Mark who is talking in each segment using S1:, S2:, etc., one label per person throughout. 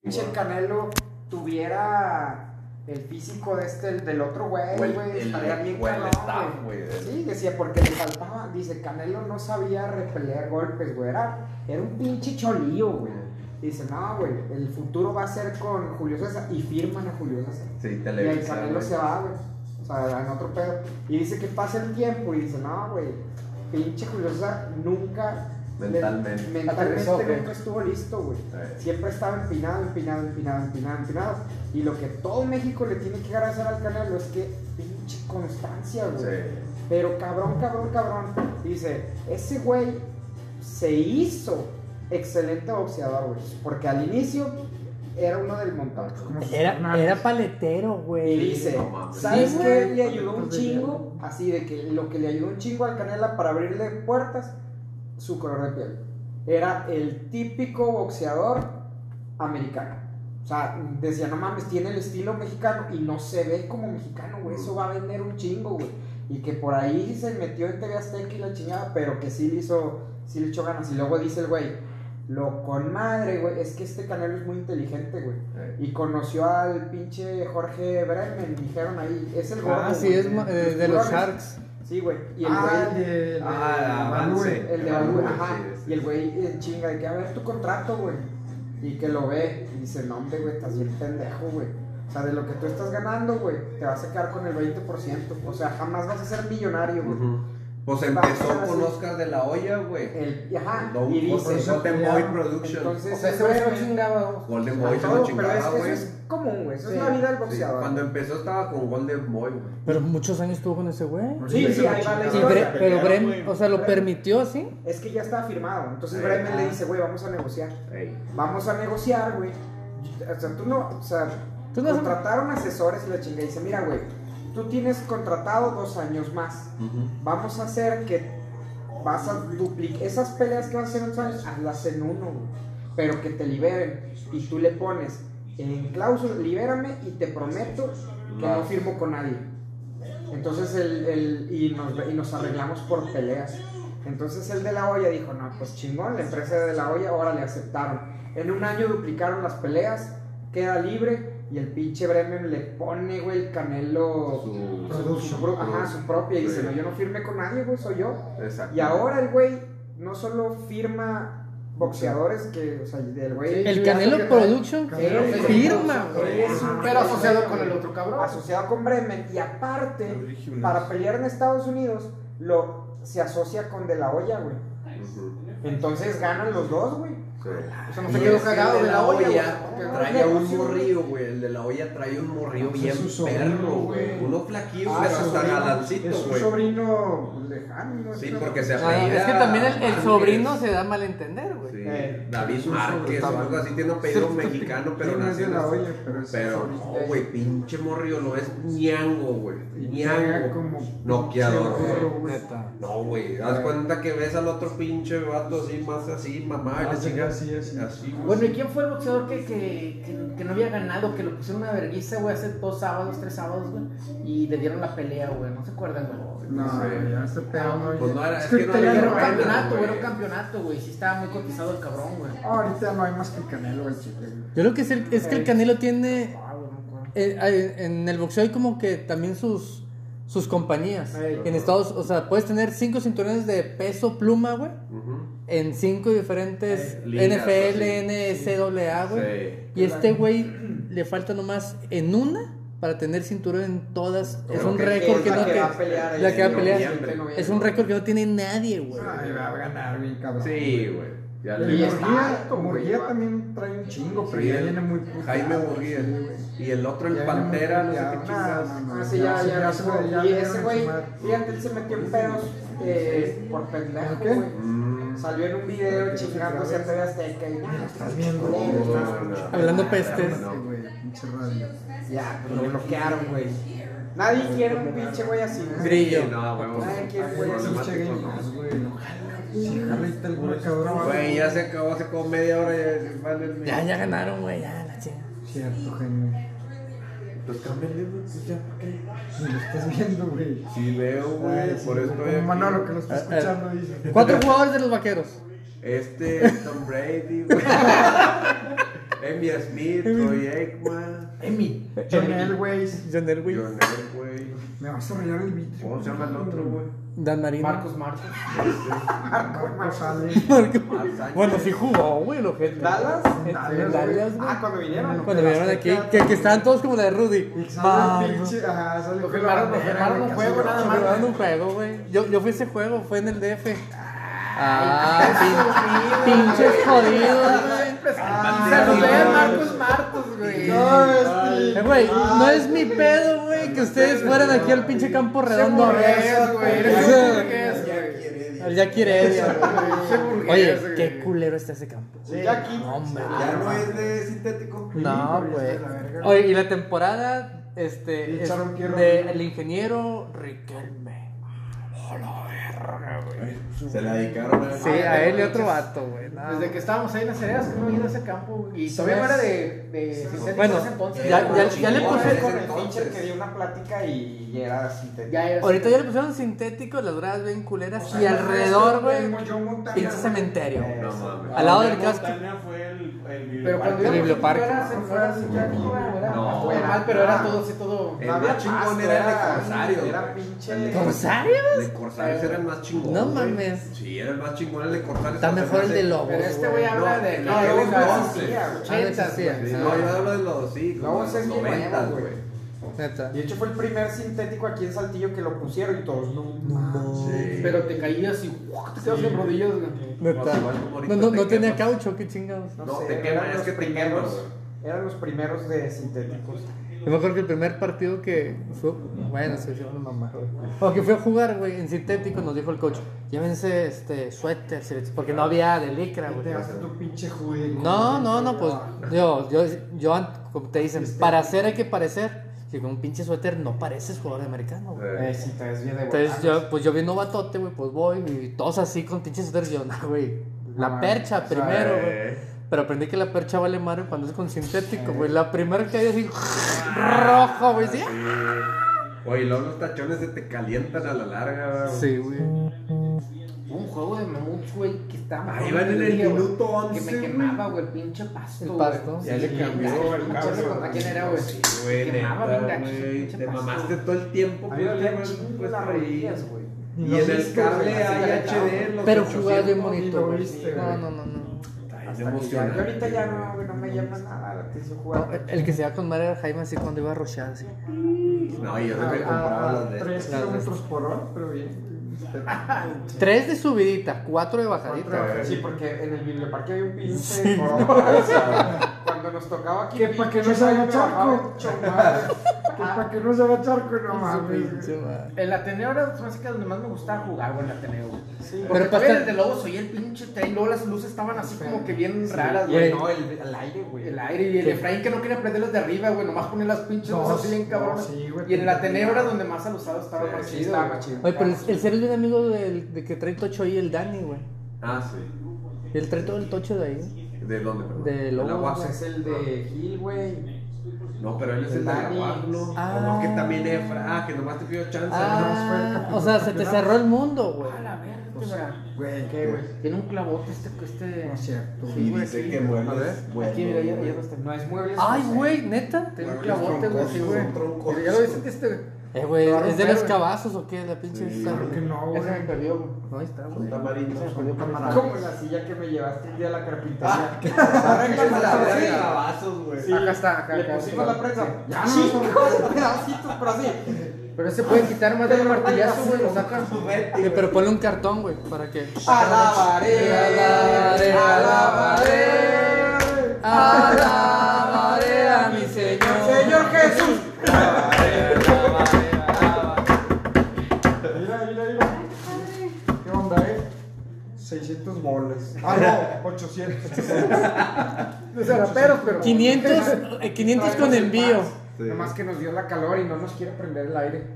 S1: pinche el Canelo tuviera el físico de este, el del otro güey,
S2: O el-
S1: güey,
S2: el-
S1: estaría bien
S2: o el
S1: cabrón,
S2: staff,
S1: güey.
S2: güey.
S1: Sí, decía, porque le faltaba, dice, Canelo no sabía repeler golpes, güey, era, era un pinche cholillo, güey. Dice, no, güey, el futuro va a ser con Julio César, y firman a Julio César.
S2: Sí,
S1: Y el
S2: televisa.
S1: Canelo
S2: güey.
S1: se va, güey. O sea, en otro pedo. Y dice que pasa el tiempo y dice, no, güey, pinche Julio César nunca...
S2: Mentalmente.
S1: mentalmente
S3: Aterrizó, güey.
S1: nunca estuvo listo, güey.
S2: Eh.
S1: Siempre estaba empinado, empinado, empinado, empinado, empinado. Y lo que todo México le tiene que agradecer al Canelo es que pinche constancia, güey.
S2: Sí.
S1: Pero cabrón, cabrón, cabrón. Dice, ese güey se hizo excelente boxeador, güey. Porque al inicio era uno del montón.
S3: Era, era paletero,
S1: Y
S3: güey.
S1: dice,
S2: No mames.
S1: ¿sabes
S3: Sí,
S1: qué
S3: güey.
S1: le ayudó un
S3: Entonces,
S1: chingo? Así de que lo que le ayudó un chingo al Canela para abrirle puertas, su color de piel. Era el típico boxeador americano. O sea, decía, no mames, tiene el estilo mexicano y no se ve como mexicano, güey. Eso va a vender un chingo, güey. Y que por ahí se metió en TV Azteca y la chingada, pero que sí le hizo, sí le echó ganas. Y luego dice el güey, lo con madre, güey, es que este Canelo es muy inteligente, güey.
S2: Eh.
S1: Y conoció al pinche Jorge Bremen, dijeron ahí. Es el gordo.
S3: Ah, sí,
S1: güey.
S3: es ma- eh, de los Sharks.
S1: Sí, güey. Y el
S4: Ah,
S1: güey.
S4: el de- el
S2: Ah,
S4: de
S2: avance.
S4: Manuel.
S1: El de
S2: Ah,
S1: Balú,
S2: güey,
S1: ajá.
S2: sí, sí,
S1: Y el
S2: sí.
S1: güey en chinga de que a ver tu contrato, güey. Y que lo ve y dice, no, hombre, güey, estás bien pendejo, güey. O sea, de lo que tú estás ganando, güey, te vas a quedar con el 20%. O sea, jamás vas a ser millonario, güey.
S2: Ujú. Pues
S1: Vamos a
S2: empezó
S1: ver
S2: con
S1: si-
S2: Oscar de la Hoya, güey.
S1: El- y ajá,
S2: Don-
S1: y
S2: por
S1: dice,
S2: eso Golden Boy Productions.
S1: entonces,
S3: O sea, ese
S1: güey,
S3: güey se lo chingaba.
S2: Golden
S1: a
S2: Boy se
S1: todo,
S2: lo
S1: pero es
S2: chingaba,
S1: que
S2: güey.
S1: eso es común, güey. Eso
S3: Sí.
S1: es la vida del
S2: Sí,
S1: boxeador.
S2: Cuando empezó estaba con Golden Boy, güey.
S3: Pero muchos años estuvo con ese güey.
S1: Sí, sí, ahí va la
S3: Y
S1: historia.
S3: Bre- pero
S4: pelearon, güey.
S3: Brem, o sea, lo
S1: Brem-
S3: permitió así.
S1: Es que ya está firmado. Entonces
S2: Sí.
S1: Bremen le
S2: Ah.
S1: dice, güey, vamos a negociar.
S2: Ey.
S1: Vamos a negociar, güey. O sea, tú no. O sea,
S3: Tú no-
S1: contrataron asesores y la chinga. Dice, mira, güey, tú tienes contratado dos años más. Vamos a hacer que vas a duplicar esas peleas que vas a hacer en dos años, hazlas en uno, güey. Pero que te liberen. Y tú le pones en cláusula, libérame y te prometo que no firmo con nadie. Entonces el, el- y, nos, y nos arreglamos por peleas. Entonces el de la olla dijo, no, pues chingón, la empresa de la olla ahora le aceptaron. En un año duplicaron las peleas, queda libre y el pinche Bremen le pone, güey, el canelo.
S2: Su...
S1: Su, su pro- ajá, su propia. Y dice,
S2: Sí.
S1: no, yo no firmé con nadie, güey, soy yo.
S2: Exacto.
S1: Y ahora el güey no solo firma boxeadores, que, o sea, del güey.
S3: El Canelo Production
S4: Canelo
S1: Él-
S3: firma, güey. Ah,
S1: él es un
S4: Pero asociado con el otro cabrón.
S1: asociado con Bremen y aparte para pelear en Estados Unidos lo se asocia con De La Hoya, güey.
S2: Ujú.
S1: Entonces ganan los dos, güey.
S2: Sí.
S4: O sea, no
S2: Y
S4: se quedó
S2: es que
S4: cagado
S2: el
S4: de la olla, güey.
S2: Trae a un morrillo, güey. El de la olla trae un morrillo
S4: Pues
S2: bien
S4: es su sobrino,
S2: perro, güey.
S4: güey.
S2: Uno flaquillo,
S1: Ah,
S2: pero
S1: su
S2: hasta
S4: sobrino. Es
S2: galancito,
S4: su
S1: Un
S2: güey.
S1: sobrino lejano. ¿no?
S2: Sí, porque se
S3: O sea,
S2: apellida.
S3: Ah, es que también el, el
S2: Márquez.
S3: sobrino se da a malentender, güey.
S2: Sí,
S1: Eh,
S2: David
S4: su
S2: Márquez, o
S4: sobrino.
S2: algo así, tiene un apellido mexicano, pero
S4: Sí, no es
S2: nació
S4: de
S2: en
S4: la
S2: Estados
S4: olla, pero es
S2: Pero
S4: sobrino.
S2: no, güey, pinche morrillo, no es ñango, güey.
S4: Y era
S2: Ñango.
S4: como
S2: Noqueador,
S4: pinche
S2: güey.
S4: burro, güey.
S3: Neta.
S2: No, güey. Haz
S4: Eh.
S2: cuenta que ves al otro pinche vato así, más así, mamá, y
S4: Ah,
S2: le
S4: sí,
S2: chingas.
S4: así, así.
S2: Así, güey.
S5: Bueno, ¿y quién fue el boxeador que, que, que, que no había ganado? Que lo pusieron una vergüenza, güey, hace dos sábados, tres sábados, güey. Y le dieron la pelea, güey. ¿No se acuerdan, güey?
S4: No,
S2: Sí.
S4: ya este pedo no.
S2: Pues no era-
S4: es
S2: es
S4: que
S2: que no
S4: ahorita
S2: había
S4: ya
S5: Era
S4: no
S5: un
S2: buena,
S4: hay-
S5: campeonato, güey. Era
S2: güey.
S5: un campeonato, güey. Sí, estaba muy cotizado el cabrón, güey.
S4: Ahorita no hay más que el canelo, el chile. güey.
S3: Yo creo que es el, es que el Canelo tiene.
S1: Ah, güey, no me acuerdo.
S3: eh, eh, en el boxeo hay como que también sus, sus compañías.
S1: Ey.
S3: En Estados O sea, puedes tener cinco cinturones de peso pluma, güey.
S2: Ujú.
S3: En cinco diferentes
S2: Ey, ligas,
S3: NFL,
S2: así.
S3: NCAA, güey.
S2: Sí.
S3: Y este güey le falta nomás en una para tener cinturón en todas. es
S2: Creo
S3: un
S2: que
S3: récord
S1: es
S3: que
S1: la
S3: no
S1: que va a
S3: te-
S1: pelear
S3: la
S1: en
S3: que va a pelear.
S1: noviembre, noviembre.
S3: Es un récord que no tiene nadie, güey.
S4: Ay, va a ganar bien, cabrón.
S2: Sí, güey. Ya
S4: El
S2: le
S1: Y
S4: Murguía,
S1: es alto, güey,
S4: Murguía
S1: va.
S4: también trae un chingo, pero
S2: Sí,
S4: ya
S2: el-
S4: viene muy puteado,
S2: Jaime Murguía.
S4: sí, güey.
S2: Y el otro, el
S4: Ya viene muy
S2: Pantera, no sé
S4: puteado.
S2: qué chingas.
S4: No, no,
S1: Ah,
S4: no,
S1: sí, ya,
S4: sí,
S1: ya,
S4: ya
S1: ya,
S4: se fue, ya
S1: Y
S4: le
S1: ese
S4: dieron
S1: güey,
S4: su madre.
S1: fíjate, él se metió en pedos eh, por pendejo,
S4: ¿Por qué?
S1: güey.
S2: Mm.
S1: Salió en un video chingándose a TV Azteca y nada.
S4: Estás viendo,
S1: culero,
S4: güey,
S1: estás-
S4: estás-
S2: Oh, no.
S3: Hablando pestes.
S4: Sí, güey, pinche radio.
S1: Ya, pues lo bloquearon, güey. Nadie quiere un pinche güey así, güey.
S3: Grillo.
S2: Sí, no, güey,
S1: Ay,
S2: güey,
S1: qué güey,
S2: problemático,
S4: Pinche gay,
S2: no.
S4: güey, no jala, güey. Sí, jala ahorita el güey, cabrón.
S2: Güey, ya se acabó hace como media hora. Ya, vale, el-
S3: Ya, ya ganaron, güey. Ya, la chingada.
S4: Cierto, Jaime.
S2: Pues cámbiale, güey, pues ya, ¿para qué?
S4: Si lo estás viendo, güey.
S2: Sí veo, güey,
S4: Ay, sí,
S2: por eso estoy
S4: como
S2: aquí. Eh,
S4: Manolo que lo está
S3: Ah, ah.
S4: escuchando, dice.
S3: Cuatro jugadores de los vaqueros.
S2: Este, Tom Brady, güey. Emmy Smith, Troy Aikman,
S6: Emi.
S4: John Elway.
S3: John Elway.
S2: John güey.
S4: Me vas a rayar el vitrio.
S2: ¿Cómo se llama el otro, güey? Este.
S3: Dan Marino.
S6: Marcos Marcos.
S4: Marco Ah, pues sale.
S3: Marco.
S2: Mark Sanchez.
S3: Bueno, sí jugó, güey, lo que.
S1: ¿Dallas?
S3: En
S4: Dallas,
S3: en Dallas, güey.
S1: Ah, cuando vinieron.
S3: Este, Cuando vinieron aquí, que, que estaban todos como la de Rudy.
S6: Ah,
S4: Sale el
S3: Marco.
S4: pinche. Ajá, sale
S6: Lo
S4: con la
S6: firmaron, lo
S4: bandera,
S6: firmaron
S4: güey,
S6: un
S4: casi
S6: juego,
S4: lo-
S6: nada más.
S3: Me mandaron un juego, güey. Yo, yo fui a ese juego, fue en el DF. Ah, pin- pinches jodidos, güey.
S4: Ah,
S6: Saludé a Ah, Marcos Marcos, güey.
S4: No, este.
S3: Eh, güey, no es mi pedo, güey, que ustedes fueran aquí al pinche campo redondo a ver.
S6: Burgués, güey. Eres
S3: Ese-
S6: un burgués, güey.
S3: Al Jackie Heredia, güey.
S6: Ese burgués,
S3: Oye,
S6: güey.
S3: qué culero está ese campo.
S1: Jackie.
S3: No, hombre.
S2: Ya no es de sintético.
S3: No, güey. Oye, y la temporada, este, es
S4: Echaron tierra.
S3: de el ingeniero Riquelme.
S2: Se la dedicaron a
S3: Sí, a él y otro vato, güey. no.
S6: Desde que estábamos ahí en las cereas, que no he ido a ese campo. güey. Y todavía no era de, de sintético
S3: Bueno,
S6: en ese entonces.
S3: ya- ya- ya le puse-
S1: con el pinche que dio una plática y era sintético.
S6: Ya era
S3: Ahorita ya le pusieron sintético, las gradas bien culeras
S4: sea,
S3: y
S4: no
S3: alrededor,
S4: es
S3: güey,
S4: el mismo Joe Montana,
S3: pinche
S4: güey.
S3: cementerio.
S1: Eh,
S2: No mames.
S3: Al lado del casco.
S7: Montana fue el, el
S6: Pero
S7: biblioparque.
S6: cuando
S3: El
S6: íbamos
S3: biblioparque.
S6: fuera, se fuera, se fuera, fuera,
S2: No.
S6: fuera, mal, pero era todo así, todo.
S2: El más chingón era el de Corsarios.
S1: Era
S2: güey.
S1: pinche-
S2: El de-
S3: ¿Corsario?
S2: El de Corsarios era el más chingón.
S3: No
S2: güey.
S3: mames.
S2: Sí, era el más chingón el de Corsarios.
S3: Está
S2: Hasta
S3: mejor
S2: se
S3: el
S2: me
S3: de
S2: hace-
S3: Lobos.
S6: Pero este güey habla de.
S2: No,
S6: No,
S2: yo
S6: de
S2: hablo de
S6: los
S2: los
S1: ochentas.
S6: ochentas,
S3: Sí,
S6: güey.
S2: Sí, no, yo hablo de los, sí, como
S1: No,
S2: de
S1: ese es
S2: los
S1: bien
S2: noventas,
S1: nuevo,
S2: güey.
S1: güey.
S3: Neta.
S1: De hecho, fue el primer sintético aquí en Saltillo que lo pusieron y todos, no mames.
S2: Sí.
S6: Pero te caías y ¡guau! te quedas en rodillas, güey.
S3: Neta.
S2: Igual como ahorita
S3: No, no,
S2: te
S3: no tenía
S2: quemas.
S3: caucho, qué chingados.
S1: No,
S2: No,
S1: sé,
S2: te quema,
S1: eran
S2: es
S1: los
S2: que te
S1: primeros.
S2: quema,
S1: eran los primeros de sintéticos.
S3: Yo me acuerdo que el primer partido que fue, bueno, se hizo una mamá, güey. O que fui a jugar, güey, en sintético, nos dijo el coach, llévense este suéter, si les- porque no había de licra, güey.
S4: Te vas a tu pinche juego.
S3: No, no, no, pues yo, yo, yo, an- como te dicen, para hacer hay que parecer. Si con un pinche suéter no pareces jugador de americano, güey.
S2: Eh,
S1: si te ves bien de
S3: Entonces yo, pues yo vi novatote, güey, pues voy, y todos así con pinches suéteres, yo, no, güey. La
S1: Ah,
S3: percha
S1: o sea,
S3: primero, güey.
S2: eh.
S3: Pero aprendí que la percha vale madre cuando es con sintético, güey. La primera que hay así, rojo, güey, pues, sí.
S2: Sí. Oye, luego los tachones se te calientan a la larga. güey.
S3: Sí, güey.
S6: Un juego de mamuts, güey, que estaba.
S2: Ahí van en el
S6: güey,
S2: minuto 11.
S6: Que me quemaba, güey, el pinche pasto.
S3: El
S6: güey.
S3: pasto.
S1: pues,
S2: Ya le
S6: Sí,
S2: cambió
S6: ya,
S2: el
S6: pinche
S2: cabrón.
S6: contra quién era, güey.
S2: Sí, güey,
S6: Me quemaba bien
S2: neta,
S6: gacho,
S2: güey.
S6: pinche
S2: Te
S6: pasto.
S2: mamaste todo el tiempo.
S1: A mí
S2: puro
S1: me dolían
S2: tema,
S1: chingo
S2: pues,
S1: las
S2: ahí.
S1: rodillas, güey.
S2: Y en el cable hay HD. los
S3: Pero
S2: 800.
S3: jugaba bien
S4: lo
S3: bonito, güey.
S4: viste,
S3: No,
S4: güey.
S3: no, no, no.
S2: Está bien
S1: Hasta que ya-
S2: emocionante,
S1: yo ahorita ya no,
S2: güey.
S1: güey, no me llama nada la atención jugar.
S3: No, eh, el que se iba con madre era Jaime así cuando iba a rochear, así.
S2: No, yo
S4: A-
S2: no me compraba
S4: a-
S2: las
S4: a
S2: de.
S3: Las
S4: Tres
S3: de-
S4: kilómetros por hora, pero bien.
S3: Tres de subidita, cuatro de bajadita.
S4: Cuatro.
S1: Sí, porque en el biblioparque había un pinche corona, o sea, Cuando nos tocaba aquí.
S4: Que pa' que no se haga charco. Que Pues, para que no se haga charco, no mames.
S3: Pinche madre.
S6: El Ateneo era se me hace que donde más me gustaba jugar, güey, el Ateneo. güey.
S3: Pero
S6: Pero para
S3: pastel-
S6: el de Lobos oía el pinche tren, luego las luces estaban así como que bien raras,
S1: Y el-
S6: güey.
S1: no, el, el aire, güey.
S6: El aire y el Efraín que no quería prenderlas de arriba, güey, nomás ponía las pinches
S4: No,
S6: luces así bien
S4: sí,
S6: cabrón.
S4: no, sí, güey,
S6: y en el
S4: te-
S6: Ateneo era donde más alusado estaba
S2: Sí,
S6: más
S1: Sí,
S6: chido.
S1: estaba
S6: güey.
S1: más chido.
S3: Oye, pero el, el ser es bien amigo del, de que trae tocho ahí, el Dani, güey.
S2: Ah, sí.
S3: Él trae todo el tocho de ahí.
S2: ¿De dónde? perdón?
S3: De Lobos,
S2: la
S1: Pues
S2: UAS.
S1: es el de Gil, güey.
S2: No, pero él es el de la
S1: Dani.
S2: UAS, ¿no?
S3: Ah.
S2: O no, que también Efra. Ah, que nomás te pidió chance.
S3: Ah,
S4: no,
S3: o sea, se te cerró el mundo, güey.
S6: A Ah, la verga, güey.
S4: Güey, ¿qué, güey?
S6: Pues, Tiene un clavote este. este...
S4: No es cierto.
S2: Y
S6: güey,
S2: dice
S6: sí.
S2: que
S1: A ver,
S2: mueves. bueno,
S6: Aquí, mira, ya,
S2: güey.
S6: ya los tengo.
S1: No es muebles.
S3: Ay,
S1: no sé.
S3: güey, neta.
S6: Tiene un
S2: Bueno, los
S6: clavote, güey,
S2: troncos,
S6: sí,
S2: los
S6: güey.
S2: troncos.
S6: Pero Ya lo viste este, güey.
S3: Eh, güey,
S6: Claro,
S3: ¿es de los
S6: güey.
S3: cabazos o qué? La pinche.
S2: Sí.
S3: esa?
S4: Claro que no,
S6: Ese me
S4: güey.
S6: perdió, güey.
S3: No, ahí está, güey.
S2: Son tamarinos,
S6: Ese me
S2: son
S6: perdió por
S4: camaradas.
S1: Como la silla que me llevaste un día a la carpintería.
S2: Esa es la
S1: Arréglame la
S2: verga de
S1: silla.
S2: calabazos, güey.
S1: Sí.
S6: Acá está, acá,
S1: Le
S6: acá.
S1: pusimos la prensa.
S4: Ya,
S1: Chicos, pedacitos, pero así.
S6: Pero ese puede quitar más de un martillazo, güey, lo saca.
S3: Eh, pero ponle un cartón, güey, para que.
S1: Alabaré,
S3: Alabaré, alabaré. Alabaré a mi Señor.
S1: Señor Jesús.
S4: Mira, mira, mira. ¿Qué onda, eh? 600 bolas. Ah, no, 800.
S6: No sé, raperos, pero.
S3: 500, eh, 500 con
S1: Ah,
S3: envío.
S2: Sí.
S1: Nomás que nos dio la calor y no nos quiere prender el aire.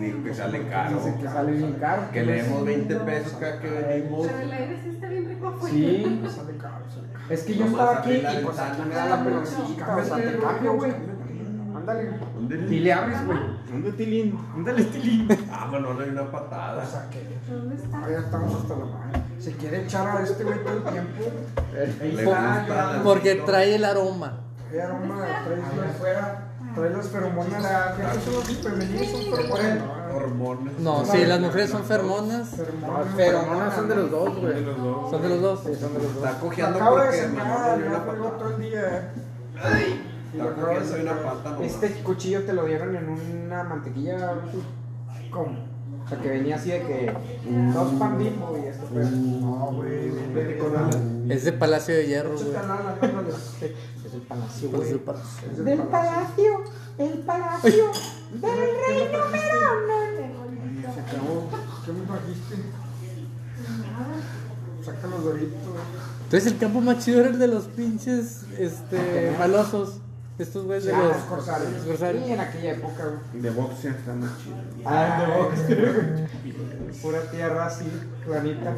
S2: Dijo que sale caro.
S1: Dice que sale bien caro.
S2: Que le demos 20 pesos cada que venimos.
S8: Pero el aire sí está bien rico afuera.
S1: Sí.
S4: Sale caro, sale caro.
S1: Es que yo
S2: Nomás
S1: estaba aquí
S2: abrir la
S1: y pues
S2: ventana.
S1: aquí me da la peloncita. O sea, te cambio, güey. Ándale. Y
S2: ¿Dónde?
S1: le abres, güey.
S7: ¿Dónde Tilín? ¿Dónde el Tilín?
S2: Ah, Manolo, hay una patada.
S8: ¿Dónde está?
S4: Ahora ya estamos hasta la madre. Se quiere echar a este güey todo el tiempo. Ahí
S2: Le
S4: está,
S2: gusta.
S4: ya.
S3: Porque trae el aroma.
S4: Qué aroma traes de afuera. Traes las feromonas. Las mujeres son las femeninas, son feromonas.
S2: Hormonas.
S3: No, sí, las mujeres son fermonas.
S4: Feromonas.
S6: Pero no son de los dos, güey.
S3: Son de los dos.
S2: Está cojeando
S4: Acabo de
S2: porque me
S4: cenar,
S2: dolió
S4: no
S2: una
S4: juego
S2: patada.
S4: todo el día.
S2: Está cojeando una pata, mamá.
S1: Este cuchillo te lo dieron en una mantequilla.
S4: ¿Cómo?
S1: O sea, que venía así de que. Dos pan bimbo y esto, pues. pero.
S4: No, güey, bien, bien, bien.
S3: Es de Palacio de Hierro, güey.
S4: Échate a la- la- la- la-
S1: Es el palacio,
S3: Pues de
S1: güey.
S3: Palacio.
S1: Del palacio, el palacio del rey número
S4: Se acabó. ¿Qué me trajiste? Saca los doritos.
S3: Entonces el campo más chido era el de los pinches
S6: Ah,
S3: este malosos. Estos güeyes de
S1: Ah,
S3: los
S1: los corsarios.
S3: los
S1: Sí, en aquella época, güey.
S9: De boxeo está más chido.
S1: Ah, Pura tierra así, planita.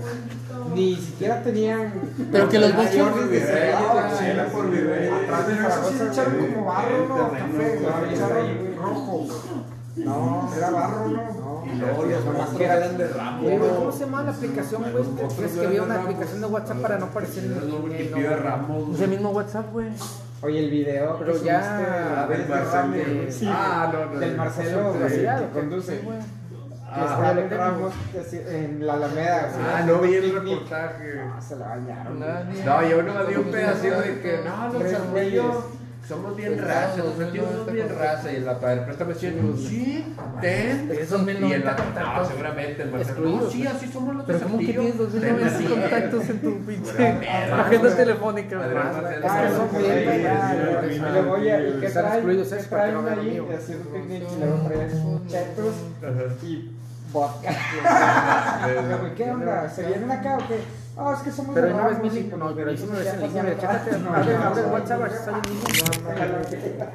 S1: Ni siquiera tenían.
S3: Pero que los
S1: Ah, yo
S3: bochos-
S1: ni sé,
S4: Ah,
S1: güey.
S4: sí, era por
S9: virrey.
S4: Atrás de
S1: Zaragoza,
S4: Zaragoza echaron como barro, ¿no? Café,
S9: terreno,
S4: güey,
S9: claro.
S4: echaron rojo.
S1: No,
S4: Era barro, ¿no?
S2: Y luego los monstruos eran de Rambo.
S6: Güey, ¿Cómo se llama la aplicación, güey? ¿Crees que había una aplicación de WhatsApp para no parecer
S2: Era el doble
S6: el
S2: tipio de Rambo.
S3: Es pues, el mismo WhatsApp, güey.
S1: Oye, el video. pues, que
S6: Pero ya-
S1: subiste
S9: Del Marcelo.
S1: de-
S2: Ah, no, no.
S1: Del Marcelo
S6: pues, Sí,
S1: Brasil,
S6: claro,
S1: que conduce. Que
S2: Ah,
S1: está en Ramos, así, en la Alameda. güey.
S2: ah, no vi el reportaje.
S1: Ah, se la bañaron.
S2: No, yo no vi un pedacito de que no, los argüellos somos bien raza, los argüellos somos bien raza. Y en la padre, préstame 100 euros. Sí, ten.
S6: Es 2090
S2: Y en la no,
S6: contactos.
S2: seguramente el Marcelo.
S6: Excluidos.
S2: No, sí, así somos los
S3: Pero ¿cómo que
S2: Saltillo.
S3: tienes
S2: Ten
S3: 290
S2: así.
S3: contactos en tu pinche
S2: Pura mierda.
S3: agenda telefónica? güey?
S2: Adrián Marcelo.
S1: Ah, eso
S2: Marcelo.
S1: fue bien, ya, ya,
S9: sí,
S1: ya. Y luego, oye, ¿y qué
S6: Están
S1: traen?
S6: excluidos,
S1: ¿Qué
S6: es para que no
S1: traen
S6: vean lo
S1: ahí?
S6: mío.
S1: Y así un picnic, y luego traen chetos y vodka. Güey, ¿Qué onda? ¿Se vienen acá o qué? Ah, es que somos
S6: Pero
S1: de
S6: una vez
S1: Ramos
S6: me
S1: y
S6: dijo,
S1: como
S6: no, pero
S1: que
S6: eso no es
S1: ya
S6: en
S1: pasó
S6: línea.
S1: de
S6: Chécate,
S1: raza.
S6: abre
S1: No,
S6: abre el
S1: no,
S6: WhatsApp, a ver si sale en línea.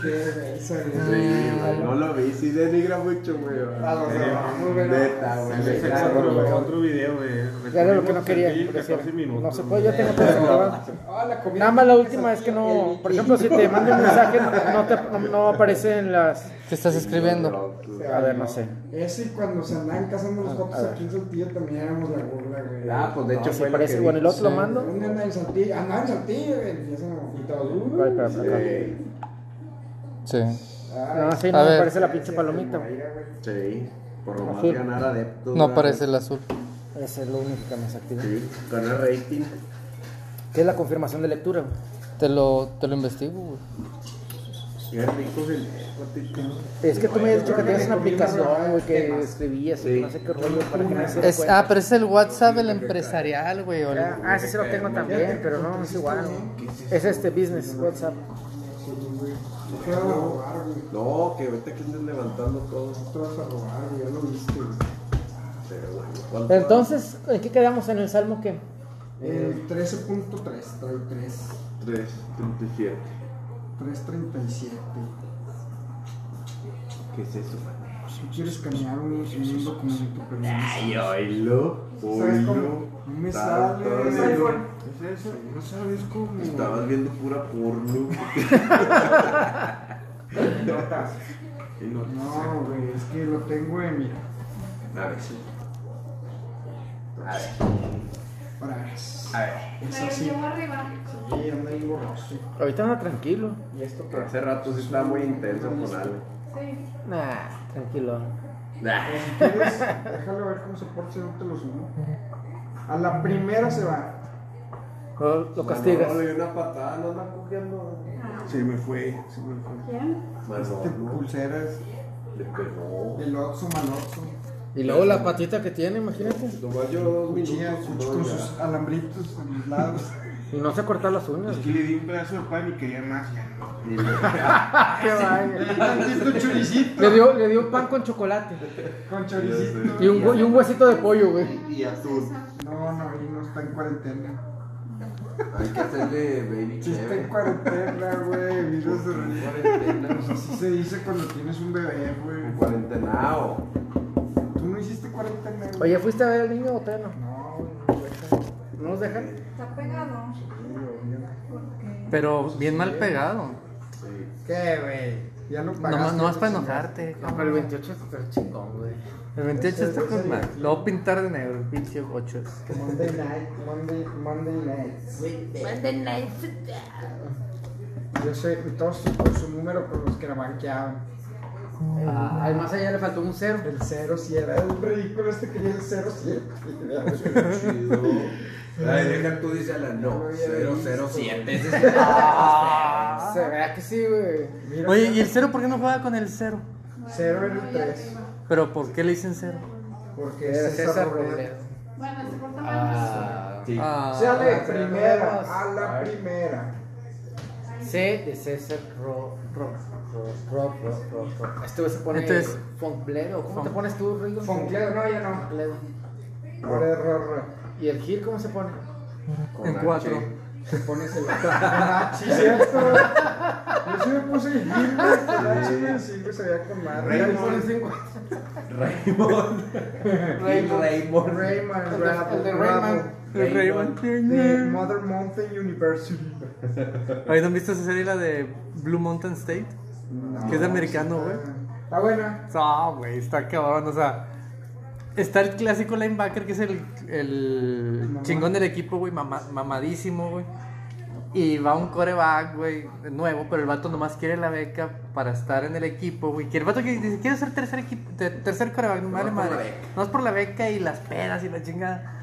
S1: Qué belleza, güey.
S4: Ah.
S9: Sí, güey, no lo vi, sí denigra mucho, güey.
S1: Ah, o sea, muy bueno.
S9: Neta, güey.
S1: Sí,
S9: neta,
S1: claro,
S9: güey.
S1: güey.
S9: Otro video, güey.
S6: Ya era lo que no
S9: Sí,
S6: quería, por
S9: 14
S6: decir.
S9: minutos,
S6: No se
S9: güey.
S6: puede, yo tengo que
S1: Ah, la comida
S6: Nada más la
S1: que
S6: última es que no,
S1: salió,
S6: por
S1: el-
S6: ejemplo, si te mando un mensaje, no, te, no, no aparece en las...
S3: ¿Qué estás escribiendo?
S6: A ver, no sé.
S4: Ese y cuando se andaban casando los copas aquí en Saltillo también éramos la burla, güey.
S9: Ah, pues de hecho
S6: Sí,
S9: fue lo
S6: parece,
S9: que
S6: bueno, el
S9: vi.
S6: otro lo mando.
S4: ¿Dónde anda en Saltillo? Andaba en Saltillo, güey. Y esa mamita, uh,
S6: Ay, espera, espera, acá.
S9: Sí,
S3: Sí.
S6: No, sí,
S3: A
S6: no me
S3: ver.
S6: aparece la pinche palomita, güey.
S9: sí. Por lo más
S6: Azul.
S9: ganar adeptos.
S3: No
S9: ¿verdad?
S3: aparece el azul.
S6: Esa es lo único que me desactiva.
S9: Sí, ganar rating.
S6: ¿Qué es la confirmación de lectura, güey?
S3: Te lo, te lo investigo, güey.
S9: Qué rico se le platico.
S6: Es que tú me has dicho que tienes una aplicación, güey, que escribías y no sé qué rollo para que me se
S3: Es, ah, pero es el WhatsApp el empresarial, güey. o el-
S6: Ah, ese sí lo tengo también, pero no, es igual. güey. Es este business, WhatsApp.
S4: te vas a robar, güey.
S2: No, que ahorita que andan levantando todo.
S4: Te vas a robar, güey. Ya lo viste, güey.
S2: Pero bueno, ¿cuánto?
S6: Entonces, ¿en qué quedamos en el salmo que?
S4: El 13.3, trae 3.
S9: 337.
S4: 337.
S9: ¿Qué es eso, man?
S4: Si quieres escanear un, un documento, pero no me sale.
S9: Ay, oílo.
S4: ¿Sabes cómo?
S9: Oílo.
S4: No me
S9: Estaba-
S4: sale.
S9: estaba
S4: Es
S9: viendo-
S4: iPhone. ¿Es eso? No sabes cómo.
S9: Estabas viendo pura porno.
S1: Notas.
S9: Y no-
S4: No, güey, es que lo tengo en mira.
S9: A ver, sí. A ver,
S4: Para ver. Es
S9: a ver.
S4: así.
S8: llevo arriba.
S4: Sí, anda ahí borroso.
S6: Ahorita anda tranquilo.
S1: ¿Y esto qué?
S9: Pero hace rato sí estaba muy intenso con Ale.
S8: Sí.
S6: Nah, tranquilo.
S9: Nah.
S4: Si quieres, déjalo ver cómo se porta, yo te lo subo. A la primera se va.
S6: Lo, lo castigas.
S2: No, le di una patada, no anda cogiendo.
S9: Se me fue, se me fue.
S8: ¿Quién?
S4: Este, pulseras
S9: Le pegó.
S4: del Oxxo, Maloxo.
S6: Y luego la patita que tiene, imagínate.
S2: Nomás yo dos
S4: Cuchillas
S2: minutos.
S4: cuch-
S2: no,
S4: con
S2: ya.
S4: sus alambritos a los lados.
S6: Y no se cortar las
S4: Pues
S6: uñas.
S9: que le di un pedazo de pan y quería más. ya no.
S6: Qué vaina.
S4: Tantito choricito.
S6: Le dio, le dio pan con chocolate.
S4: Con choricito.
S6: Y un, hue- y un huesito de pollo, güey.
S9: Y azul.
S4: No, no, ahí no está en cuarentena.
S2: Hay que hacerle baby
S4: Sí está en
S2: chévere.
S4: cuarentena, güey. Mira su risa.
S2: Cuarentena.
S4: Así se dice cuando tienes un bebé, güey.
S2: Cuarentenao.
S4: Tú no hiciste cuarentena, güey.
S6: Oye, ¿fuiste a ver al niño o todavía no?
S4: No, güey, no lo dejan.
S6: ¿No nos dejan?
S8: Está pegado.
S4: Sí, obvio.
S3: Pero bien mal pegado.
S4: ¿Qué, güey? Ya lo pagaste.
S3: Nomás, nomás para
S4: chingaste.
S3: enojarte.
S6: No, pero el 28 está chingón, güey.
S3: El 28 está
S4: Ese-
S3: con
S4: ese-
S3: mal. Lo voy a pintar de negro, el pinche 8.
S1: Monday night, Monday, Monday night.
S4: Yo sé, y todos su- con su número con los que la banqueaban.
S6: Además, Ah, allá le faltó un cero.
S4: El cero si era un ridículo este que era el cero siete.
S2: Chido. Ay, deja tú, dice la no. 007. Ese es
S1: Ah.
S6: Se vea que sí, güey.
S4: Mira,
S3: Oye, ¿y el 0 por qué no juega con el 0?
S4: cero era el tres.
S3: ¿Pero por qué le dicen 0?
S4: Porque es César Robledo.
S8: Bueno, se porta mal.
S2: Sí.
S3: Ah,
S4: Sea de primera a la primera.
S6: C de César Ro. Ro. Ro. Ro. Ro. Ro. Ro. Este güey se pone.
S3: Entonces-
S6: Foncledo. ¿Cómo
S3: Fon-
S6: te pones tú, Rigo?
S1: Foncledo, no, ya no.
S6: Foncledo.
S4: Por error.
S6: ¿Y el Gil cómo se pone?
S3: en 4.
S1: Te pones el.
S4: Ah, sí, cierto. Yo sí me puse el Gil, güey, con la chica, sí, güey, se veía con madre.
S2: Raymond. Raymond. Raymond.
S4: Rayman,
S6: El de-
S4: Rabo,
S6: el de
S4: Rabo,
S6: Rayman.
S3: El Rey
S2: Raymond.
S4: De Mother Mountain University.
S3: Oye, ¿no han visto esa serie la de Blue Mountain State? que es de americano, güey.
S4: Está buena.
S3: Ah, güey, está cabrón, o sea. Está el clásico linebacker que es el, el chingón del equipo, güey, mama- mamadísimo, güey. Y va un coreback, güey, nuevo, pero el vato nomás quiere la beca para estar en el equipo, güey. Que el vato que dice, quiero ser tercer, equipo, te- tercer coreback, no
S2: Nomás
S3: vale
S2: por la
S3: madre.
S2: beca.
S3: No es por la beca y las pedas y la chingada.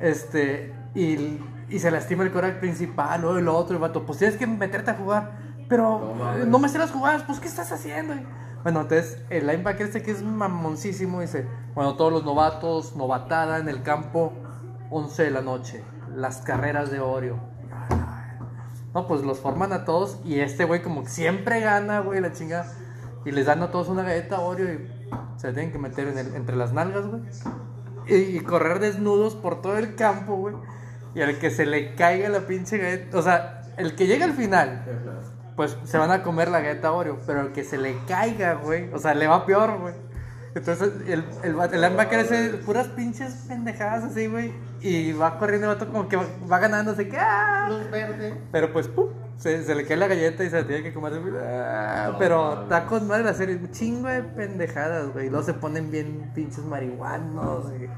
S3: Este, y, y se lastima el coreback principal, luego el otro, el vato, pues tienes que meterte a jugar. Pero
S2: No
S3: eh,
S2: mames.
S3: no, me sé las jugadas, pues ¿qué estás haciendo? güey? Bueno, entonces el linebacker este que es mamoncísimo dice, bueno, todos los novatos, novatada en el campo, 11 de la noche, las carreras de Oreo. No, pues los forman a todos y este güey como que siempre gana, güey, la chingada. Y les dan a todos una galleta Oreo y se tienen que meter en el- entre las nalgas, güey. Y, y correr desnudos por todo el campo, güey. Y al que se le caiga la pinche galleta, o sea, el que llega al final, pues se van a comer la galleta Oreo, pero el que se le caiga, güey, o sea, le va peor, güey. Entonces el, el, va- el linebacker hace puras pinches pendejadas así, güey, y va corriendo el vato como que va, va ganando, así que ¡ah!
S6: Luz verde.
S3: Pero pues, ¡pum! Se, se le cae la galleta y se la tiene que comer. Ah,
S2: No,
S3: pero
S2: mames.
S3: está con madre la serie. Un chingo de pendejadas, güey. Luego se ponen bien pinches marihuanos. güey.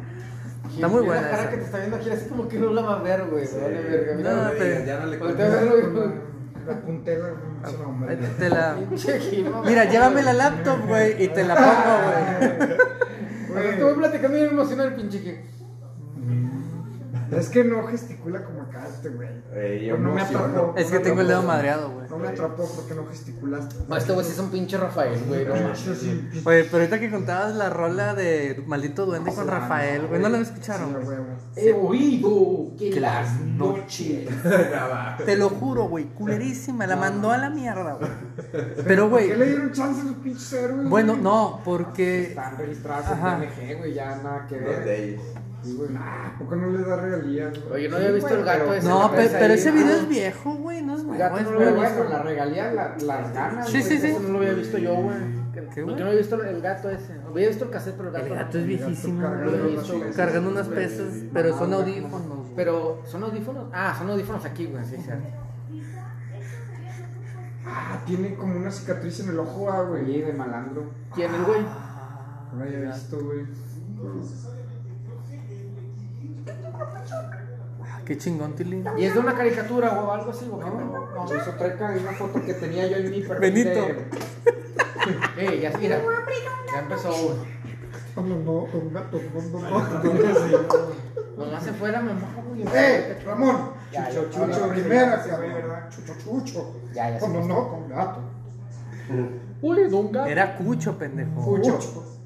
S3: Está muy
S6: Mira
S3: buena
S6: La cara
S3: esa.
S6: que te está viendo aquí, así como que no la va a ver, güey. Vale, verga.
S3: No,
S6: Mira,
S2: me
S3: pero-
S2: digas, ya no Pues le
S6: Voltea a
S2: contesto.
S6: verlo, güey.
S4: Con La la puntera, güey, se
S3: Ahí
S4: nombre.
S3: te la-
S6: Pinche Gil, mamá.
S3: Mira, llévame la laptop, güey, y te la pongo, güey.
S6: Ahorita Estuve platicando y me emocionó el pinche Gil.
S4: Mm. Es que no gesticula como acá este, güey.
S2: Ey,
S4: Pero no me
S2: emoción.
S4: atrapó.
S3: Es que tengo el dedo madreado, güey.
S4: No me atrapó porque no gesticulaste.
S6: No, Este güey sí es un pinche Rafael, güey. No mames.
S4: Sí, sí, sí.
S3: Oye, pero ahorita que contabas la rola de Maldito Duende con
S4: Sí,
S3: Rafael, güey, no la escucharon,
S4: Sí,
S3: güey.
S4: güey.
S6: He oído que
S3: Que
S6: las
S3: las
S6: noches.
S3: Te lo juro, güey, culerísima, la mandó a la mierda, güey. Pero, güey,
S4: ¿Qué le dieron chance a los pinches héroes?
S3: bueno,
S4: güey?
S3: no, porque
S1: Están registradas
S3: Ajá.
S1: en PNG, güey, ya nada que
S2: Los
S1: ver.
S2: de ellos.
S1: Sí, güey.
S4: ¿A poco no les da regalías? güey?
S6: Oye, no había visto el gato ese.
S3: No,
S6: que
S3: pe- pero,
S6: aparece ahí.
S3: ese video es viejo, güey, Ah, no es nuevo.
S6: Gato
S3: es
S6: no lo
S1: Pero
S3: nuevo.
S1: bueno, la regalía, la- las ganas.
S3: Sí,
S1: güey,
S3: sí, sí.
S1: eso
S6: Ese no lo había visto yo, güey.
S3: ¿Qué,
S6: No,
S3: güey?
S6: Yo no había visto el gato ese. Había visto el cassette, pero el gato.
S3: El gato
S6: no.
S3: es viejísimo,
S4: Cargando
S3: güey.
S4: unas pesas.
S3: Cargando unas pesas, pero son audífonos. güey.
S6: Pero, ¿son audífonos? Ah, son audífonos aquí, güey, sí, cierto.
S4: Ah, tiene como una cicatriz en el ojo, ah,
S1: Güey,
S4: güey.
S1: de malandro.
S6: ¿Quién el güey?
S4: No la había visto, güey.
S3: Ah, Qué chingón, Tilly.
S6: ¿Y es de una caricatura o algo así, güey?
S1: No, no, eso trae cara de una foto que tenía yo en mi perfil.
S3: Benito.
S1: de-
S6: Eh, ya mira. Ya empezó, güey.
S4: No, no, no, no, no, no, no.
S6: Nomás se fue la mamá, güey.
S4: ¡Eh, Ramón!
S6: Ya,
S4: Chucho,
S6: ya,
S4: chucho,
S6: ya,
S4: primera, cabrón. Chucho, chucho.
S6: Ya, ya,
S4: No, no,
S6: sí.
S4: no, con gato.
S6: Uy, don gato.
S3: Era Cucho, pendejo.
S4: Cucho.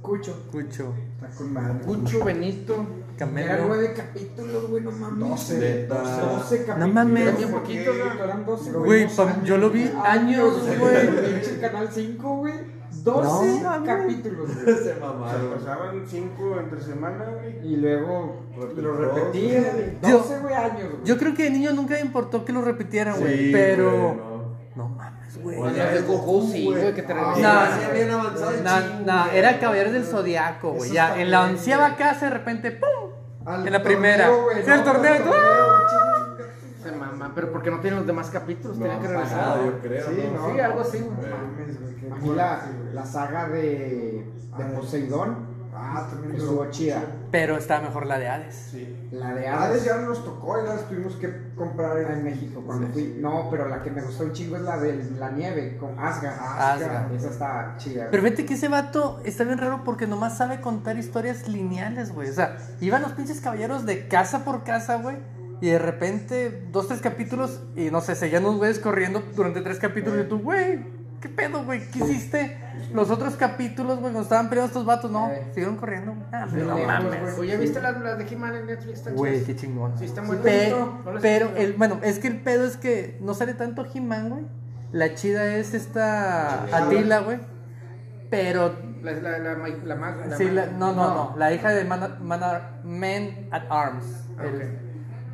S1: Cucho.
S3: Cucho.
S4: Está con madre.
S6: Cucho Benito.
S1: Era
S3: Camelo.
S1: nueve capítulos, güey, no mames.
S4: 12,
S2: Neta.
S4: 12 capítulos.
S3: No mames.
S6: Tenía poquito, güey.
S1: Eran 12,
S3: Güey, pa- yo lo vi Ah, años, güey.
S1: Pinche Canal 5, güey. 12
S3: No, mames.
S1: capítulos, güey.
S2: Se mamaron.
S10: Pasaban cinco entre semana, güey.
S1: Y luego lo
S2: Dos,
S1: repetí, güey.
S3: Yo-
S1: 12, güey, años, güey.
S3: Yo creo que de niño nunca me importó que lo repitieran, güey.
S2: Sí, pues
S3: pero.
S2: güey, no.
S3: No mames, güey.
S2: Oye,
S6: Las de Goku, Ah, sí, güey,
S4: ah,
S6: que te
S2: No,
S6: regresaban.
S2: sí, bien avanzado. y
S3: No,
S2: chingo.
S3: no, era Caballeros del Zodiaco, güey.
S4: Eso
S3: Ya,
S4: está
S3: en la
S4: bien,
S3: onceava
S4: güey.
S3: casa, de repente, ¡pum!
S4: Al
S3: En la primera.
S4: torneo, güey,
S3: Sí, el
S4: no,
S3: torneo,
S4: al torneo, chinga.
S6: Se mamaba. Ah, pero porque no tienen los demás capítulos,
S2: No
S6: tenían que
S2: han
S6: regresar.
S2: pagado, yo creo.
S1: Sí,
S2: ¿no?
S1: no.
S6: Sí, algo así.
S2: Eh,
S4: Mames, güey, qué
S1: A mí la,
S4: fuerte, güey.
S1: la saga de, de
S4: Ah,
S1: Poseidón
S4: Ah, también
S1: estuvo chida.
S3: Pero está mejor la de Hades.
S4: Sí.
S1: La de
S3: Ah,
S4: Hades
S1: Hades
S4: ya no nos tocó y las tuvimos que comprar
S1: en México cuando
S4: Sí,
S1: fui.
S4: sí.
S1: No, pero la que me gustó un chingo es la de la nieve con Asgard.
S3: Asgard.
S1: Esa está chida.
S3: Pero fíjate que ese vato está bien raro porque nomás sabe contar historias lineales, güey. O sea, iban los pinches caballeros de casa por casa, güey. Y de repente, dos, tres capítulos, y no sé, seguían unos güeyes corriendo durante tres capítulos. Y tú, güey, ¿qué pedo, güey? ¿Qué hiciste? Los otros capítulos, güey, cuando estaban peleando estos vatos, no,
S1: Eh.
S3: siguieron corriendo. güey. Ah,
S1: Sí,
S3: no
S1: lejos,
S3: mames.
S1: güey.
S6: Oye, ¿viste las, las de He-Man en Netflix? Están
S3: Güey,
S6: chidas.
S3: qué chingón.
S6: Sí, están buenas.
S3: Pe-
S6: No, no las he
S3: pero,
S6: visto.
S3: el, bueno, es que el pedo es que no sale tanto He-Man, güey. La chida es esta Atila, güey. Pero
S6: La, la, la, ma- la más. la
S3: Sí,
S6: más-
S3: la- no, no, no, La hija de Man, Man Ar- Man at Arms.
S6: Ah,
S3: El-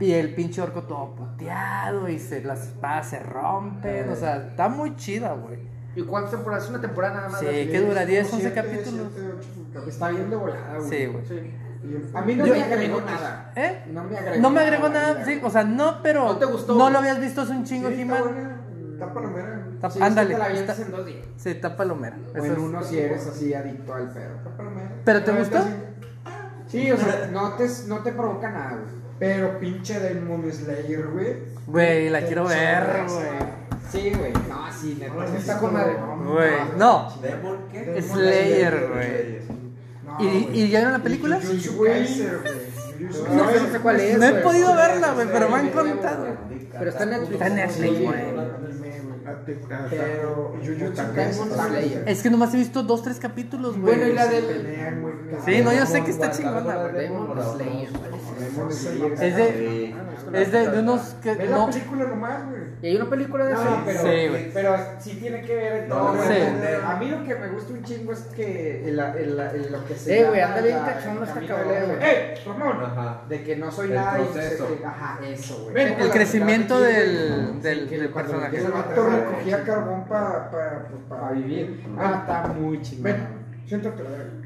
S3: Y el pinche orco todo puteado y se, las espadas se rompen. O sea, está muy chida, güey.
S6: ¿Y cuántas temporadas? Es una temporada nada más.
S3: Sí,
S6: la
S3: ¿qué
S6: serie.
S3: dura? 10, 11
S4: siete,
S3: capítulos.
S4: siete, ocho capítulos.
S1: Está bien de volada, güey.
S3: Sí, güey.
S6: Sí.
S1: A mí no
S3: Yo-
S1: me agregó nada.
S3: ¿Eh?
S1: No me agregó
S3: No me agregó
S1: la
S3: nada,
S1: vida,
S3: sí,
S1: güey.
S3: o sea, no, pero
S6: ¿No te gustó?
S3: lo habías visto hace un chingo,
S4: Sí, está
S3: He-Man.
S4: buena. Está palomera.
S3: Está-
S1: Sí,
S3: Ándale,
S1: sí te la vienes
S3: está-
S1: en dos días.
S3: sí, está palomera.
S1: O
S3: Eso
S1: en
S3: es.
S1: uno si eres así adicto al pedo.
S4: Está palomera.
S3: ¿Pero te
S4: La
S3: gustó?
S4: neta, sí.
S1: Sí, o sea, no te, no te provoca nada, güey.
S4: Pero pinche Demon Slayer, güey.
S3: Güey, la
S4: Te
S3: quiero ver,
S4: chorreas,
S3: güey.
S1: Sí, güey. No, sí, neta.
S4: No,
S1: sí
S4: sí
S1: está
S4: Pues está
S1: con madre.
S4: como-
S3: Güey, no.
S2: ¿Demon qué?
S4: Demon
S3: Slayer, güey. ¿Y,
S4: No, Ah, güey.
S3: ¿Y ya vieron la película?
S4: Jujutsu
S1: Güey.
S4: Kaisen, güey. Jujutsu
S1: No,
S4: Kaisen. Ah,
S1: no sé cuál es.
S3: No he
S1: güey.
S3: podido verla, güey, pero me han
S1: Sí, güey,
S3: contado.
S1: güey.
S6: Pero está en Netflix.
S3: Está en Netflix,
S1: Sí,
S3: güey.
S4: Pero ah, Jujutsu Kaisen
S1: Demon Slayer.
S3: Es que nomás he visto dos, tres capítulos, güey.
S6: Bueno, y la del.
S4: Pelean, güey.
S3: Sí, no, yo sé que está chingona, güey.
S6: Demon Slayer.
S1: Demon Slayer.
S3: Es de, es de, de unos que
S4: Ve
S3: no.
S4: la película nomás, güey.
S6: Y hay una película de eso.
S1: No, pero,
S3: Sí, güey.
S1: pero sí tiene que ver en
S2: No,
S1: todo.
S3: güey.
S1: güey.
S2: Sí.
S1: A mí lo que me gusta un chingo es que el, el- el- lo que se
S6: Eh, güey,
S1: llama
S6: ándale bien
S1: la- el
S6: cachón hasta
S1: camino
S6: cabrón,
S1: de-
S6: güey.
S1: ¡Ey, Ramón!
S2: Ajá.
S1: este De que no soy
S2: El
S1: nada y
S2: proceso.
S1: se- Ajá, eso, güey.
S4: Ven,
S1: Como
S3: El
S1: la-
S3: crecimiento
S1: la-
S3: del, del,
S1: Sí, que
S3: del
S1: cuando
S3: personaje.
S4: Ese vato recogía carbón para
S1: Para vivir. Ah, está muy chingón.
S4: Ven, siéntate. a ver.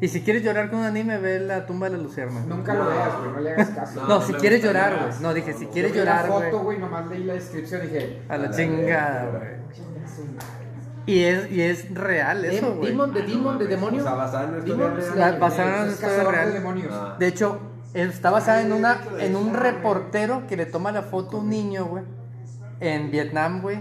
S3: Y si quieres llorar con un anime, ve la tumba de la lucierna.
S1: Nunca lo veas, güey, no le hagas caso.
S3: No,
S2: No,
S3: si
S2: me
S3: quieres
S2: gusta
S3: llorar,
S2: llorar.
S3: güey. No, dije, si
S2: No,
S3: quieres
S1: Yo vi
S3: llorar,
S1: la foto,
S3: güey.
S1: güey, nomás leí la descripción y dije, "Eh,
S3: A la
S2: A la
S3: chingada,
S2: verga,
S3: güey.
S1: "Chinga su madre".
S3: Y es, y es real eso,
S6: Dem-
S3: güey.
S6: Demon, de Demon, de
S2: O sea,
S6: demonio.
S2: basada en esto.
S6: Demon
S2: real.
S6: Slayer.
S3: La- Basada en
S1: Es
S3: una historia
S1: cazador de
S3: real.
S1: demonios.
S2: Ah.
S3: De hecho, está basada en una en un reportero que le toma la foto a un niño, güey. En Vietnam, güey.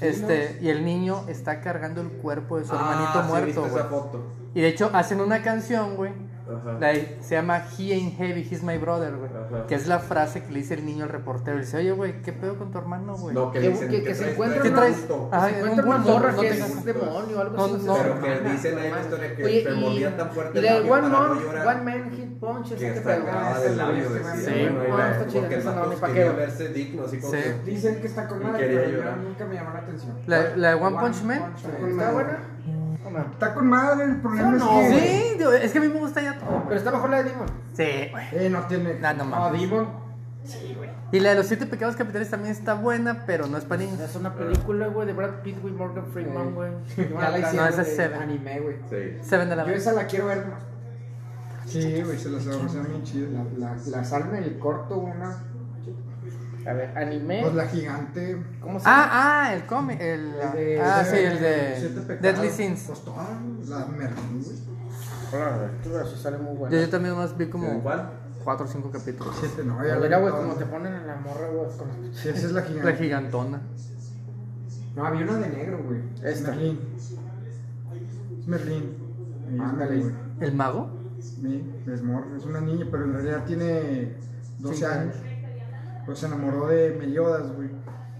S3: Este, y el niño está cargando el cuerpo de su hermanito
S2: Ah, sí,
S3: muerto,
S2: viste
S3: güey.
S2: esa foto.
S3: Y de hecho hacen una canción, güey.
S2: Ajá.
S3: la- se llama He Ain't Heavy, He's My Brother, güey.
S2: Ajá.
S3: Que es la frase que le dice el niño al reportero. Le dice, oye, güey, ¿qué pedo con tu hermano, güey?
S2: No, que,
S6: Que-
S2: dicen
S6: que- que Ah, se
S2: traes-
S6: encuentra
S3: ¿Qué
S6: no,
S3: traes?
S2: bulto.
S3: Ajá,
S6: Se
S3: en
S6: encuentra Pues, una
S3: bulto,
S6: morra
S3: no
S6: que
S3: tengas-
S6: es demonio o algo
S3: No,
S6: así.
S3: no.
S2: Pero que dicen ahí una historia que
S6: Oye,
S2: se
S6: y-
S2: mordía tan fuerte
S6: Y la de
S2: labio
S6: One
S2: para no
S6: Man,
S2: llorar
S6: One Man Hit Punch. esa
S2: que
S6: que
S2: hasta
S6: pegó.
S2: acababa del labio. decía,
S6: Sí,
S2: bueno, ahí
S6: no,
S2: va,
S6: está chida,
S2: porque el
S6: esa no,
S2: vato
S6: ni pa' qué,
S2: quería
S6: güey.
S2: verse digno, así como
S3: Sí.
S2: que-
S1: Dicen que está con
S2: Y
S1: madre,
S2: quería
S1: pero
S2: llorar.
S1: nunca me llamó la atención.
S3: La, la de One Punch Man.
S6: ¿Está buena? No, man.
S4: Está con madre, el problema
S6: No,
S4: es que.
S3: Sí, digo, es que a mí me gusta ya todo.
S6: Pero está mejor la de Demon.
S3: Sí, güey.
S4: Eh, no tiene.
S3: Nah,
S1: No,
S3: no mames.
S1: Demon.
S3: Y la de los siete pecados capitales también está buena, pero no es para niños.
S6: Es una película, güey, de Brad Pitt, güey, Morgan
S1: Eh.
S6: Freeman, güey.
S1: Ya la hicieron.
S3: esa es
S1: de
S3: Seven.
S1: Anime, güey.
S2: Sí.
S3: Seven de la
S1: Yo esa la quiero ver.
S4: Sí, güey, se las agarró, se ven bien chidas.
S1: La, la, la salen en el corto, una.
S6: A ver, anime.
S4: Pues la gigante.
S6: ¿Cómo se llama?
S3: Ah, ah, el cómic. El,
S1: El de-
S3: ah, sí,
S4: Siete-
S3: el
S4: Siete
S3: de
S4: pecados.
S3: Deadly Sins.
S4: Pues todas, la Merlin, güey.
S6: Pues, Eso sale muy
S3: Yo,
S6: bueno.
S3: yo también más vi como
S2: ¿Cuál?
S3: 4 o 5 capítulos.
S4: Siete, no, ya
S6: Pero
S4: la
S6: Mira,
S4: vi
S6: güey,
S4: todas.
S6: como te ponen a la morra, güey. con-
S4: Sí, esa es la
S3: La
S4: gigante.
S3: gigantona.
S1: No, había una de negro, güey.
S6: Esta.
S4: Merlín. Es Merlín.
S1: Ándale.
S4: güey.
S3: ¿El mago?
S4: Sí, es mor- es una niña, pero en realidad tiene 12
S3: Cinco
S4: años. Pues se enamoró de Meliodas, güey.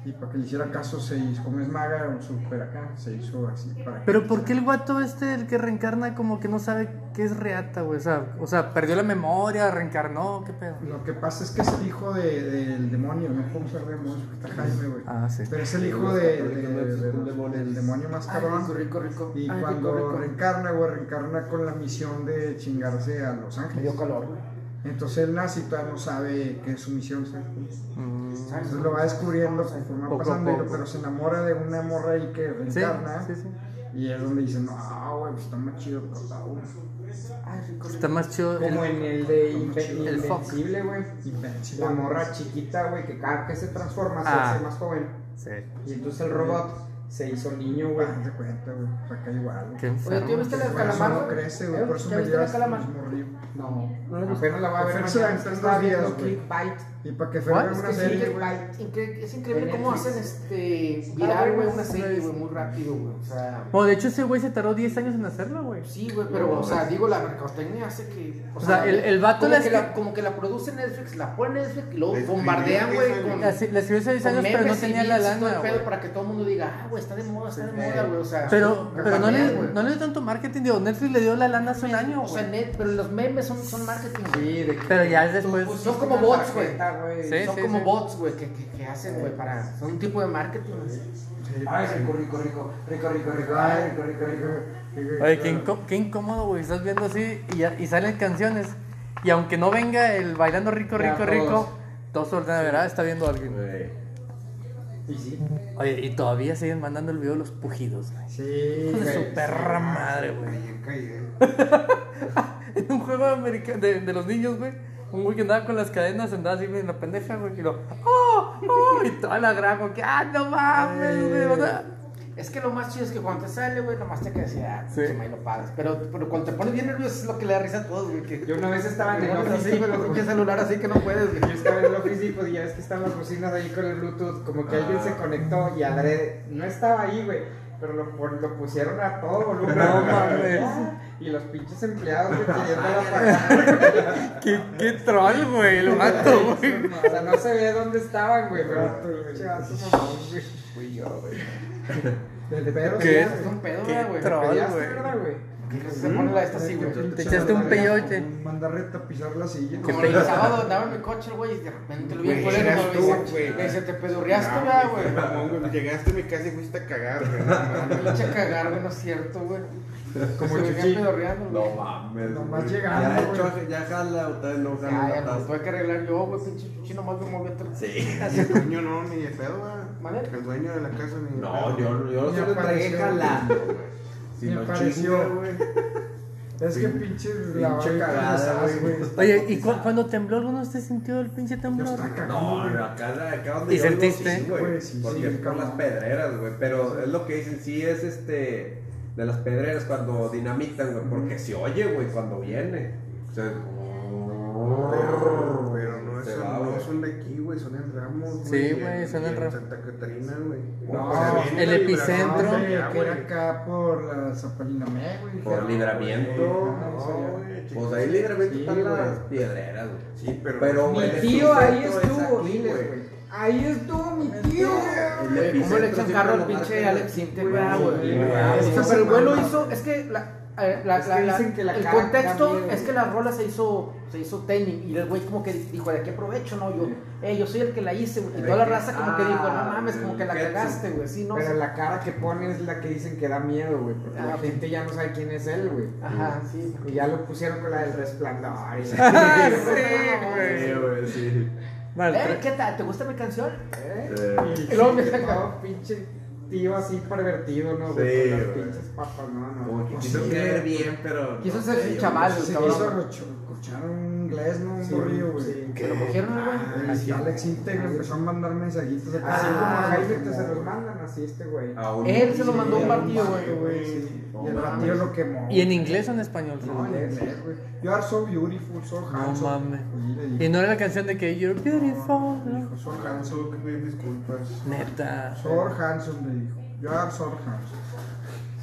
S4: Y para que le hiciera caso, se hizo, como es maga o super acá, se hizo así para
S3: Pero ¿por qué el guato este, el que reencarna, como que no sabe qué es reata, güey? O sea, o sea, perdió la memoria, reencarnó, qué pedo.
S4: Lo que pasa es que es el hijo de- del demonio, no podemos ser demonios, porque está Jaime, güey.
S3: Ah, sí.
S4: Pero es el hijo de- de- de- del demonio
S1: Ah,
S4: más cabrón.
S6: Rico, rico.
S4: Y
S6: Ay,
S4: cuando
S6: rico, rico.
S4: reencarna, güey, reencarna con la misión de chingarse a Los
S6: Me
S4: Ángeles.
S6: dio calor, güey.
S4: Entonces él nace y todavía no sabe qué es su misión, ¿sabes?
S3: Mm,
S4: Entonces lo va descubriendo conforme va
S3: Poco a
S4: pasando,
S3: poco.
S4: pero se enamora de una morra ahí que
S3: sí,
S4: reencarna.
S3: sí, sí.
S4: Y es donde dicen, no, güey, pues está más chido el Prota 1.
S1: Ay, rico,
S3: Está más chido. el-
S1: Como en el Ah. de
S4: Está
S1: Inve-
S4: chido.
S3: El Fox.
S1: Invencible, güey.
S4: Invencible.
S1: La morra chiquita, güey, que cada que se transforma se
S3: Ah.
S1: hace más joven.
S3: Sí.
S1: Y entonces el robot se hizo niño, güey.
S4: Güey, te cuenta, güey. Acá igual, güey.
S3: Qué
S6: Oye, ¿tú ya
S3: enfermo.
S6: viste la de
S4: Por eso
S6: calamar?
S4: no
S6: güey?
S4: crece,
S6: Este ¿Eh?
S4: güey. Por eso
S6: ¿Ya
S4: me
S6: viste la
S4: llevas
S6: calamar?
S4: mismo río.
S1: No, pues,
S6: No le gustó.
S1: apenas la voy a ver.
S4: Oferta
S1: mañana.
S4: en tres
S1: Estaba
S4: días,
S1: viendo
S4: güey.
S1: Clickbait.
S4: Y para que
S3: ¿Cuál?
S4: fuera
S6: Es
S4: una
S6: que sí,
S4: serie,
S6: que-
S4: güey.
S6: incre- es increíble cómo
S1: Netflix.
S6: hacen este viral, güey, una serie, güey, muy rápido, güey. O sea,
S3: Bueno, de hecho, ese güey se tardó 10 años en hacerlo, güey.
S6: sí, güey, pero, o sea, digo, la mercadotecnia hace que.
S3: O sea, el- el vato
S6: como
S3: la
S6: que
S3: escri-
S6: la Como que la produce Netflix, la pone Netflix y
S11: La
S6: luego
S11: escribió,
S6: bombardean, güey,
S11: esa,
S6: con.
S11: güey.
S3: Así- Le escribió hace 10
S6: con
S3: años, pero no
S6: memes y
S3: tenía la
S6: memes y todo el
S3: lana,
S6: pedo
S3: güey.
S6: Para que todo el mundo diga, ah, güey, está de moda, está de moda, güey. O sea,
S3: Pero, pero no,
S6: mercadean,
S3: le,
S6: güey.
S3: no le dio tanto marketing, digo, Netflix le dio la lana hace un año,
S6: O sea,
S3: güey.
S6: net, pero los memes son, son marketing, güey.
S1: Sí, de que-
S3: Pero ya es después.
S1: Pusiste
S6: Son como
S1: una
S6: bots, güey.
S1: tarjeta, güey.
S3: Sí.
S6: son como bots, güey, que, que, que hacen, güey, para. Son un tipo de marketing, güey.
S1: Ay, rico, rico, rico. Rico, rico, rico. Ay, rico, rico, rico.
S3: Oye, qué, incó- qué incómodo, güey. Estás viendo así y, ya- y salen canciones. Y aunque no venga el bailando rico,
S1: Ya,
S3: rico,
S1: todos.
S3: rico, todos ordenan, ¿verdad? Está viendo a alguien.
S2: Güey.
S1: Y sí.
S3: Oye, y todavía siguen mandando el video de los pujidos, güey.
S4: Sí,
S3: Hijos de
S4: güey.
S3: su perra madre, güey.
S11: Ahí caí,
S3: En un juego america- de, de los niños, güey. Un güey que andaba con las cadenas, andaba así en la pendeja, güey. Y lo, ¡oh! ¡oh! Y toda la grama, que, ¡ah, no mames, güey! o sea,
S6: Es que lo más chido es que cuando te sale, güey, nomás te quedas así, ah,
S3: Sí.
S6: sí. me lo pagas. Pero, pero cuando te pones bien nervioso es lo que le da risa a todos, güey. Que
S1: Yo una vez estaba en
S6: que
S1: el
S6: pones así,
S1: office,
S6: güey, con el celular así que no puedes, güey.
S1: Yo estaba en el office y pues ya ves que estaban las bocinas ahí con el Bluetooth, como que alguien se conectó y adrede, no estaba ahí, güey, pero lo, pon- lo pusieron a todo volumen.
S3: No mames.
S1: Y los pinches empleados que queriendo apagar.
S3: ¡Qué, qué troll, güey! El vato, güey.
S1: O sea, no se ve dónde estaban, güey, pero tu pinche vato mamón, güey.
S11: Fui yo, güey.
S1: Del perro,
S3: ¿Qué?
S1: ya,
S6: Es un pedo,
S3: Qué
S6: güey.
S3: troll.
S1: pedaste,
S3: güey.
S1: ¿verdad, güey?
S6: Que Se pone la esta así, güey.
S3: Te echaste un peyote.
S4: Mandar retapizar la silla.
S6: Como el sábado andaba en mi coche, güey, y de repente lo vi en
S11: Güey,
S6: colero,
S11: eras
S6: güey,
S11: tú,
S6: me dice,
S11: güey.
S6: me dice, te pedurreaste, ¿verdad, güey.
S11: Mamón, güey, Llegaste a
S1: Este
S11: mi casa y fuiste a cagar, güey. No mames.
S6: Me eché a cagar, güey, no es cierto, güey. Como
S4: el
S6: se
S4: chichi.
S6: venía pedorreando, güey.
S2: No mames.
S4: Nomás
S2: güey.
S4: llegando,
S2: Ya,
S4: güey.
S2: hecho, ya jala, otra vez no jala.
S6: Ya, ya, pues.
S2: la
S6: lo
S2: taza.
S6: tuve que arreglar yo, güey, pinche chuchi, nomás me movió todo.
S2: Sí.
S11: Ni el dueño no, ni de pedo, güey.
S6: ¿Vale?
S11: El dueño de la casa ni de
S2: No,
S11: pedo.
S2: yo, yo
S4: Me
S2: se lo tragué
S4: apareció.
S2: jalando, güey. Si
S4: Me
S2: no
S4: apareció.
S2: chinga, güey.
S4: Es que pinche
S2: Pinche cagada, güey.
S3: Oye, ¿y cu- cuando tembló alguno usted sintió el pinche
S4: Yo
S3: temblor?
S4: estaba cagando,
S2: No,
S4: güey.
S2: pero acá, acá donde
S3: ¿Y
S2: yo vivo,
S3: sentiste?
S2: sí, güey,
S4: Güey, sí,
S2: porque
S4: sí,
S2: es por
S4: cabrón.
S2: las pedreras, güey. Pero es lo que dicen, sí es este. De las pedreras cuando dinamitan, güey. Porque se oye, güey, cuando viene. O sea.
S11: Pero, pero no,
S2: se
S11: eso,
S2: va,
S11: no
S2: güey.
S11: son de aquí, güey, son en Ramos.
S3: Sí,
S11: y
S3: güey, son en
S11: y
S3: Ramos.
S11: Santa Catarina, güey.
S4: No,
S11: O sea,
S4: el
S11: viene la
S3: epicentro.
S11: liberación
S4: Hombre,
S11: de allá,
S4: que era
S11: güey.
S4: acá por la Zapalinamé, güey.
S2: Por libramiento.
S11: No,
S4: No,
S11: güey,
S2: Pues ahí literalmente
S4: Sí,
S2: están las
S4: güey.
S2: piedreras, güey.
S11: Sí, pero-
S2: güey,
S1: Mi
S2: el
S1: tío ahí
S2: epicentro es
S1: estuvo,
S2: aquí,
S1: diles, güey. Ahí estuvo mi tío.
S2: El
S6: Güey, ¿Cómo le
S2: epicentro
S6: echan
S2: siempre
S6: carro al
S2: lo
S6: pinche
S2: marcan,
S6: Alex
S2: güey.
S6: Sintek, güey, güey?
S2: güey.
S6: Ah,
S4: Sí,
S6: o sea,
S4: sí,
S6: pero el
S4: sí,
S6: güey lo
S4: sí.
S6: hizo, es que la... eh, la-
S1: Es que
S6: la- la-
S1: dicen que la
S6: el
S1: cara
S6: contexto
S1: cambia,
S6: es que
S1: güey.
S6: la rola se hizo se hizo tenis y el güey como que dijo de aquí aprovecho no yo eh, yo soy el que la hice güey. y toda la raza como que dijo no mames como que la
S2: Ketchup.
S6: cagaste güey sí no
S1: Pero
S6: sé.
S1: la cara que pone es la que dicen que da miedo, güey, porque la
S6: Ah, ok.
S1: gente ya no sabe quién es él, güey.
S6: ajá sí
S1: Y ya lo pusieron con la del resplandor. y-
S3: Ah, sí,
S2: Sí,
S3: güey.
S2: güey, sí.
S6: eh,
S3: Maltra-
S6: qué tal te gusta mi canción
S1: ¿Eh?
S2: Eh,
S1: Y luego me sacaba pinche tío así pervertido, ¿no? güey?
S2: Sí,
S1: Con las
S2: güey.
S1: pinches papas, no,
S2: Como
S1: no.
S2: que
S4: Pues
S2: quiso
S4: sí,
S2: creer
S4: güey.
S2: bien, pero.
S6: Quiso
S2: no
S6: ser
S2: sé,
S6: el
S2: yo-
S6: chaval,
S4: Se
S6: cabrón.
S4: hizo rocho- cochar un inglés, ¿no? Un morrillo, güey.
S1: sí.
S6: se lo cogieron güey
S1: Ah,
S4: Ay, sí, Alex Integ empezó a mandar mensajitos acá.
S1: Así como a
S4: Ah,
S1: Jaime te
S4: como-
S1: se los mandan, así este güey.
S2: A un-
S6: Él se Eh, pues, lo mandó un
S4: Sí,
S6: partido,
S4: vato,
S6: güey.
S4: sí.
S2: No
S4: Y el
S2: mames.
S4: partido lo quemó.
S3: ¿Y en inglés o en español?
S4: No, en inglés, güey. You are so beautiful, so handsome.
S3: mames.
S4: Pues, le
S3: Y
S4: dije,
S3: no era la canción de que You're Beautiful.
S4: le
S3: ¿no?
S4: dijo, so handsome.
S11: Hanson, güey, disculpas.
S3: Neta.
S4: Sor Hanson le dijo. You are so handsome.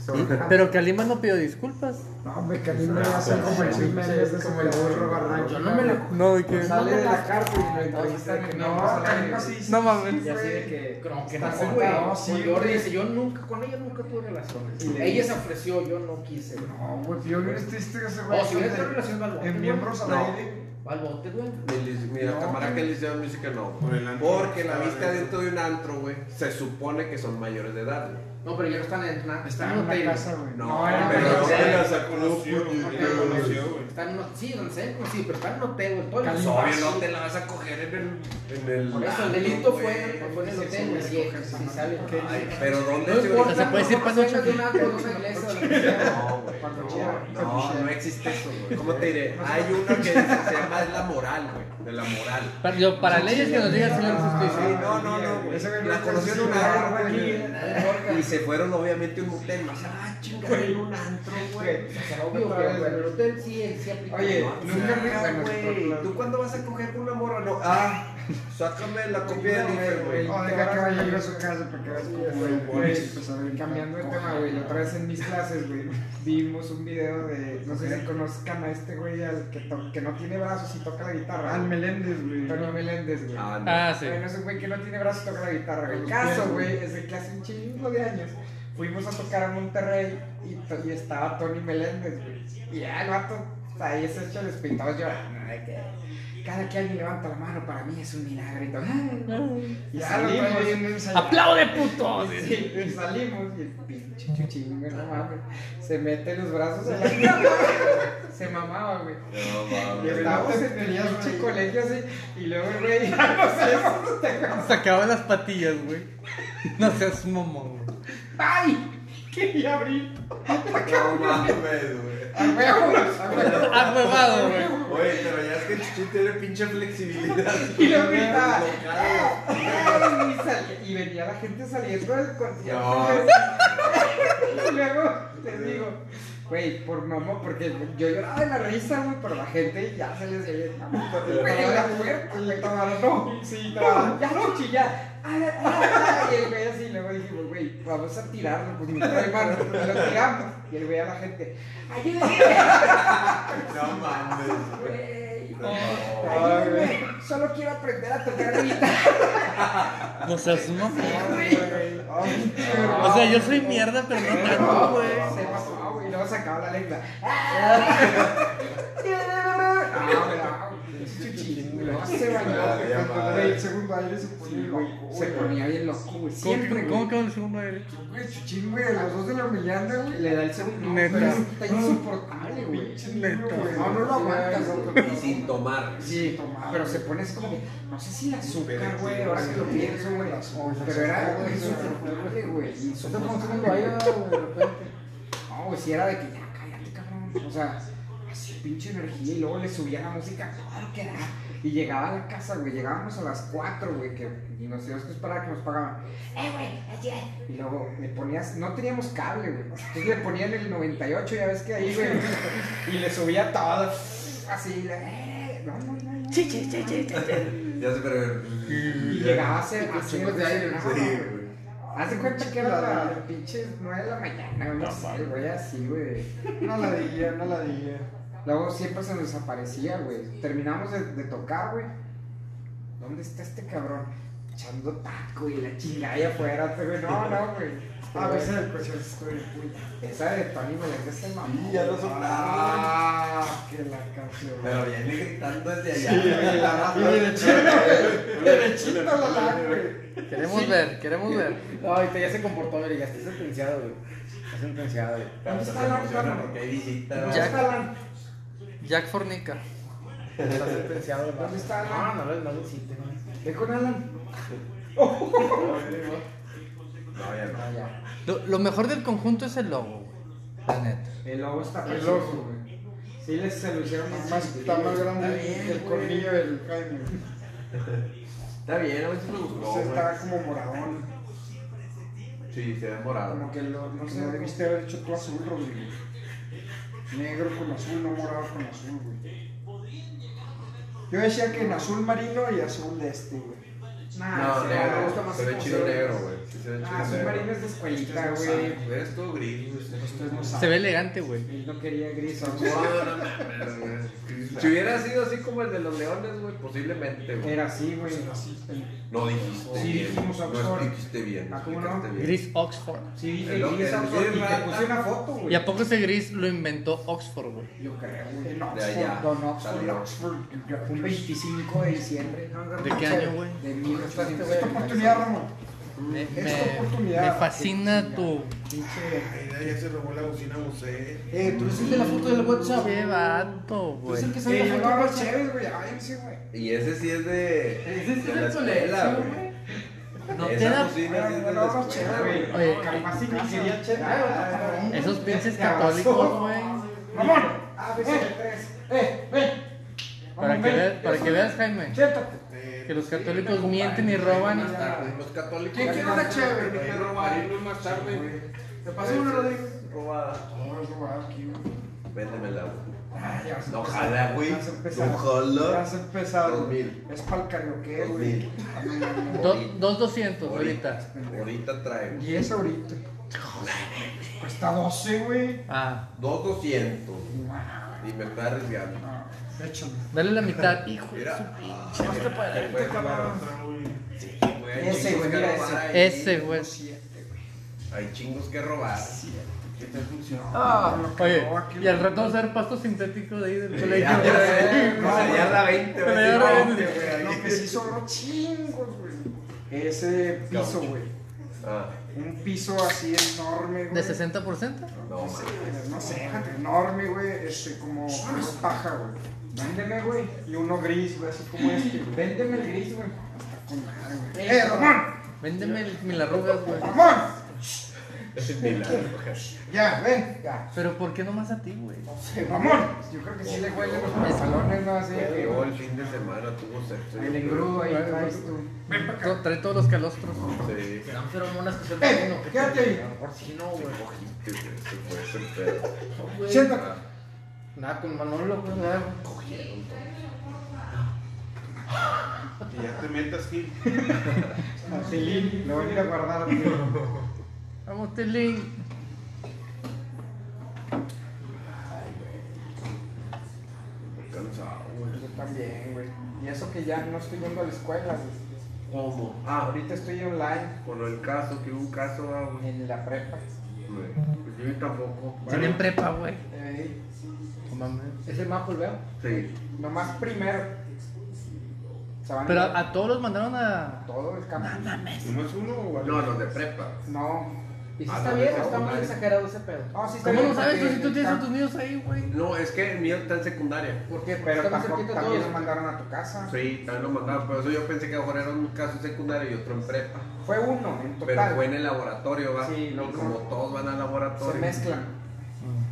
S3: Sí, Pero Kalima no pidió disculpas.
S4: No, me caí me hace como el chisme es de
S1: como el burro
S6: yo
S1: barrancho.
S6: no me lo
S3: No, de que.
S1: Sale de la cárcel y lo entrevista de que no, sale de-
S3: No mames.
S1: Y así de que.
S6: Creo que no,
S1: Está
S6: güey.
S1: sentado,
S6: Con
S1: sí,
S6: Jordi
S1: güey.
S6: dice, Ah, yo nunca, con ella nunca tuve relaciones.
S1: Y le-
S6: Ella se ofreció, yo no quise. güey.
S4: No, güey, yo este no estoy ese
S12: Oh,
S6: O si hubiera tenido relaciones, vale,
S4: En
S6: güey.
S4: miembros al
S6: No.
S4: aire.
S6: al bote, güey.
S2: Ni les- Ni la
S12: No,
S2: camarada que
S12: güey.
S2: le hicieron música no.
S11: Por el antro.
S2: Porque la
S11: Estaba
S2: vista
S11: dentro.
S2: dentro de un antro, güey, se supone que son mayores de edad. güey.
S6: No, pero ya no están en una. Están
S12: Estaba
S6: en
S12: en
S6: un
S12: una
S6: hotel.
S12: casa, güey.
S2: No,
S11: Ah,
S12: era
S2: pero
S12: una
S2: no,
S12: casa.
S2: güey.
S11: las ha conocido, güey,
S12: Ok,
S11: la
S12: güey.
S11: conoció, güey.
S6: Están en un- Sí, no sé, no, sí, pero están en un hotel, güey. Todo el
S2: Pues
S12: Califa.
S2: obvio no te la vas a coger en el. En el
S6: Ah, Por eso el
S2: antro,
S6: delito
S2: güey.
S6: fue, fue en el hotel, güey. Sí, sí, sabe.
S2: Ay, pero ¿dónde
S6: No
S2: se
S6: importa,
S13: se puede decir
S6: no,
S13: panocha.
S6: vengas de un antro, de una iglesia, de lo que sea.
S2: No, güey.
S12: Panochera.
S2: No, no, no existe eso, güey. ¿Cómo te diré? Hay uno que se llama es la moral, güey. De la moral.
S13: Pero yo, para leyes que nos diga el Señor
S12: Ah,
S13: Jesucristo.
S2: Sí, no, no, no, güey.
S12: Ese güey
S2: La
S12: no
S2: conoció en un
S12: conoció
S2: antro,
S12: nada,
S2: güey.
S12: güey.
S2: Y se fueron, obviamente, a un hotel más. Ah, chingada, en un antro, güey.
S6: Obvio,
S12: Otra
S6: güey,
S12: vez,
S6: güey, en el
S12: güey.
S6: hotel sí, él sí aplica.
S12: Oye,
S6: ¿no?
S12: nunca me. bueno, es por otro
S2: Güey,
S12: lado.
S2: ¿tú cuándo vas a coger con una morra? No, ah, sácame la copia de Uber, güey.
S12: Oh, deja que vaya yo a su casa para que veas cómo güey,
S1: Güey,
S12: pinche
S4: pues,
S12: pesado, güey.
S1: Cambiando de tema, güey, la otra vez en mis clases, güey, vimos un video de, no sé si conozcan a este güey, al que, to- que no tiene brazos y toca la guitarra.
S12: Al Meléndez, güey.
S1: Antonio Meléndez, güey.
S2: Ah, no.
S13: Ah, sí.
S1: Bueno, es un güey que no tiene brazos y toca la guitarra, güey. El
S12: Los
S1: caso,
S12: pies,
S1: güey,
S12: güey.
S1: es de que hace un chingo de años fuimos a tocar a Monterrey y, to- y estaba Tony Meléndez, güey. Y ya el vato, ahí se echa los pintados llorando, de que cada que alguien levanta la mano para mí es un milagro y todo. Y
S12: Ya lo
S1: salimos,
S12: trae bien ensayado.
S13: ¡Aplaude, puto!
S1: Sí, y salimos y el pinche chuchín, güey, no mames. Se mete los brazos a la cara. Se mamaba, güey.
S2: No,
S1: Y
S2: mames.
S1: estábamos en el pinche colegio así. Y luego el güey ya nos hemos
S13: Sacaba las patillas, güey. No seas momón. güey.
S1: ¡Ay! Quería abrir.
S2: No mames, güey.
S1: ¡A huevo! ¡A huevo!
S13: Arrebado, güey.
S2: Oye, pero ya es que el Chichín tiene pinche flexibilidad.
S1: Y luego gritaba.
S2: Deslocado.
S1: ¡Ay! Y, salía- y venía la gente saliendo del concierto.
S2: No.
S1: güey. Y luego les digo, güey, por mamá, porque yo lloraba de la risa, güey, pero la gente ya se les veía. Güey, la puerta, güey, todavía no. Sí, no, ya no chilla. Ay, ay, ay, Y el güey así, luego dijimos, güey, vamos a tirarlo, pues no trae mano, lo tiramos. Y el güey a la gente, ayúdenme,
S2: No mames, güey.
S1: güey,
S2: No.
S1: ayúdenme, solo quiero aprender a tocar guitarra,
S13: No seas mamón.
S1: güey.
S13: O sea, yo soy mierda, pero no tanto, güey.
S1: Se pasó, güey, y luego sacaba la lengua. No, se bañó, güey,
S2: Madre,
S1: cuando
S2: madre.
S1: le-
S12: El segundo aire se ponía
S1: güey,
S12: loco,
S1: Se
S12: güey.
S1: ponía bien loco, güey.
S13: ¿Cómo,
S1: Siempre,
S13: que-
S1: güey.
S13: cómo quedó el segundo aire?
S12: Güey, Chuchín, güey, los dos de la humillante, güey.
S1: Le da el segundo. No,
S13: Neta.
S1: pero Está insoportable, güey.
S12: Pinche niño,
S13: Neta.
S12: güey.
S1: No, no lo aguantas, güey.
S2: Y sin tomar.
S1: Sí, pero se pone así como que, no sé si la azúcar, güey, ahora que lo pienso, güey, la azúcar, pero era güey, insoportable, güey,
S6: Estamos
S1: insoportable.
S6: consumiendo ahí, güey, de repente.
S1: No, güey, si era de que ya cállate, cabrón. O sea, así pinche energía y luego le subía la música a todo lo que da. Y llegaba a la casa, güey, llegábamos a las 4, güey, que y nos teníamos que esperar a que nos pagaban. ¡Eh, güey! así es. Y luego le ponías, no teníamos cable, güey. Entonces le ponían el 98, ya ves que ahí, güey. Y le subía todo. Así, de, ¡eh! No, no, no. no.
S2: Ya se pero.
S1: Y llegaba a ser así,
S6: chingos de aire,
S2: Sí, güey.
S1: Haz de cuenta que era la pinche 9 de la mañana, güey, no sé, güey, así, güey.
S12: Una ladilla, una ladilla.
S1: Luego siempre se nos aparecía, güey. Terminamos de, de tocar, güey. ¿Dónde está este cabrón? Echando taco y la chingada ahí afuera, güey. No, no, güey.
S12: A
S1: A
S12: veces
S1: ver,
S12: el coche estoy puta.
S1: esa de Tony Meléndez es mamón.
S2: Y ya lo soplaron.
S12: Ah, que la canción.
S2: Pero viene gritando desde
S12: Sí,
S2: allá.
S12: güey, la raza. Y derechito, güey. Derechito la lana, güey.
S13: Queremos ver, queremos ver.
S6: No, ahorita ya se comportó, mire, ya está sentenciado, güey. Está sentenciado, güey.
S2: Pero se
S1: está la
S2: emociona
S1: otra?
S2: porque hay visita.
S1: ¿Dónde
S13: Ya.
S1: está Alan?
S13: Jack Fornica.
S6: Está sentenciado, güey.
S1: ¿Dónde está
S12: Ah,
S1: Alan?
S6: No, no, lo- no lo hiciste, güey.
S1: ¿Ve con Alan?
S2: No, ya no.
S1: Ah, ya.
S13: Lo, lo mejor del conjunto es el logo, güey. La neta.
S1: El lobo está
S12: El
S1: precioso,
S12: ojo.
S1: güey. Sí, les se lo hicieron más
S12: Más, está más grande
S2: bien,
S12: que el
S2: güey.
S12: cornillo del Jaime.
S2: Está bien, a veces me gustó.
S12: Usted
S2: güey.
S12: estaba como moradón.
S2: Sí, se ve morado.
S12: Como que lo, no sé, debiste haber hecho tú azul, Rodrigo. Negro con azul, no morado con azul, güey. Yo decía que en azul marino y azul de este, güey.
S1: Nah,
S2: No,
S1: Ah, sí,
S2: negro.
S1: me gusta más
S2: Se ve
S1: como
S2: chido
S1: se ve.
S2: negro, güey. Sí, se ve
S1: Ah,
S2: chido.
S1: submarino es de escuelita, güey.
S2: Eres todo gris, güey.
S1: Esto Este, es
S3: Se ve
S1: mosaico.
S3: elegante, güey.
S1: Él no quería gris, amor.
S2: No, no mames, güey. Si hubiera sido así como el de los leones, güey, posiblemente, güey.
S1: Era así, güey.
S2: No dijiste
S1: Sí,
S2: bien.
S1: dijimos
S2: No
S1: Oxford.
S2: explicaste bien. no
S1: Ah, ¿cómo no?
S2: explicaste bien.
S3: Gris Oxford.
S1: Sí, dije
S2: El-
S1: gris,
S2: el-
S1: amor,
S2: el-
S1: y te puse una foto,
S3: ¿Y
S1: güey.
S3: a poco ese gris lo inventó Oxford, güey?
S1: Yo creo, güey.
S6: En
S2: De allá.
S6: Oxford, Don Oxford,
S2: Salió.
S6: Oxford.
S1: Yo fui el 25 de diciembre. no, no,
S3: ¿De
S1: no,
S3: qué
S1: no,
S3: año, güey?
S1: De
S14: Esta
S1: 1900.
S14: oportunidad, Ramón.
S3: Me,
S14: Esta
S3: me-
S14: oportunidad.
S3: me fascina tu.
S14: Pinche.
S2: Ay, ya se robó la bocina, José.
S14: Eh, tú eres el de la foto del WhatsApp.
S3: Qué vato,
S14: Tú eres
S3: güey.
S14: el que sale
S1: Sí, yo
S14: la
S1: no
S14: foto.
S1: hago chéves, güey. Ay, sí, güey.
S2: Y ese sí es de.
S6: Ese es
S2: de
S6: el
S2: la escuela,
S6: colegio,
S2: güey.
S3: No
S2: Esa
S3: te da.
S2: bocina sí es de
S1: No
S2: la
S1: hago
S2: escuela,
S1: chéves,
S2: güey.
S1: güey.
S3: Oye,
S1: Capaz sí que quería
S14: Ah, Eh,
S1: chéves.
S3: Esos pinches
S1: Te abrazó.
S3: católicos, güey.
S14: Ramón.
S1: A, B, C, tres. Eh, ven.
S3: Para
S1: Vamos,
S3: que
S1: ven.
S3: veas, para que veas, Jaime,
S1: Siéntate.
S3: que los católicos mienten y roban y
S2: Los católicos.
S14: ¿Quién quiere una chévere?
S2: Me robaron más tarde.
S14: Te pasó uno, Rodrigo.
S2: Robada.
S14: No, es robado aquí, güey.
S2: Véndemela, güey.
S14: Ah, ya vas a
S2: No
S14: empezar.
S2: jala, güey.
S14: Ya vas a empezar.
S2: No jala.
S14: Ya has empezado.
S2: Dos mil.
S14: Es para el karaoke,
S2: Dos
S14: güey.
S2: mil.
S3: Do- dos doscientos ahorita.
S2: Ahorita. Ahorita traigo.
S14: 10 ahorita. Cuesta 12, güey.
S3: Ah,
S2: Dos doscientos. Y me está arriesgando.
S14: Échame.
S3: dale la mitad, hijo. de su-
S2: Mira. Te puedes robar otra, güey. Sí, güey. hay
S1: Ese,
S2: chingos
S1: güey,
S2: que
S1: mira
S2: robar
S1: ese.
S2: ahí.
S3: Ese, güey.
S2: Hay chingos que robar.
S3: Oye, y al rato va a ser pasto sintético de ahí del colegio.
S2: Ya, ya
S3: güey.
S2: sé,
S14: No,
S2: sería la 20,
S3: Pero ya la
S2: 20,
S3: 20,
S2: güey, ahí.
S14: Lo que sí sobró chingos, güey. Ese piso,
S2: Caucho.
S14: güey.
S2: Ah,
S14: Un piso así enorme, güey.
S3: ¿De 60%?
S2: no, mames.
S14: No sé, déjate, enorme, güey. Este, como color paja, güey.
S1: Véndeme, güey.
S14: Y uno gris, güey, así como este, güey.
S1: Véndeme el gris, güey.
S14: Con madre, güey. ¡Eh, Ramón!
S3: Véndeme el- mil arrugas, güey.
S14: ¡Ramón!
S2: Ni la rojas.
S14: Ya, ven, ya.
S3: Pero ¿por qué nomás a ti, güey?
S14: ¡Ramón!
S1: Yo creo que sí le huelen los pantalones, ¿no? Así que,
S2: Llegó el fin de semana, tuvo sexo.
S1: El engrudo ahí traes tú.
S3: To- Trae todos los calostros.
S2: Sí,
S6: Serán feromonas que se
S14: Eh,
S6: uno, que
S14: quédate ahí.
S6: Por si no, güey.
S2: cogiste, güey, se fue ese pedo.
S6: No, güey.
S14: Siéntate.
S2: Ah,
S6: Nada con Manolo, güey, nada.
S2: cogieron todo.
S11: Y ya te metas, Gil.
S1: Angelín, lo voy a ir a guardar.
S3: Vamos, Tilín.
S2: Estoy cansado, güey.
S1: Yo también, güey. Y eso que ya no estoy yendo a la escuela, güey.
S2: ¿Cómo?
S1: Ah, ahorita estoy online
S2: Por el caso, que hubo un caso, ah, güey.
S1: en la prepa.
S2: Güey, pues Yo tampoco.
S3: Tienen prepa, güey.
S1: Eh,
S3: No mames.
S1: es el Maple, veo.
S2: Sí.
S1: Nomás primero. Se van
S3: Pero
S1: a
S3: a todos los mandaron a.
S1: todo el campo.
S11: ¿No es uno o
S2: No, los de prepa.
S1: No.
S6: ¿Y si
S2: Ah,
S6: está
S2: no,
S6: bien
S2: no,
S6: o está muy
S2: madre.
S6: exagerado ese pedo?
S1: No, sí está
S3: ¿Cómo
S1: bien,
S3: no sabes tú
S1: porque
S3: si tú
S1: en
S3: tienes a
S1: el
S3: tus niños ahí, güey?
S2: No, es que el mío está en secundaria.
S6: ¿Por qué?
S1: Pero
S6: está muy
S1: tampoco,
S6: cerquita de
S1: también lo
S6: todos.
S1: mandaron a tu casa.
S2: Sí, también lo mandaban. Por eso yo pensé que a lo mejor era un caso en secundaria y otro en prepa.
S1: Fue uno en
S2: Pero
S1: total.
S2: fue en el laboratorio, ¿va?
S1: Sí,
S2: y
S1: lo-
S2: como todos van al laboratorio.
S1: se mezclan.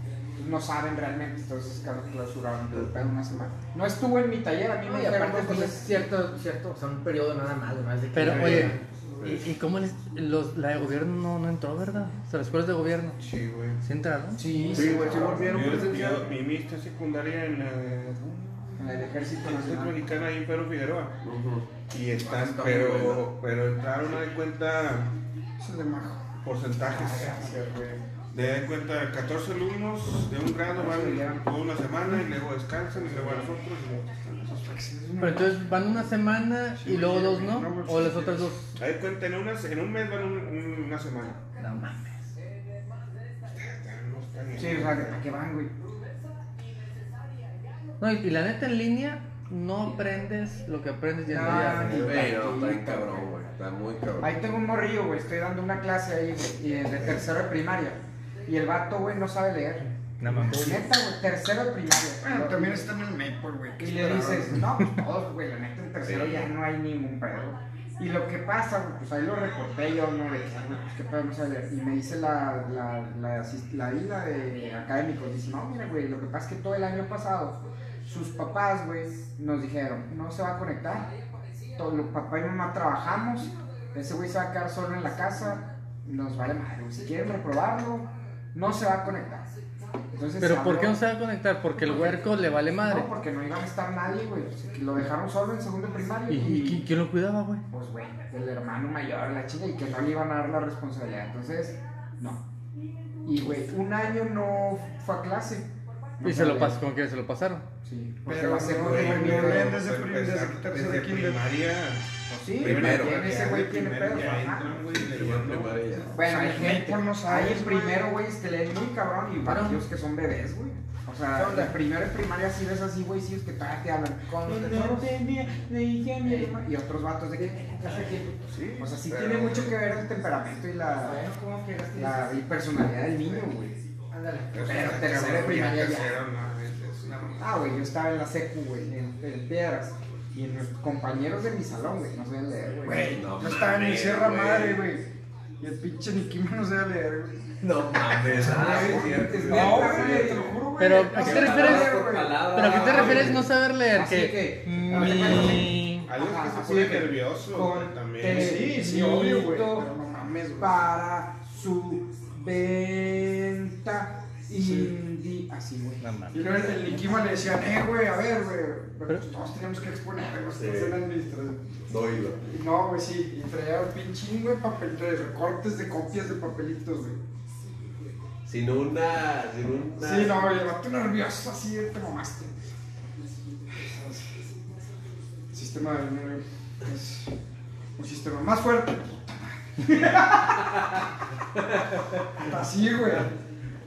S3: Mm.
S1: No saben realmente, entonces claro, clausuraron todo el pedo una semana. No estuvo en mi taller, a mí me
S6: No, y
S1: dijeron
S6: aparte
S1: dos
S6: pues, es
S1: veces.
S6: cierto, cierto, o sea, un periodo nada más, güey, no es de que-
S3: Pero, oye, ¿y, y cómo les, los, la de gobierno no, no entró, verdad? O sea, las escuelas de gobierno.
S11: Sí, güey.
S3: ¿Sí entraron?
S1: Sí,
S2: Sí, güey, sí volvieron
S11: Yo-
S2: presencial.
S11: Mi mi está secundaria en la
S1: en el
S2: Este
S1: ejército
S11: Universidad
S1: nacional.
S11: Mexicana ahí en Pedro Figueroa.
S2: Ujú.
S11: Y están,
S2: Está muy
S11: pero, pero entraron a de cuenta
S14: Eso es de majo.
S11: porcentajes. De cuenta 14 alumnos de un grado van toda una semana y luego descansan y luego a los otros. y luego-
S3: Pero entonces van una semana y luego dos, ¿no? O las otras dos.
S11: Da de cuenta en, unas- en un mes van un- un- una semana.
S3: No mames.
S11: No está bien.
S1: Sí, o sea, ¿a qué van, güey?
S3: No, y, y la neta en línea no aprendes lo que aprendes ya en
S1: No,
S3: la-
S1: no,
S2: Pero está muy
S1: tantito,
S2: cabrón, güey. Está muy cabrón.
S1: Ahí tengo un morrillo, güey, estoy dando una clase ahí, güey, y de tercero de primaria. Y el vato, güey, no sabe leer.
S3: No mames.
S1: Neta, güey, tercero de primaria.
S14: Bueno, también está en el Maple, güey. ¿qué
S1: Y le
S14: esperaba,
S1: dices,
S14: güey?
S1: no, pues todos, güey, la neta en tercero ya no hay ningún pedo. Y lo que pasa, güey, pues ahí lo reporté yo, no, de que, güey, pues qué pedo, no sé, y me dice la, la, la, asist- la isla de académicos, dice, no, mira, güey, lo que pasa es que todo el año pasado, sus papás, güey, nos dijeron, no se va a conectar, todo, lo- papá y mamá trabajamos, ese güey se va a quedar solo en la casa, nos vale madre, güey, si quieren reprobarlo, no se va a conectar.
S15: Entonces, se
S3: Pero ¿por
S15: abrió-
S3: qué no se va a conectar? Porque el huerco le vale madre.
S15: No, porque no iba a estar nadie, güey. O sea, que Lo dejaron solo en segundo primario.
S3: ¿Y, y qui- quién lo cuidaba, güey?
S15: Pues, güey, el hermano mayor, la chica, y que no le iban a dar la responsabilidad. Entonces, no. Y, güey, un año no fue a clase. No
S3: ¿Y se lo
S15: sabía.
S3: pasó? ¿Con qué se lo pasaron?
S15: Sí, porque
S1: Pero,
S15: va a ser
S1: güey,
S15: güey,
S1: güey,
S15: güey,
S1: güey,
S15: güey.
S1: desde prim- desde que tercero de
S11: Desde
S1: kinder.
S11: primaria.
S15: Sí,
S2: Primero.
S15: tiene ese güey tiene
S11: primero
S15: pedos.
S11: ya
S15: ajá.
S11: entran, güey, leyendo.
S15: Bueno, hay
S1: Neta,
S15: gente,
S1: no
S15: hay
S1: sabes,
S15: el
S1: güey.
S15: primero, güey, es que leen muy cabrón y varios que son bebés, güey. O
S1: ¿Qué
S15: sea,
S1: onda?
S15: el primero en primaria sí ves así, güey, sí es que todavía te hablan. Con
S3: Pues
S15: los tesoros. Y otros vatos de que, "Eh, ¿qué hace aquí?
S11: Sí,
S15: O sea, sí
S11: pero-
S15: tiene mucho que ver el temperamento y la,
S6: Bueno, ¿cómo que gasté?
S15: la y personalidad del niño, güey.
S6: Ándale.
S15: Pero
S11: está
S15: tercero de
S11: cabrón,
S15: primaria ya.
S11: tercero, no, es- es una mamada.
S15: Ah, güey, yo estaba en la secu, güey, en, en piedras. Y en los compañeros de mi salón, güey, no sabían leer, güey.
S1: Güey,
S2: No
S1: yo estaba en mi
S2: mames,
S1: sierra
S2: güey.
S1: madre, güey. Y el pinche Nikima no sabía leer, güey.
S2: No mames, ah, sí, cierto,
S15: Es
S2: güey.
S15: neta, güey, te lo juro, güey.
S3: Pero,
S15: No
S3: ¿a qué te
S15: sabía
S3: refieres?
S15: leer, güey.
S3: ¿Pero a qué te
S2: Ah,
S3: refieres
S2: güey.
S3: no saber leer?
S15: Así
S3: Que...
S15: que-
S3: Mi-
S11: Algo
S15: Ajá,
S11: que se
S15: así
S11: pone
S15: de que
S11: nervioso
S15: con
S11: güey, también.
S15: tele-
S1: Sí, sí, obvio, güey. Pero no mames, güey.
S15: Para su venta indi... Así, güey.
S3: No mames.
S1: Y luego el Nikima le decían, eh, güey, a ver, güey. Pero pues todos tenemos que exponer, güey. Ustedes eran administradores.
S2: Doilo.
S1: Y No, güey, sí. Y traía un pinchín, güey, papel de recortes de copias de papelitos, güey.
S2: Sin una. Sin una.
S1: Sí, no, güey, el vato nervioso, así, te mamaste. Sistema de nervio. Es un sistema más fuerte. puta madre. Así, güey.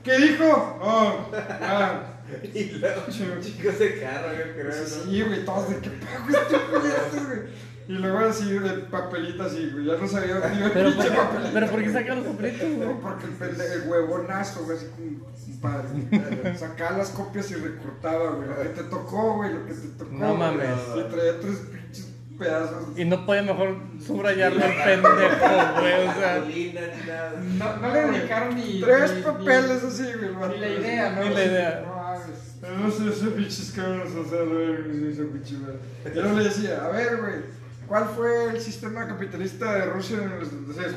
S1: ¿Qué dijo? Oh, ah.
S2: Y luego chicos se carro, yo creo. ¿no?
S1: Sí, güey, todos de qué pedo, güey, este puñetazo, güey. Y luego así, de papelita así, güey. Ya no sabía dónde iba el
S3: ¿Pero,
S1: pinche papelito.
S3: por, ¿Pero por qué sacan los sopretos, güey?
S1: No, porque el, pende- el huevonazo, güey, así como padre. Sacaba las copias y recortaba, güey. Lo que te tocó, güey, lo que te tocó.
S3: No
S1: güey.
S3: mames.
S1: Y traía tres pinches pedazos.
S3: Y no puede mejor subrayarlo el pendejo, güey. O sea,
S2: Gasolina, ni nada.
S6: No, no le dedicaron ni.
S1: Tres
S6: ni-
S1: papeles así, güey. el vato.
S6: ni la idea, ¿no?
S3: Ni la idea.
S6: No mames.
S1: No sé, esos pinches cabrones, o sea, lo hizo pinche madre. Yo no le decía, a ver, güey, ¿cuál fue el sistema capitalista de Rusia en el 76?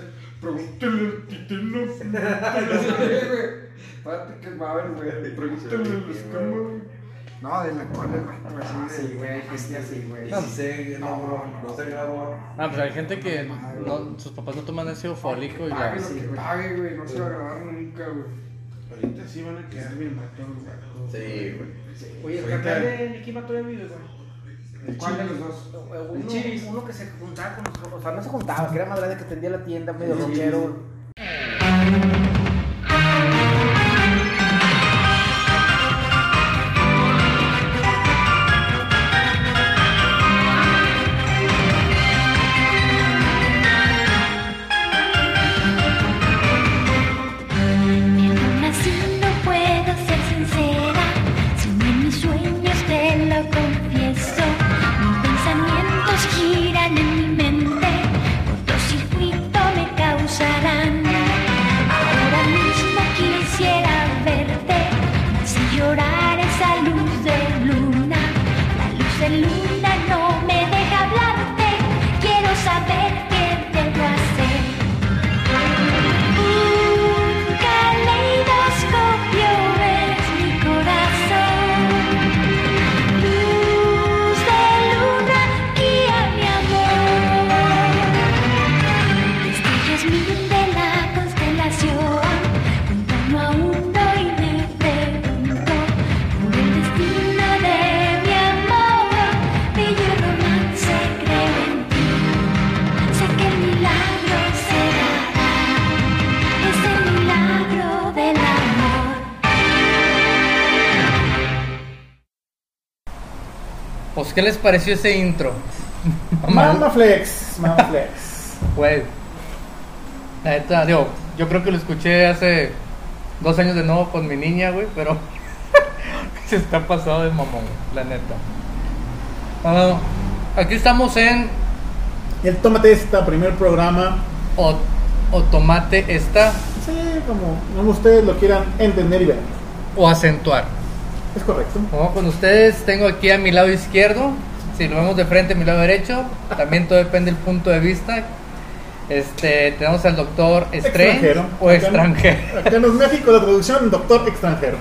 S1: Pregúntale al titino. pregúntale, sí, güey. Espérate que va a haber, güey. Pregúntale al escambo, güey. No, de Ah, la cual el vato,
S6: Ah,
S1: así,
S15: Sí,
S1: güey.
S15: güey, que sí, así, güey.
S2: Y si se grabó, no se grabó.
S3: ah, pues hay gente que no- sus papás no toman ácido fólico y
S1: Pague
S3: la...
S1: lo que pague, güey, no se va a grabar nunca, güey.
S11: Ahorita sí van a quedar bien vatos, güey.
S2: Sí, güey.
S6: Oye, el
S11: Ahorita-
S6: carnal de Nikima todavía vive, güey.
S15: ¿Cuál de los dos?
S6: Uno, uno que se juntaba con nosotros. O sea, no se juntaba, que era más grande que tendía la tienda, medio rockero.
S16: Pero aún así no puedo ser sincera, sino en mis sueños te lo confieso. Mis pensamientos giran en mi mente, cortocircuito me causarán. Ahora mismo quisiera verte, así llorar esa luz de luna. La luz de luna no me deja hablarte, quiero saber qué debo hacer. Un caleidoscopio es mi corazón. Luz de luna, guía mi amor. Estrellas mil Este de la constelación. Un tono a uno y me pregunto por el destino de mi amor. Bello romance, creo en ti. Sé que el milagro será. Es el milagro del amor.
S3: Pues, ¿qué les pareció ese intro?
S4: Mama Flex, Mama Flex.
S3: Güey. Pues, La neta, digo, yo creo que lo escuché hace dos años de nuevo con mi niña, güey, pero se está pasado de mamón, güey, la neta. Ah, aquí estamos en
S4: El Tómate Esta, primer programa.
S3: O- Otomate esta
S4: Sí, como, como ustedes lo quieran entender y ver.
S3: o acentuar.
S4: Es correcto.
S3: Como con ustedes, tengo aquí a mi lado izquierdo, si lo vemos de frente, mi lado derecho, también todo depende del punto de vista. Este, tenemos al doctor Strange o
S4: Acá en-
S3: extranjero.
S4: Acá en los México la traducción, doctor extranjero.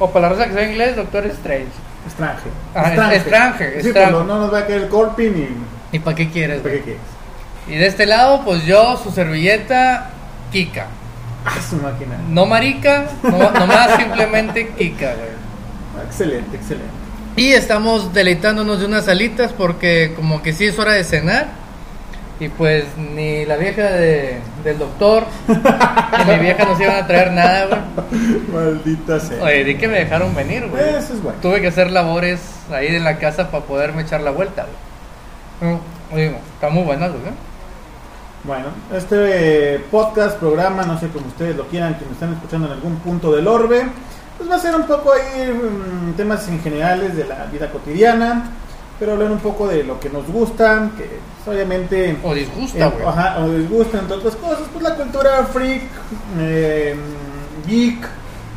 S3: O para la raza que sabe inglés, Doctor Strange.
S4: Extranje.
S3: Ah, es- extranje,
S4: Sí,
S3: extranje.
S4: pero no nos va a caer el corpin y.
S3: ¿Y para qué quieres?
S4: ¿Para
S3: güey?
S4: qué quieres?
S3: Y de este lado, pues yo, su servilleta, Kika.
S4: Ah, su máquina.
S3: No marica, no, nomás simplemente Kika, güey.
S4: Excelente, excelente.
S3: Y estamos deleitándonos de unas alitas porque como que sí es hora de cenar. Y pues ni la vieja de- del doctor, ni mi vieja nos iban a traer nada, güey.
S4: Maldita sea.
S3: Oye, di que me dejaron venir, güey.
S4: Eso es bueno.
S3: Tuve que hacer labores ahí en la casa para poderme echar la vuelta, güey. Mm, Digo, está muy buena, güey. ¿eh?
S4: Bueno, este eh, podcast, programa, no sé como ustedes lo quieran, que me están escuchando en algún punto del orbe, pues va a ser un poco ahí mm, temas en generales de la vida cotidiana, pero hablar un poco de lo que nos gusta, que pues, obviamente...
S3: O disgusta,
S4: eh,
S3: güey.
S4: ajá, o les gusta, entre otras cosas, pues la cultura freak, eh, geek,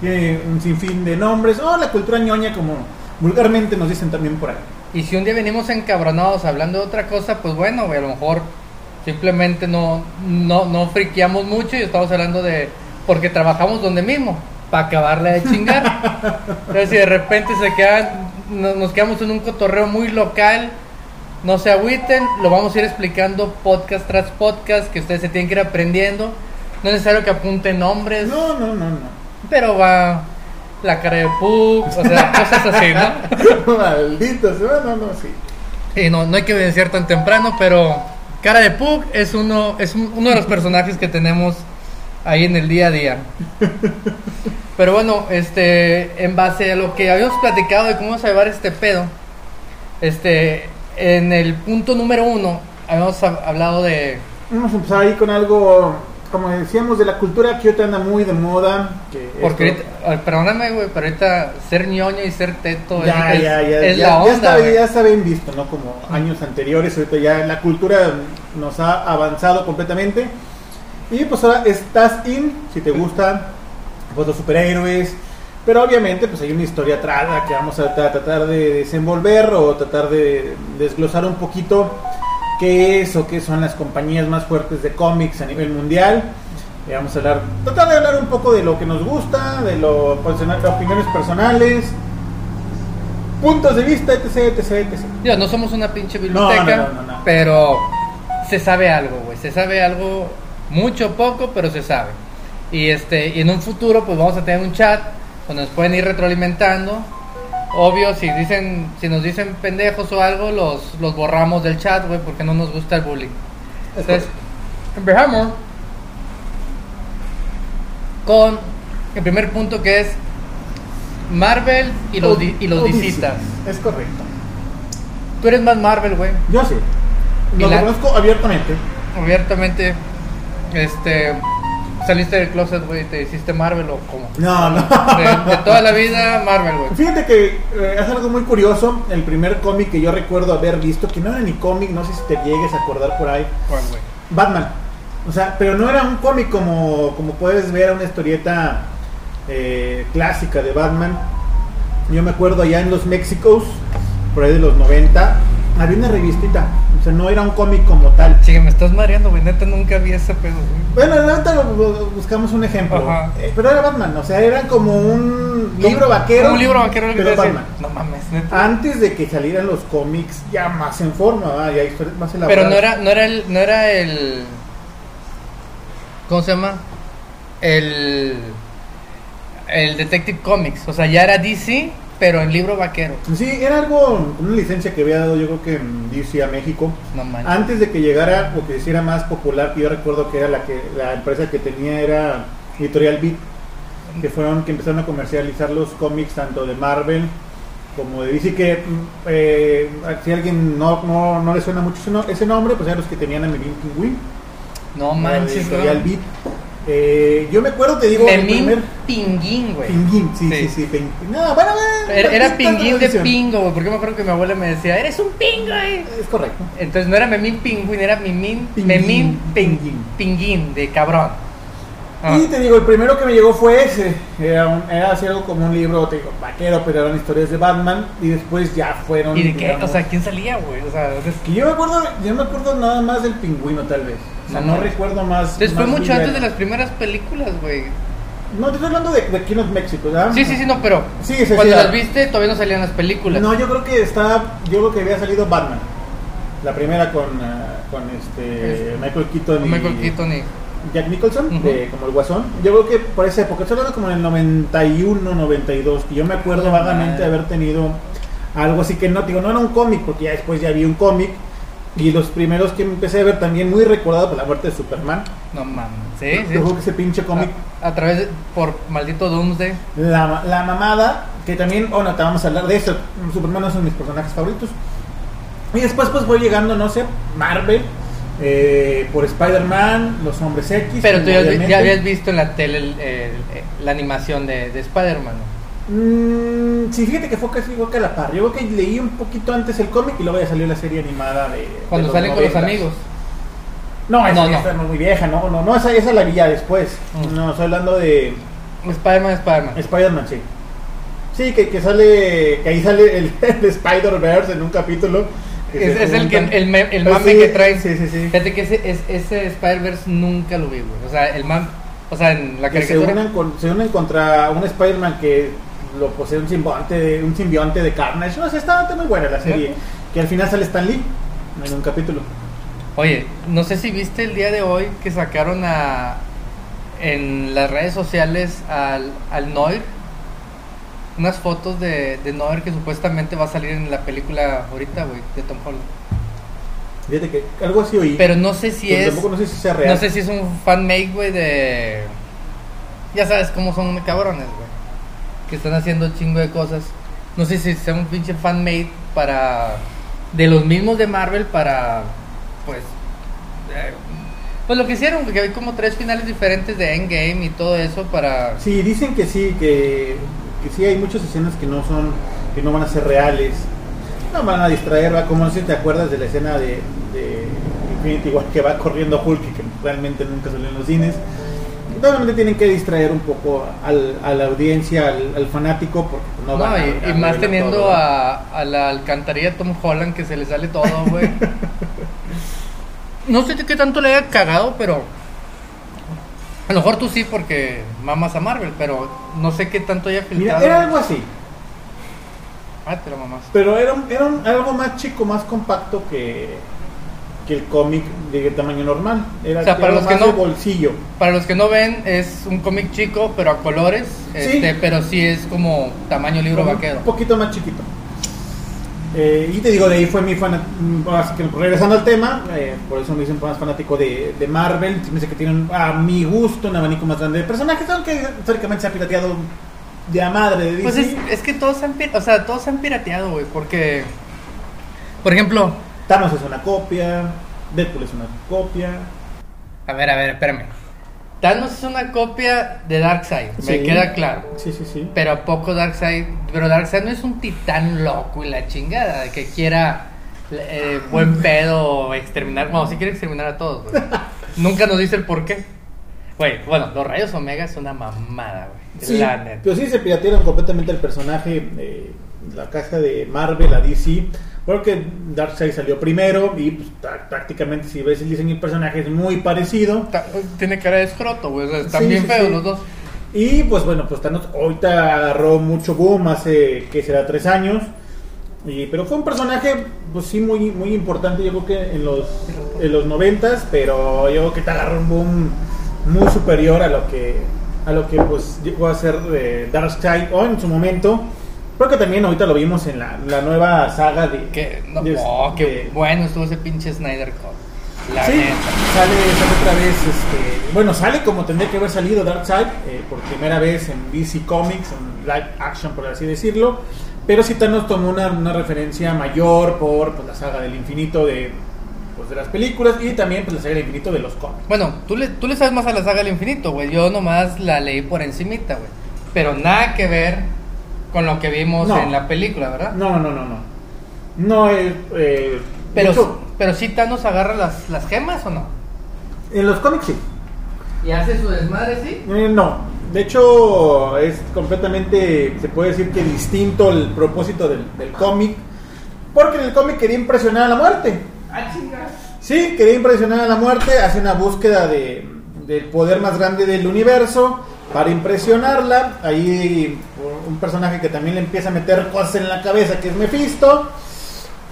S4: eh, un sinfín de nombres, o la cultura ñoña como vulgarmente nos dicen también por ahí.
S3: Y si un día venimos encabronados hablando de otra cosa, pues bueno, güey, a lo mejor simplemente no, no, no friqueamos mucho y estamos hablando de. Porque trabajamos donde mismo, para acabarla de chingar. Entonces, si de repente se quedan, no- nos quedamos en un cotorreo muy local, no se agüiten, lo vamos a ir explicando podcast tras podcast, que ustedes se tienen que ir aprendiendo. No es necesario que apunten nombres,
S4: No, no, no, no.
S3: pero va la cara de Puck, o sea, cosas así, ¿no?
S4: Maldita sea, no, no, sí.
S3: Sí, no, no hay que evidenciar tan temprano, pero Cara de Pug es uno, es un- uno de los personajes que tenemos ahí en el día a día. Pero bueno, este, en base a lo que habíamos platicado de cómo vamos a llevar este pedo, este, en el punto número uno habíamos hab- hablado de
S4: Vamos a empezar ahí con algo, como decíamos, de la cultura que ahorita anda muy de moda. Que
S3: porque
S4: esto-
S3: ahorita- ah, perdóname, güey, pero ahorita ser ñoño y ser teto
S4: ya,
S3: es,
S4: ya, ya,
S3: es
S4: ya,
S3: la
S4: ya
S3: onda.
S4: está,
S3: güey.
S4: ya está bien visto, ¿no? Como años anteriores, ahorita ya la cultura nos ha avanzado completamente. Y pues ahora estás in, si te gustan pues, los superhéroes. Pero obviamente pues hay una historia atrás la que vamos a tra- tratar de desenvolver o tratar de desglosar un poquito qué es o qué son las compañías más fuertes de cómics a nivel mundial. Y vamos a hablar, tratar de hablar un poco de lo que nos gusta, de lo, opiniones personales, puntos de vista, etc, etc, etc.
S3: Digo, no somos una pinche
S4: No,
S3: biblioteca,
S4: no, no, no, no.
S3: pero se sabe algo, güey. Se sabe algo mucho poco, pero se sabe. Y este, y en un futuro, pues vamos a tener un chat donde nos pueden ir retroalimentando. Obvio, si dicen, si nos dicen pendejos o algo, los, los borramos del chat, güey, porque no nos gusta el bullying. Entonces, empezamos con el primer punto que es Marvel y los, di- y los
S4: Odisea.
S3: disitas.
S4: Es correcto.
S3: Tú eres más Marvel, güey.
S4: Yo sí.
S3: Y
S4: Lo
S3: la-
S4: conozco abiertamente.
S3: abiertamente este saliste del closet, güey, y te hiciste Marvel o cómo?
S4: No, no.
S3: De, de toda la vida Marvel, güey.
S4: Fíjate que eh, es algo muy curioso. El primer cómic que yo recuerdo haber visto, que no era ni cómic, no sé si te llegues a acordar por ahí,
S3: ¿Cuál, güey?
S4: Batman. O sea, pero no era un cómic como, como puedes ver una historieta eh, clásica de Batman. Yo me acuerdo allá en los Méxicos, por ahí de los 90, había una revistita. O sea, no era un cómic como tal.
S3: Chica, me estás mareando, güey. Neta nunca vi ese pedo, güey.
S4: Bueno, ahorita lo- lo- buscamos un ejemplo.
S3: Ajá.
S4: Eh, pero era Batman, o sea, era como un libro
S3: Lib-
S4: vaquero. Ah,
S3: Un libro vaquero, lo que
S4: pero
S3: te decía.
S4: Batman.
S3: No mames, neta.
S4: Antes de que salieran los cómics ya más en forma, ¿verdad? ya historias más elaboradas.
S3: Pero no era, no era el, no era el, ¿cómo se llama? El, el Detective Comics. O sea, ya era DC, pero en libro vaquero.
S4: Sí, era algo, una licencia que había dado yo creo que en DC a México.
S3: No manches.
S4: Antes de que llegara o que se hiciera más popular, que yo recuerdo que era la que la empresa que tenía era Editorial Beat, que fueron que empezaron a comercializar los cómics tanto de Marvel como de DC que mm, eh, si a alguien no, no, no le suena mucho ese, no- ese nombre, pues eran los que tenían a Memín Pingüín,
S3: No
S4: la de
S3: manches, güey.
S4: Editorial Beat. Eh, yo me acuerdo, te digo, el
S3: Memín
S4: primer
S3: Pinguín, güey.
S4: Pinguín, sí,
S3: Sí.
S4: sí, sí, Ping- No, bueno, eh, bueno,
S3: Era, era
S4: tanto
S3: pinguín de
S4: tradición.
S3: pingo, güey, porque me acuerdo que mi abuela me decía, eres un pingo, güey.
S4: Es correcto.
S3: Entonces no era memín pingüín, era mimín,
S4: Pinguín,
S3: memín pin-
S4: pinguín.
S3: pinguín, de cabrón. Ah,
S4: Y te digo, el primero que me llegó fue ese. Era, un- era así algo como un libro, te digo, vaquero, pero eran historias de Batman. Y después ya fueron.
S3: ¿Y de qué? O
S4: digamos,
S3: sea, ¿quién salía, güey? O sea, entonces,
S4: que yo me acuerdo, yo me acuerdo nada más del pingüino, tal vez. O sea,
S3: No,
S4: no,
S3: no.
S4: recuerdo más.
S3: entonces fue
S4: más
S3: mucho antes de
S4: villano.
S3: las primeras películas, güey.
S4: No, te estoy hablando de, de aquí en los México, ¿verdad?
S3: Sí, sí, sí, no, pero
S4: Ah. Sí, sí, sí,
S3: cuando
S4: ya.
S3: las viste todavía no salían las películas.
S4: No, yo creo que está. Yo creo que había salido Batman. La primera con, ah, con este,
S3: Este.
S4: Michael Keaton y
S3: Michael Keaton y...
S4: Jack Nicholson,
S3: Ujú.
S4: de- como el guasón. Yo creo que por esa época, estoy hablando como en el 91, 92. Y yo me acuerdo
S3: Ah,
S4: vagamente de
S3: madre.
S4: haber tenido algo así que no, digo, no era un cómic, porque ya después ya vi un cómic. Y los primeros que empecé a ver también muy recordado por la muerte de Superman.
S3: No mames. Sí, sí.
S4: Yo creo que ese pinche cómic
S3: A, a través de, por maldito Doomsday.
S4: La, la mamada, que también, bueno, te vamos a hablar de eso. Superman no es uno de mis personajes favoritos. Y después, pues voy llegando, no sé, Marvel, eh, por Spider-Man, los hombres X.
S3: Pero tú ya,
S4: obviamente.
S3: ya habías visto en la tele el- el- el- la animación de, de Spider-Man. ¿no?
S4: Mm, sí, fíjate que fue casi igual que a la par. Yo creo que leí un poquito antes el cómic y luego ya salió la serie animada de. de
S3: Cuando salen con los
S4: 90s.
S3: amigos.
S4: No, esa
S3: No,
S4: ya
S3: no.
S4: está muy vieja, no, no, no, esa, esa la vi ya después.
S3: Mm.
S4: No, estoy hablando de.
S3: Spider-Man, Spider-Man.
S4: Spider-Man, sí. Sí, que, que sale, que ahí sale el, el Spider-Verse en un capítulo. que
S3: Es,
S4: se
S3: es el, que,
S4: juntan.
S3: el, me- el
S4: Ah,
S3: mame
S4: sí,
S3: que traen.
S4: Sí, sí, sí.
S3: Fíjate que ese, es- ese Spider-Verse nunca lo vi, güey. O sea, el mame. O sea, en la
S4: Que se,
S3: caricatura.
S4: unen con- se unen contra un Spider-Man que lo posee un simbionte de, un simbionte de Carnage. No, sí, está está muy buena la serie. Que al final sale Stan Lee en un capítulo.
S3: Oye, no sé si viste el día de hoy que sacaron a en las redes sociales al, al Noir. Unas fotos de, de Noir que supuestamente va a salir en la película ahorita, güey, de Tom Holland.
S4: Fíjate que algo así oí.
S3: Pero no sé si
S4: Pero
S3: es.
S4: tampoco no sé si sea real.
S3: No sé si es un fanmake, güey, de. Ya sabes cómo son de cabrones, güey. Que están haciendo un chingo de cosas. No sé si sea un pinche fanmade para. De los mismos de Marvel para. Pues. eh, pues lo que hicieron, güey, que hay como tres finales diferentes de Endgame y todo eso para.
S4: Sí, dicen que sí, que, que sí hay muchas escenas que no son, que no van a ser reales, no van a distraer, va como no sé si te acuerdas de la escena de, de Infinity War que va corriendo Hulk y que realmente nunca salió en los cines. Normalmente tienen que distraer un poco al- a la audiencia, al, al fanático, porque no,
S3: No,
S4: van a-
S3: y,
S4: a
S3: y más
S4: revelar
S3: teniendo
S4: todo.
S3: a, a la alcantarilla de Tom Holland que se le sale todo, güey. no sé qué tanto le haya cagado, pero. A lo mejor tú sí, porque mamas a Marvel, pero no sé qué tanto haya filtrado.
S4: Mira, era algo así,
S3: Ah, te lo mamás.
S4: pero era, un- era un- algo más chico, más compacto que, que el cómic de tamaño normal. Era,
S3: O sea, para
S4: era
S3: los que
S4: más de
S3: no-
S4: bolsillo.
S3: Para los que no ven, es un cómic chico, pero a colores. Este, pero sí es como tamaño libro vaquero.
S4: Un poquito más chiquito. Eh, y te digo, de ahí fue mi mm, fan. Regresando al tema, eh, por eso me hice más fanático de, de Marvel. Se me dice que tienen, a mi gusto, un abanico más grande de personajes, aunque históricamente se ha pirateado de a madre de
S3: Pues
S4: Disney.
S3: es, es que todos se han, pir- o sea, todos se han pirateado, güey, porque. Por ejemplo,
S4: Thanos es una copia, Deadpool es una copia.
S3: A ver, a ver, espérame. Thanos es una copia de Darkseid,
S4: Sí.
S3: me queda claro.
S4: Sí, sí, sí.
S3: Pero a poco Darkseid. Pero Darkseid no es un titán loco y la chingada de que quiera eh, buen pedo exterminar. Bueno, sí quiere exterminar a todos, güey. Nunca nos dice el por qué. Güey, bueno, los rayos Omega es una mamada, güey.
S4: Sí,
S3: La neta.
S4: pero sí se piratearon completamente el personaje, eh, la caja de Marvel, la DC, porque Darkseid salió primero y pues, prá- prácticamente si ves el diseño del personaje es muy parecido.
S3: Ta- Tiene cara de escroto, güey. o sea, están
S4: Sí,
S3: bien
S4: sí,
S3: feos
S4: sí.
S3: los dos.
S4: Y pues bueno, pues Thanos ahorita agarró mucho boom hace, que será, tres años. Y, pero fue un personaje, pues sí, muy, muy importante, yo creo que en los, en los noventas, pero yo creo que te agarró un boom muy superior a lo que, a lo que pues llegó a ser eh, Darkseid o en su momento. Creo que también ahorita lo vimos en la, la nueva saga de...
S3: Que, no,
S4: de-
S3: oh, qué
S4: de-
S3: bueno estuvo ese pinche Snyder Cut. La
S4: Sí,
S3: neta.
S4: sale, sale otra vez, este, bueno, sale como tendría que haber salido Darkseid, eh, por primera vez en DC Comics, en live action, por así decirlo, pero sí Thanos tomó una, una referencia mayor por pues, la saga del infinito de, pues, de las películas y también pues, la saga del infinito de los cómics.
S3: Bueno, tú le, tú le sabes más a la saga del infinito, güey. Yo nomás la leí por encimita, güey. Pero nada que ver con lo que vimos
S4: No.
S3: en la película, ¿verdad?
S4: No, no, no, no. No, eh, eh, de
S3: pero,
S4: hecho,
S3: pero sí Thanos agarra las, las gemas, ¿o no?
S4: en los cómics sí.
S3: Y hace su desmadre, sí.
S4: Eh, no, de hecho es completamente, se puede decir que distinto el propósito del, del cómic, porque en el cómic quería impresionar a la muerte. Ah, Sí, quería impresionar a la muerte, hace una búsqueda de, del poder más grande del universo Para impresionarla, ahí un personaje que también le empieza a meter cosas en la cabeza, que es Mephisto.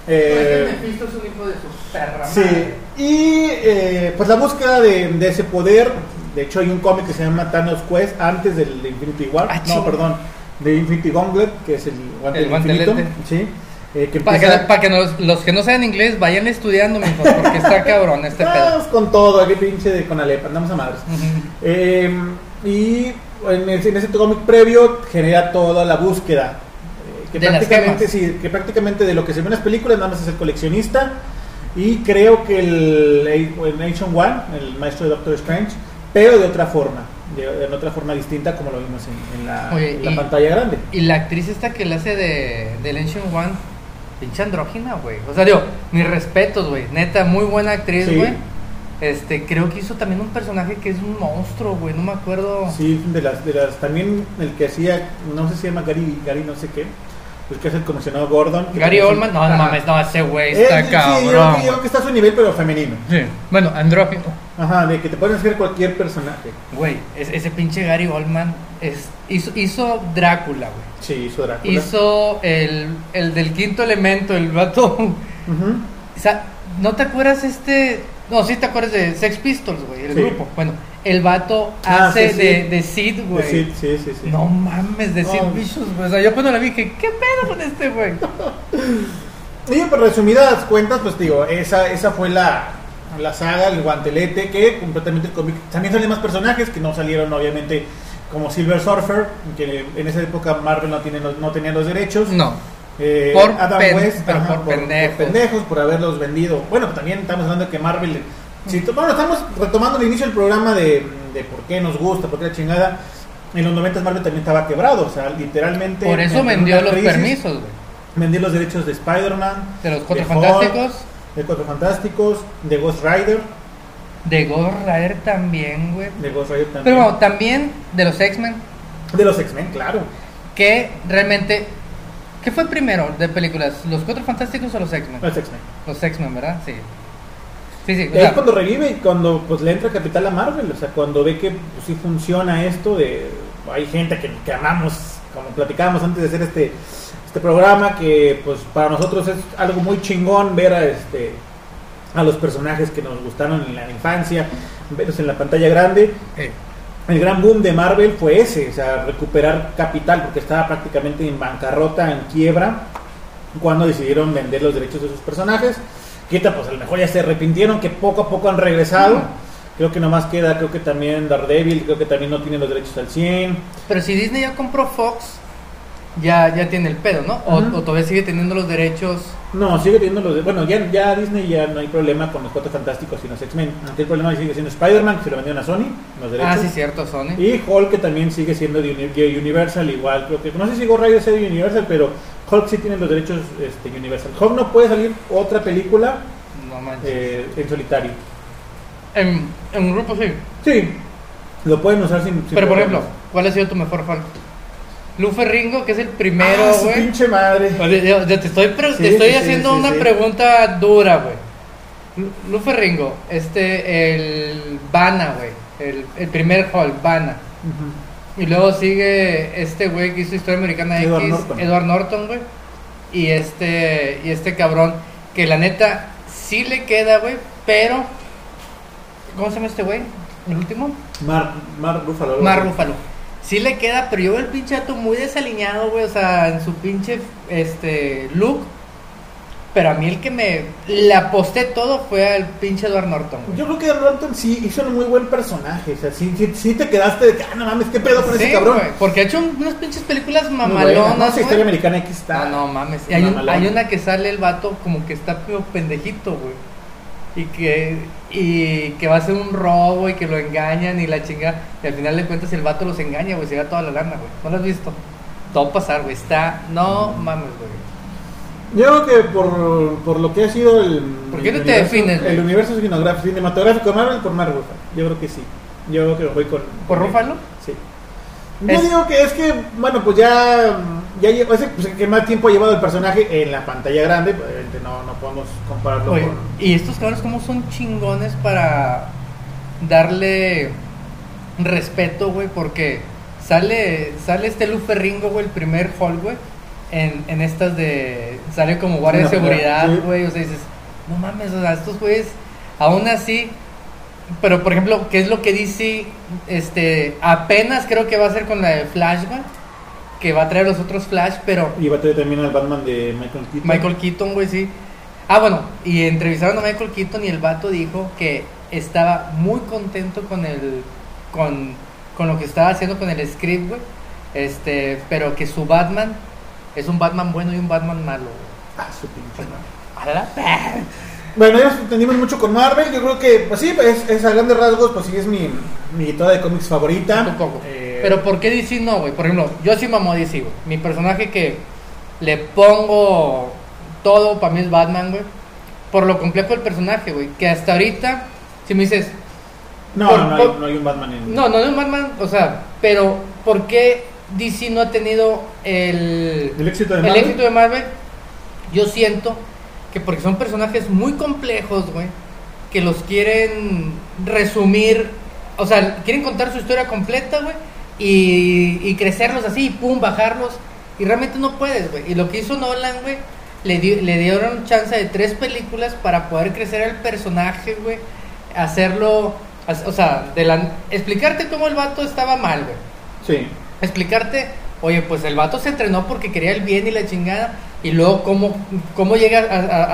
S4: Eh,
S17: Oye, Pues este Mephisto es un hijo de su perra.
S4: Sí,
S17: madre.
S4: y eh, pues la búsqueda de, de ese poder, de hecho hay un cómic que se llama Thanos Quest antes del de Infinity War,
S3: Ah,
S4: no,
S3: chinga.
S4: perdón, de Infinity Gauntlet, que es el guante
S3: El
S4: del
S3: guantelete.
S4: infinito, sí, eh, que
S3: Para que,
S4: empieza-
S3: para que los, los que no saben inglés vayan estudiando, mijos, porque está cabrón este pedo.
S4: Vamos con todo, qué pinche de Conalep, andamos a madres.
S3: Ujú.
S4: Eh, y en, el- en ese cómic previo genera toda la búsqueda. eh, que,
S3: De las
S4: prácticamente,
S3: gemas.
S4: sí, que prácticamente de lo que se ve en las películas nada más es el coleccionista. Y creo que el, el Nation One, el maestro de Doctor Strange, pero de otra forma. De, en otra forma distinta como lo vimos en, en la,
S3: Oye,
S4: en la
S3: y-
S4: pantalla grande.
S3: Y la actriz esta que la hace de, de Ancient One, pinche andrógina, güey. O sea, digo, mis respetos, güey. Neta, muy buena actriz,
S4: Sí.
S3: güey. Este, creo que hizo también un personaje que es un monstruo, güey. No me acuerdo.
S4: Sí, de las, de las, también el que hacía, no sé si se llama Gary, Gary no sé qué, el que es el comisionado Gordon. que
S3: Gary
S4: también-
S3: Oldman, no, no
S4: Ajá.
S3: mames, no, ese güey
S4: Eh,
S3: está
S4: sí, yo,
S3: cabrón.
S4: yo creo
S3: güey.
S4: que está a su nivel, pero femenino.
S3: Sí. Bueno, andrógino.
S4: Ajá, de que te pueden hacer cualquier personaje.
S3: Güey, es- ese pinche Gary Oldman es, hizo, hizo Drácula, güey.
S4: Sí, hizo Drácula.
S3: Hizo el, el del quinto elemento, el vato.
S4: Ujú.
S3: O sea, ¿no te acuerdas este? No, sí te acuerdas de Sex Pistols, güey, el
S4: Sí.
S3: grupo. Bueno, el vato
S4: Ah,
S3: hace
S4: sí, sí.
S3: de, de Sid, güey.
S4: Sí, sí, sí. sí.
S3: No mames, de
S4: No.
S3: Sid Vicious, güey. O sea, yo cuando la vi dije, ¿qué pedo con este, güey?
S4: Y por resumidas cuentas, pues digo, esa, esa fue la, la saga, el guantelete, que completamente el cómic. También salen más personajes que no salieron, obviamente, como Silver Surfer, que en esa época Marvel no, tiene los- no tenía los derechos.
S3: No.
S4: Eh,
S3: Por
S4: Adam
S3: pen-
S4: West,
S3: pero por pendejos.
S4: por pendejos, por haberlos vendido. Bueno, pues, también estamos hablando de que Marvel. si to- bueno, estamos retomando el inicio del programa de, de por qué nos gusta, por qué la chingada. En los 90 Marvel también estaba quebrado, o sea, literalmente.
S3: Por eso
S4: en una
S3: vendió los
S4: crisis,
S3: permisos, güey.
S4: Vendió los derechos de Spider-Man,
S3: De los Cuatro
S4: De Hulk.
S3: Fantásticos,
S4: de Cuatro Fantásticos, de Ghost Rider,
S3: de Ghost Rider también, güey.
S4: de Ghost Rider también.
S3: Pero bueno, también de los X-Men,
S4: de los X-Men, claro.
S3: que realmente... ¿Qué fue primero de películas? ¿Los Cuatro Fantásticos o los X-Men?
S4: Los X-Men.
S3: Los X-Men, ¿verdad? Sí. Sí, sí. o
S4: Es
S3: sea,
S4: cuando revive y cuando pues le entra capital a Marvel, o sea, cuando ve que pues, sí funciona esto de hay gente que, que amamos, como platicábamos antes de hacer este este programa que pues para nosotros es algo muy chingón ver a este a los personajes que nos gustaron en la infancia, verlos en la pantalla grande.
S3: eh,
S4: El gran boom de Marvel fue ese, o sea, recuperar capital porque estaba prácticamente en bancarrota, en quiebra, cuando decidieron vender los derechos de sus personajes. Quita, pues a lo mejor ya se arrepintieron, que poco a poco han regresado. Creo que nomás queda, creo que también Daredevil, creo que también no tienen los derechos al 100.
S3: Pero si Disney ya compró Fox, ya, ya tiene el pedo, ¿no? O,
S4: Ujú.
S3: o todavía sigue teniendo los derechos.
S4: No, sigue teniendo los de... Bueno, ya, ya Disney ya no hay problema con los Cuatro Fantásticos y los X-Men. Aquí el problema sigue siendo Spider-Man, que se lo vendieron a Sony, los derechos.
S3: Ah, sí, cierto, Sony.
S4: Y Hulk que también sigue siendo de, Uni- de Universal igual, creo que no sé si Ghost Rider sea de Universal, pero Hulk sí tiene los derechos este, Universal. Hulk no puede salir otra película
S3: No manches.
S4: eh, en solitario.
S3: en, en un grupo sí.
S4: Sí, lo pueden usar sin. sin
S3: Pero por
S4: problemas.
S3: ejemplo, ¿cuál ha sido tu mejor Hulk? Luffy Ringo, que es el
S4: Ah,
S3: primero,
S4: su
S3: güey.
S4: pinche madre.
S3: Oye, yo- yo te estoy, pre-
S4: Sí,
S3: te estoy
S4: sí, sí,
S3: haciendo
S4: sí,
S3: una
S4: sí.
S3: pregunta dura, güey. Lu- Luffy Ringo, este, el Bana, güey. El, el primer Hulk, Bana.
S4: Ujú.
S3: Y luego sigue este güey que hizo Historia Americana
S4: Edward
S3: X,
S4: Norton.
S3: Edward Norton, güey. Y este, y este cabrón, que la neta sí le queda, güey, pero... ¿Cómo se llama este güey? ¿El último?
S4: Mar, Mar Ruffalo. algo
S3: Mar
S4: así.
S3: Rúfalo. Sí le queda, pero yo veo el pinche vato muy desaliñado, güey, o sea, en su pinche, este, look. Pero a mí el que me le aposté todo fue al pinche Edward Norton, güey.
S4: Yo creo que Edward Norton sí hizo un muy buen personaje. O sea, sí, sí, sí te quedaste de que, ah, no mames, qué pedo con ese
S3: Sí,
S4: cabrón.
S3: güey, porque ha hecho un- unas pinches películas
S4: Muy buena.
S3: mamalonas,
S4: No, sí, historia
S3: güey.
S4: americana aquí está.
S3: Ah, no mames. Y hay, un-
S4: Mamalón.
S3: hay una que sale el vato como que está medio pendejito, güey. Y que, y que va a hacer un robo y que lo engañan y la chinga. Y al final de cuentas el vato los engaña, güey. Se lleva toda la lana, güey. ¿No lo has visto? Todo va a pasar, güey. Está... No mames, güey.
S4: Yo creo que por, por lo que ha sido el.
S3: ¿Por qué no
S4: el
S3: te
S4: universo-
S3: defines, güey?
S4: El universo cinematográfico, cinematográfico de Marvel por Marvel. Yo creo que sí. Yo creo que voy con.
S3: ¿Por Rúfalo?
S4: Sí.
S3: Es-
S4: Yo digo que es que, bueno, pues ya. mm, ya lle- pues, pues, que más tiempo ha llevado el personaje en la pantalla grande. pues, obviamente no, no podemos compararlo
S3: Oye,
S4: con.
S3: y estos cabrones como son chingones para darle respeto, güey, porque sale, sale este Lupe Ringo, güey, el primer hall, güey, en, en estas de. Sale como guardia de
S4: Una prueba,
S3: seguridad,
S4: sí.
S3: güey, o sea, dices, no mames, o sea, estos güeyes, aún así. Pero, por ejemplo, ¿qué es lo que dice? Este, apenas creo que va a ser con la de Flash, güey, que va a traer los otros Flash, pero
S4: Y va a traer también al Batman de Michael Keaton.
S3: Michael Keaton, güey, sí. Ah, bueno, y entrevistaron a Michael Keaton y el vato dijo que estaba muy contento con el con, con lo que estaba haciendo con el script, güey. Este, pero que su Batman es un Batman bueno y un Batman malo. güey.
S4: Ah, su pinche madre.
S3: A la perra.
S4: Bueno, ya nos entendimos mucho con Marvel. Yo creo que, pues sí, es, es a grandes rasgos, pues sí, es mi, mi editora de cómics favorita.
S3: Tampoco.
S4: Eh,
S3: Pero ¿por qué DC no, güey? Por ejemplo, yo sí mamo a DC, güey. Mi personaje que le pongo todo para mí es Batman, güey. Por lo complejo del personaje, güey. Que hasta ahorita, si me dices,
S4: No,
S3: por-
S4: no,
S3: por-
S4: hay, no hay un Batman en.
S3: No, no es un Batman, o sea, pero ¿por qué DC no ha tenido el,
S4: El éxito de
S3: el
S4: Marvel.
S3: éxito de Marvel? Yo siento que porque son personajes muy complejos, güey, que los quieren resumir, o sea, quieren contar su historia completa, güey, y, y crecerlos así, y pum, bajarlos, y realmente no puedes, güey. Y lo que hizo Nolan, güey, le, dio- le dieron chance de tres películas para poder crecer al personaje, güey, hacerlo, as- o sea, de la- explicarte cómo el vato estaba mal, güey
S4: Sí.
S3: explicarte, oye, pues el vato se entrenó porque quería el bien y la chingada, y luego cómo, cómo llega a, a-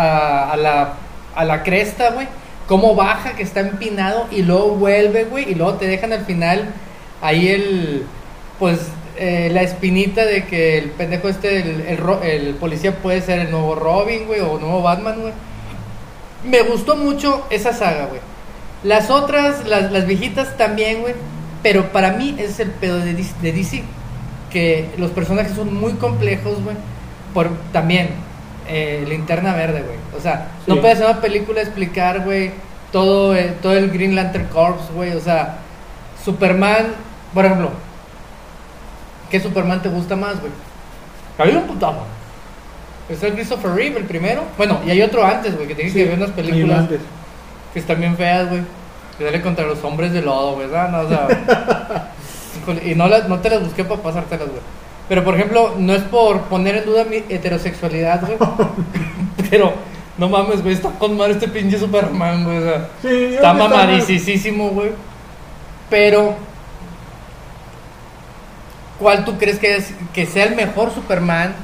S3: a- a la, a la cresta, güey, cómo baja que está empinado, y luego vuelve, güey, y luego te dejan al final ahí el, pues, eh, la espinita de que el pendejo este, el, el ro- el policía puede ser el nuevo Robin, güey, o nuevo Batman, güey. Me gustó mucho esa saga, güey. Las otras, las, las viejitas también, güey. Pero para mí ese es el pedo de DC, de DC, Que los personajes son muy complejos, güey. Por, también, eh, linterna verde, güey. O sea,
S4: Sí.
S3: no puedes hacer una película explicar, güey, todo, eh, todo el Green Lantern Corps, güey. O sea, Superman, por ejemplo. ¿Qué Superman te gusta más, güey? Había un putado. Está el Christopher Reeve, el primero. Bueno, y hay otro antes, güey, que te dije que había unas
S4: Hay un
S3: películas
S4: antes.
S3: que están bien feas, güey. Que sale contra los hombres de lodo, güey. ¿verdad? No, o sea, híjole, y no, las- no te las busqué para pasártelas, güey. Pero, por ejemplo, no es por poner en duda mi heterosexualidad, güey. pero, no mames, güey, está con madre este pinche Superman, güey. o sea,
S4: Sí, yo
S3: está
S4: creo que
S3: mamadicísimo, güey. Pero, ¿cuál tú crees que, es, que sea el mejor Superman?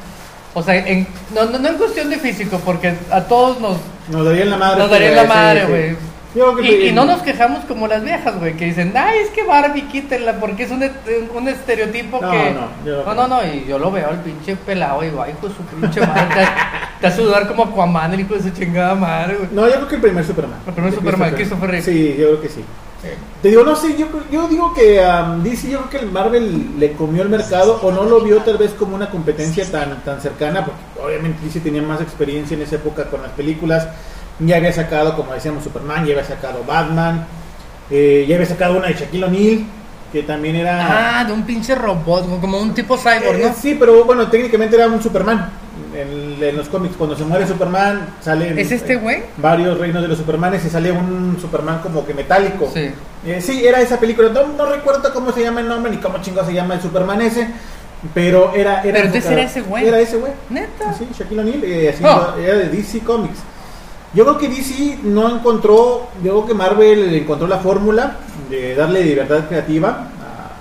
S3: O sea, en- no, no, no en cuestión de físico, porque a todos nos,
S4: Nos darían la madre. este,
S3: nos darían la
S4: Sí,
S3: madre,
S4: sí.
S3: güey.
S4: Yo creo que
S3: Y,
S4: sí.
S3: y no nos quejamos como las viejas, güey, que dicen, ay, es que Barbie quítenla porque es un, est- un estereotipo
S4: No,
S3: que...
S4: no, yo-
S3: no, no, no, y yo lo veo al pinche pelado y va, hijo de su pinche madre, te, te hace sudar como Aquaman, el hijo de su chingada madre, güey.
S4: No, yo creo que el primer Superman.
S3: El primer
S4: De
S3: Superman, Christopher
S4: Sí, yo creo que sí. Te digo, no sé, yo, yo digo que a DC, yo creo que el Marvel le comió el mercado o no lo vio tal vez como una competencia tan, tan cercana, porque obviamente DC tenía más experiencia en esa época con las películas. Ya había sacado, como decíamos, Superman, ya había sacado Batman, eh, ya había sacado una de Shaquille O'Neal, que también era...
S3: Ah, de un pinche robot, güey, como un tipo cyborg,
S4: Eh,
S3: ¿no?
S4: sí, pero bueno, técnicamente era un Superman. En, en los cómics, cuando se muere Superman, sale...
S3: ¿Es este güey?
S4: varios reinos de los Supermanes y sale un Superman como que metálico.
S3: Sí.
S4: Eh, sí, era esa película. No, no recuerdo cómo se llama el nombre ni cómo chingo se llama el Superman ese, pero era. era
S3: Pero entonces
S4: enfocado-
S3: era ese güey.
S4: Era ese güey.
S3: Neta.
S4: Sí, Shaquille O'Neal, eh, haciendo-
S3: Oh.
S4: era de DC Comics. Yo creo que DC no encontró, yo creo que Marvel encontró la fórmula de darle libertad creativa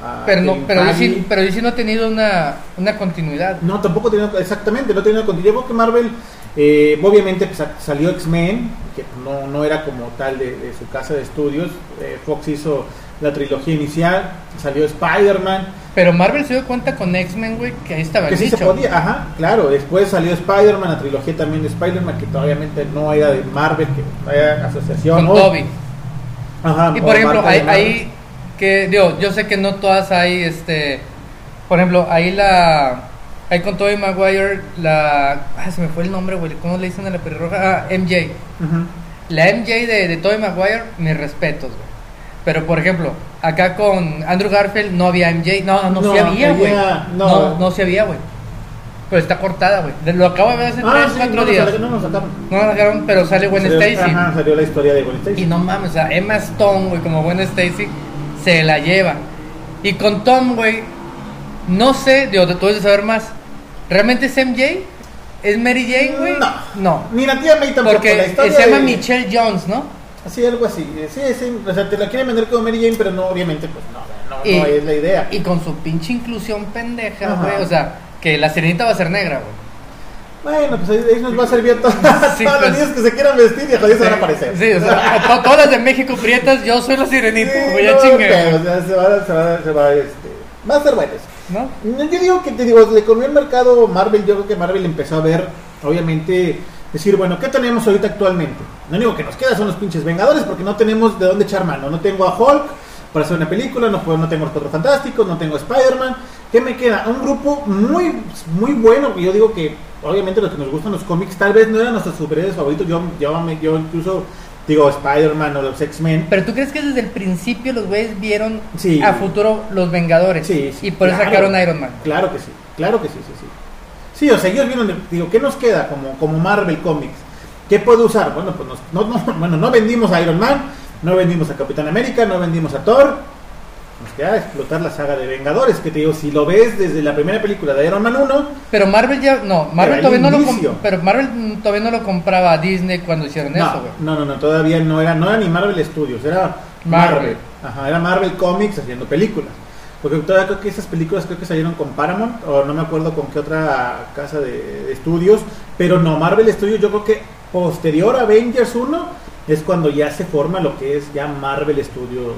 S4: a, a
S3: Pero, no,
S4: Kevin
S3: pero, yo sí,
S4: Feige.
S3: pero yo sí no ha tenido una, una continuidad.
S4: No, tampoco tenía, exactamente, no tenía continuidad. Yo creo que Marvel, eh, obviamente pues, sa- salió X-Men, que no, no era como tal de, de su casa de estudios. Eh, Fox hizo la trilogía inicial, salió Spider-Man,
S3: Pero Marvel se dio cuenta con X-Men, güey, que ahí estaba
S4: que
S3: el
S4: sí
S3: nicho.
S4: se podía, ajá, claro. Después salió Spider-Man, la trilogía también de Spider-Man, que obviamente no era de Marvel, que era asociación.
S3: con
S4: o-
S3: Toby.
S4: Ajá,
S3: Y
S4: o
S3: por ejemplo,
S4: marca de
S3: hay,
S4: Marvel.
S3: hay que, digo, yo sé que no todas hay, este, por ejemplo, ahí la, ahí con Tobey Maguire, la, ah, se me fue el nombre, güey, ¿cómo le dicen a la pelirroja? Ah, MJ.
S4: Ujú.
S3: La MJ de, de Tobey Maguire, mis respetos, güey. Pero por ejemplo, acá con Andrew Garfield no había MJ, no, no,
S4: No,
S3: se había,
S4: había-
S3: güey.
S4: no.
S3: No, no se había, güey. Pero está cortada, güey. De- Lo acabo de ver hace
S4: Ah,
S3: tres,
S4: sí,
S3: cuatro
S4: no, nos
S3: días.
S4: sacaron- no nos sacaron.
S3: No la sacaron, pero sale Gwen
S4: Salió-
S3: Stacy.
S4: Ajá, salió la historia de Gwen Stacy.
S3: Y no mames, o sea, Emma Stone, güey, como buena Stacy, se la lleva. Y con Tom, güey, no sé, digo, tú debes de saber más. ¿Realmente es MJ? ¿Es Mary Jane, güey? No.
S4: Ni la tía May tampoco.
S3: Porque
S4: la historia
S3: se llama
S4: de-
S3: Michelle Jones, ¿no?
S4: Sí, algo así. Eh, Sí, sí. O sea, te la quieren vender como Mary Jane, pero no, obviamente, pues no, no,
S3: Y-
S4: no es la idea.
S3: Y con su pinche inclusión pendeja,
S4: Ajá.
S3: güey. O sea, que la sirenita va a ser negra, güey.
S4: Bueno, pues ahí, ahí nos va a servir a to- a
S3: Sí,
S4: todas
S3: pues.
S4: las niñas que se quieran vestir y a jodido se van a aparecer.
S3: Sí, o sea, a to- todas las de México prietas, yo soy la sirenita, güey, ya
S4: no,
S3: chingué.
S4: pero, o sea, se va, a- se va, a- se va, a, este, va a ser bueno eso. No, Yo digo que te digo, le comió el mercado Marvel, yo creo que Marvel empezó a ver, obviamente, decir, bueno, ¿qué tenemos ahorita actualmente? Lo único que nos queda son los pinches Vengadores, porque no tenemos de dónde echar mano. No tengo a Hulk para hacer una película, no, puedo- no tengo los Cuatro Fantásticos, no tengo a Spider-Man. ¿Qué me queda? Un grupo muy, muy bueno, que yo digo que, obviamente, los que nos gustan los cómics, tal vez no eran nuestros superhéroes favoritos, yo, yo, me- yo incluso digo Spider-Man o los X-Men.
S3: Pero tú crees que desde el principio los güeyes vieron
S4: Sí.
S3: a futuro los Vengadores. y por eso
S4: claro.
S3: sacaron a Iron Man.
S4: Claro que sí, claro que sí, sí, sí. Sí, o sea, ellos vieron, de- digo, ¿qué nos queda como, como Marvel Comics? ¿Qué puedo usar? Bueno, pues nos- no, no, bueno, no vendimos a Iron Man, no vendimos a Capitán América, no vendimos a Thor. Nos queda explotar la saga de Vengadores, que te digo, si lo ves desde la primera película de Iron Man 1,
S3: Pero Marvel ya. No, Marvel
S4: Pero
S3: todavía
S4: al
S3: no, lo com-
S4: inicio.
S3: pero Marvel todavía no lo compraba a Disney cuando hicieron
S4: no,
S3: eso, güey.
S4: no, no, no, todavía no era, no era ni Marvel Studios, era
S3: Marvel.
S4: Marvel. Ajá, era Marvel Comics haciendo películas. Porque todavía creo que esas películas creo que salieron con Paramount, o no me acuerdo con qué otra casa de, de estudios, pero no, Marvel Studios yo creo que posterior a Avengers 1 es cuando ya se forma lo que es ya Marvel Studios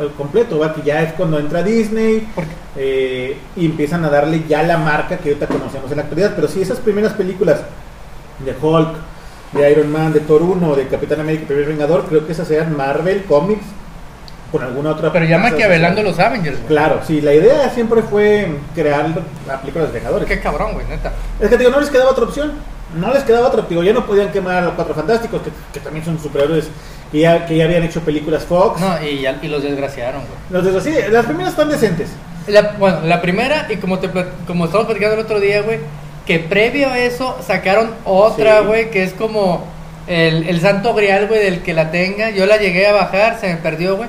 S4: eh, completo, ¿va? que ya es cuando entra Disney eh, y empiezan a darle ya la marca que ahorita conocemos en la actualidad, pero sí esas primeras películas de Hulk, de Iron Man, de Thor 1, de Capitán América, Primer Vengador, creo que esas eran Marvel Comics con alguna otra.
S3: Pero ya
S4: casa
S3: maquiavelando
S4: asociada.
S3: los Avengers, güey.
S4: Claro, sí, la idea siempre fue crear la película de los Vengadores.
S3: Qué cabrón, güey, neta.
S4: Es que te digo, no les quedaba otra opción. No les quedaba otra, digo, ya no podían quemar a los Cuatro Fantásticos, que, que también son superhéroes que ya, que ya habían hecho películas Fox.
S3: No, y, ya- y los desgraciaron, güey.
S4: Los de- sí, las primeras están decentes.
S3: La, bueno, la primera, y como te plat- como estábamos platicando el otro día, güey, que previo a eso sacaron otra,
S4: Sí.
S3: güey, que es como el, el santo grial, güey, del que la tenga. Yo la llegué a bajar, se me perdió, güey.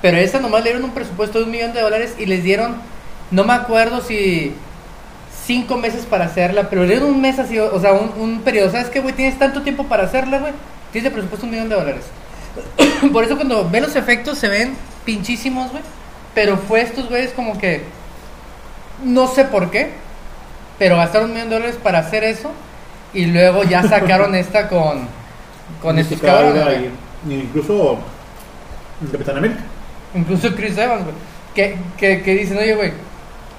S3: Pero esa nomás le dieron un presupuesto de un millón de dólares y les dieron, no me acuerdo si cinco meses para hacerla, pero le dieron un mes así, o o sea, un, un periodo. ¿Sabes qué, güey? Tienes tanto tiempo para hacerla, güey. Tienes de presupuesto un millón de dólares. Por eso cuando ven los efectos se ven pinchísimos, güey. Pero fue estos güeyes como que. No sé por qué. Pero gastaron un millón de dólares para hacer eso. Y luego ya sacaron esta con. Con
S4: Ni
S3: estos
S4: siquiera
S3: cabrones,
S4: era-
S3: güey.
S4: ni Incluso Capitán América.
S3: Incluso Chris Evans, güey. Que, que, que dicen, oye, güey.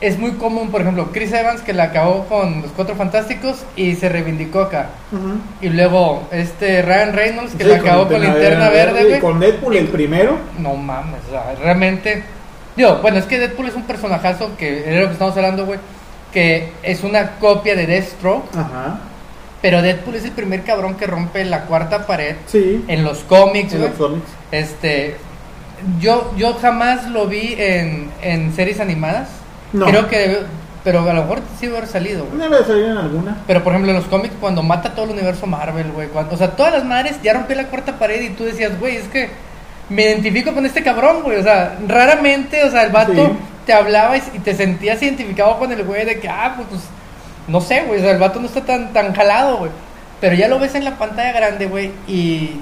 S3: Es muy común, por ejemplo, Chris Evans que la acabó con los Cuatro Fantásticos y se reivindicó acá. Y luego este Ryan Reynolds que
S4: Sí,
S3: la acabó con Linterna Verde,
S4: y
S3: güey.
S4: Con Deadpool el primero.
S3: No mames, o sea, realmente. Digo, bueno, es que Deadpool es un personajazo que es lo que estamos hablando, güey. Que es una copia de Deathstroke.
S4: Ajá.
S3: Pero Deadpool es el primer cabrón que rompe la cuarta pared
S4: Sí.
S3: en los cómics,
S4: En
S3: güey.
S4: los cómics.
S3: Este. Yo, yo jamás lo vi en, en series animadas.
S4: No.
S3: Creo que. debió- Pero a lo mejor sí debe haber salido, güey.
S4: Una vez salió en alguna.
S3: Pero por ejemplo, en los cómics, cuando mata todo el universo Marvel, güey. cuando- O sea, todas las madres ya rompió la cuarta pared y tú decías, güey, es que me identifico con este cabrón, güey. O sea, raramente, o sea, el vato
S4: Sí.
S3: te hablaba y, y te sentías identificado con el güey de que, ah, pues, pues, no sé, güey. O sea, el vato no está tan, tan jalado, güey. Pero ya lo ves en la pantalla grande, güey. Y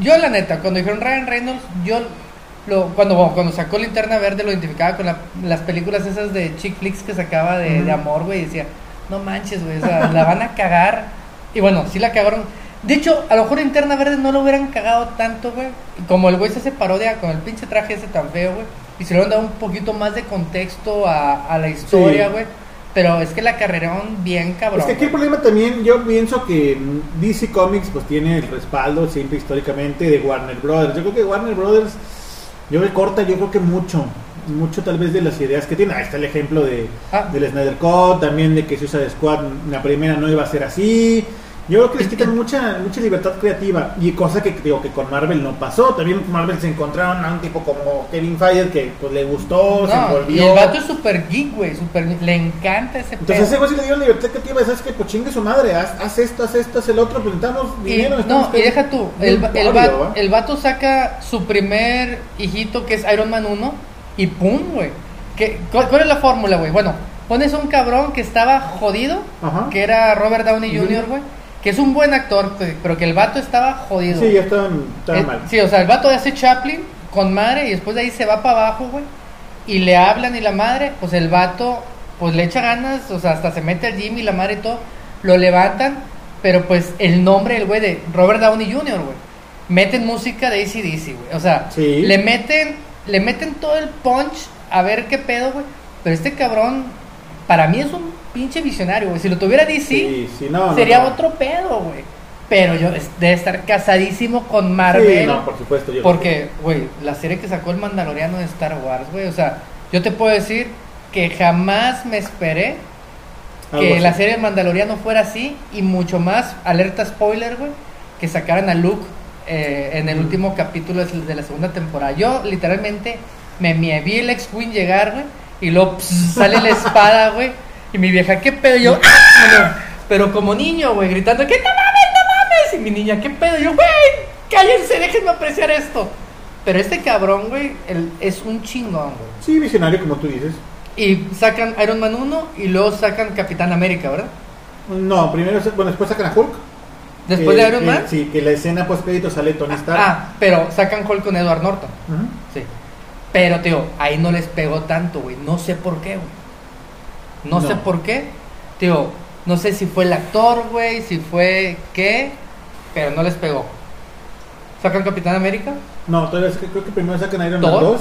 S3: yo, la neta, cuando dijeron Ryan Reynolds, yo. Lo, cuando, bueno, cuando sacó Linterna Verde lo identificaba con la- las películas esas de chick flicks que sacaba de, de
S4: Ujú.
S3: amor, güey, y decía, no manches, güey, o sea, la van a cagar. Y bueno, sí la cagaron. De hecho, a lo mejor Interna Verde no lo hubieran cagado tanto, güey. Como el güey se hace parodia con el pinche traje ese tan feo, güey. Y se le hubieran dado un poquito más de contexto a, a la historia,
S4: Sí.
S3: güey. Pero es que la carreraron bien cabrón.
S4: Es que aquí el
S3: güey.
S4: problema también, yo pienso que mm, DC Comics pues tiene el respaldo siempre históricamente de Warner Brothers. Yo creo que Warner Brothers, yo me corta, yo creo que mucho, mucho tal vez de las ideas que tiene. Ahí está el ejemplo de,
S3: Ah.
S4: del Snyder Cut, también de que Suicide Squad, la primera no iba a ser así. Yo creo que les quitan mucha, mucha libertad creativa y cosa que digo que con Marvel no pasó. También Marvel se encontraron a un tipo como Kevin Feige que pues, le gustó, se
S3: No, y
S4: envolvió.
S3: el vato es super geek, güey. super- Le encanta ese
S4: Entonces ese
S3: pedo.
S4: güey sí le dio libertad creativa, ¿sabes que Pues chingue su madre, haz, haz esto, haz esto, haz el otro, presentamos
S3: Y,
S4: dinero.
S3: Eh, no, y deja tú, el, el, va-
S4: vato...
S3: el vato saca su primer hijito que es Iron Man 1 y pum, güey. ¿Qué- cuál, cuál es la fórmula, güey? Bueno, pones a un cabrón que estaba jodido,
S4: Ajá.
S3: que era Robert Downey Jr., güey, que es un buen actor, que- pero que el vato estaba jodido.
S4: Sí, ya están, están
S3: Eh,
S4: mal.
S3: Sí, o sea, el vato hace Chaplin con madre y después de ahí se va para abajo, güey. Y le hablan y la madre, pues el vato, pues le echa ganas, o sea, hasta se mete al gym y la madre y todo. Lo levantan, pero pues el nombre del güey de Robert Downey Jr., güey. Meten música de ACDC, güey. O sea,
S4: Sí.
S3: le meten, le meten todo el punch a ver qué pedo, güey. Pero este cabrón, para mí es un pinche visionario, güey. Si lo tuviera DC,
S4: Sí, sí, no, no,
S3: sería
S4: no.
S3: otro pedo, güey. Pero yo es- debe estar casadísimo con Marvel.
S4: Sí, no, por supuesto. Yo
S3: Porque, güey, la serie que sacó el Mandaloriano de Star Wars, güey, o sea, yo te puedo decir que jamás me esperé
S4: Algo
S3: que
S4: así.
S3: la serie del Mandaloriano fuera así y mucho más, alerta spoiler, güey, que sacaran a Luke eh, en el último capítulo de de la segunda temporada. Yo literalmente me, me vi el X-Wing llegar, güey, y luego pss, sale la espada, güey, y mi vieja, ¿qué pedo? Yo, ¡ah! Pero como niño, güey, gritando, ¿qué no mames, no mames? Y mi niña, ¿qué pedo? Yo, güey, cállense, déjenme apreciar esto. Pero este cabrón, güey, el- es un chingón, güey.
S4: Sí, visionario, como tú dices.
S3: Y sacan Iron Man 1 y luego sacan Capitán América, ¿verdad?
S4: No, primero, bueno, después sacan a Hulk.
S3: Después
S4: Eh,
S3: de Iron
S4: eh,
S3: Man.
S4: Sí, que la escena post crédito sale Tony Stark.
S3: Ah, pero sacan Hulk con Edward Norton.
S4: Ujú.
S3: Sí. Pero, tío, ahí no les pegó tanto, güey. No sé por qué, güey. No,
S4: No.
S3: sé por qué. Tío, no sé si fue el actor, güey, si fue qué, pero no les pegó. Sacan Capitán América.
S4: No, todavía es que- creo que primero sacan Iron Man
S3: ¿Thor?
S4: 2,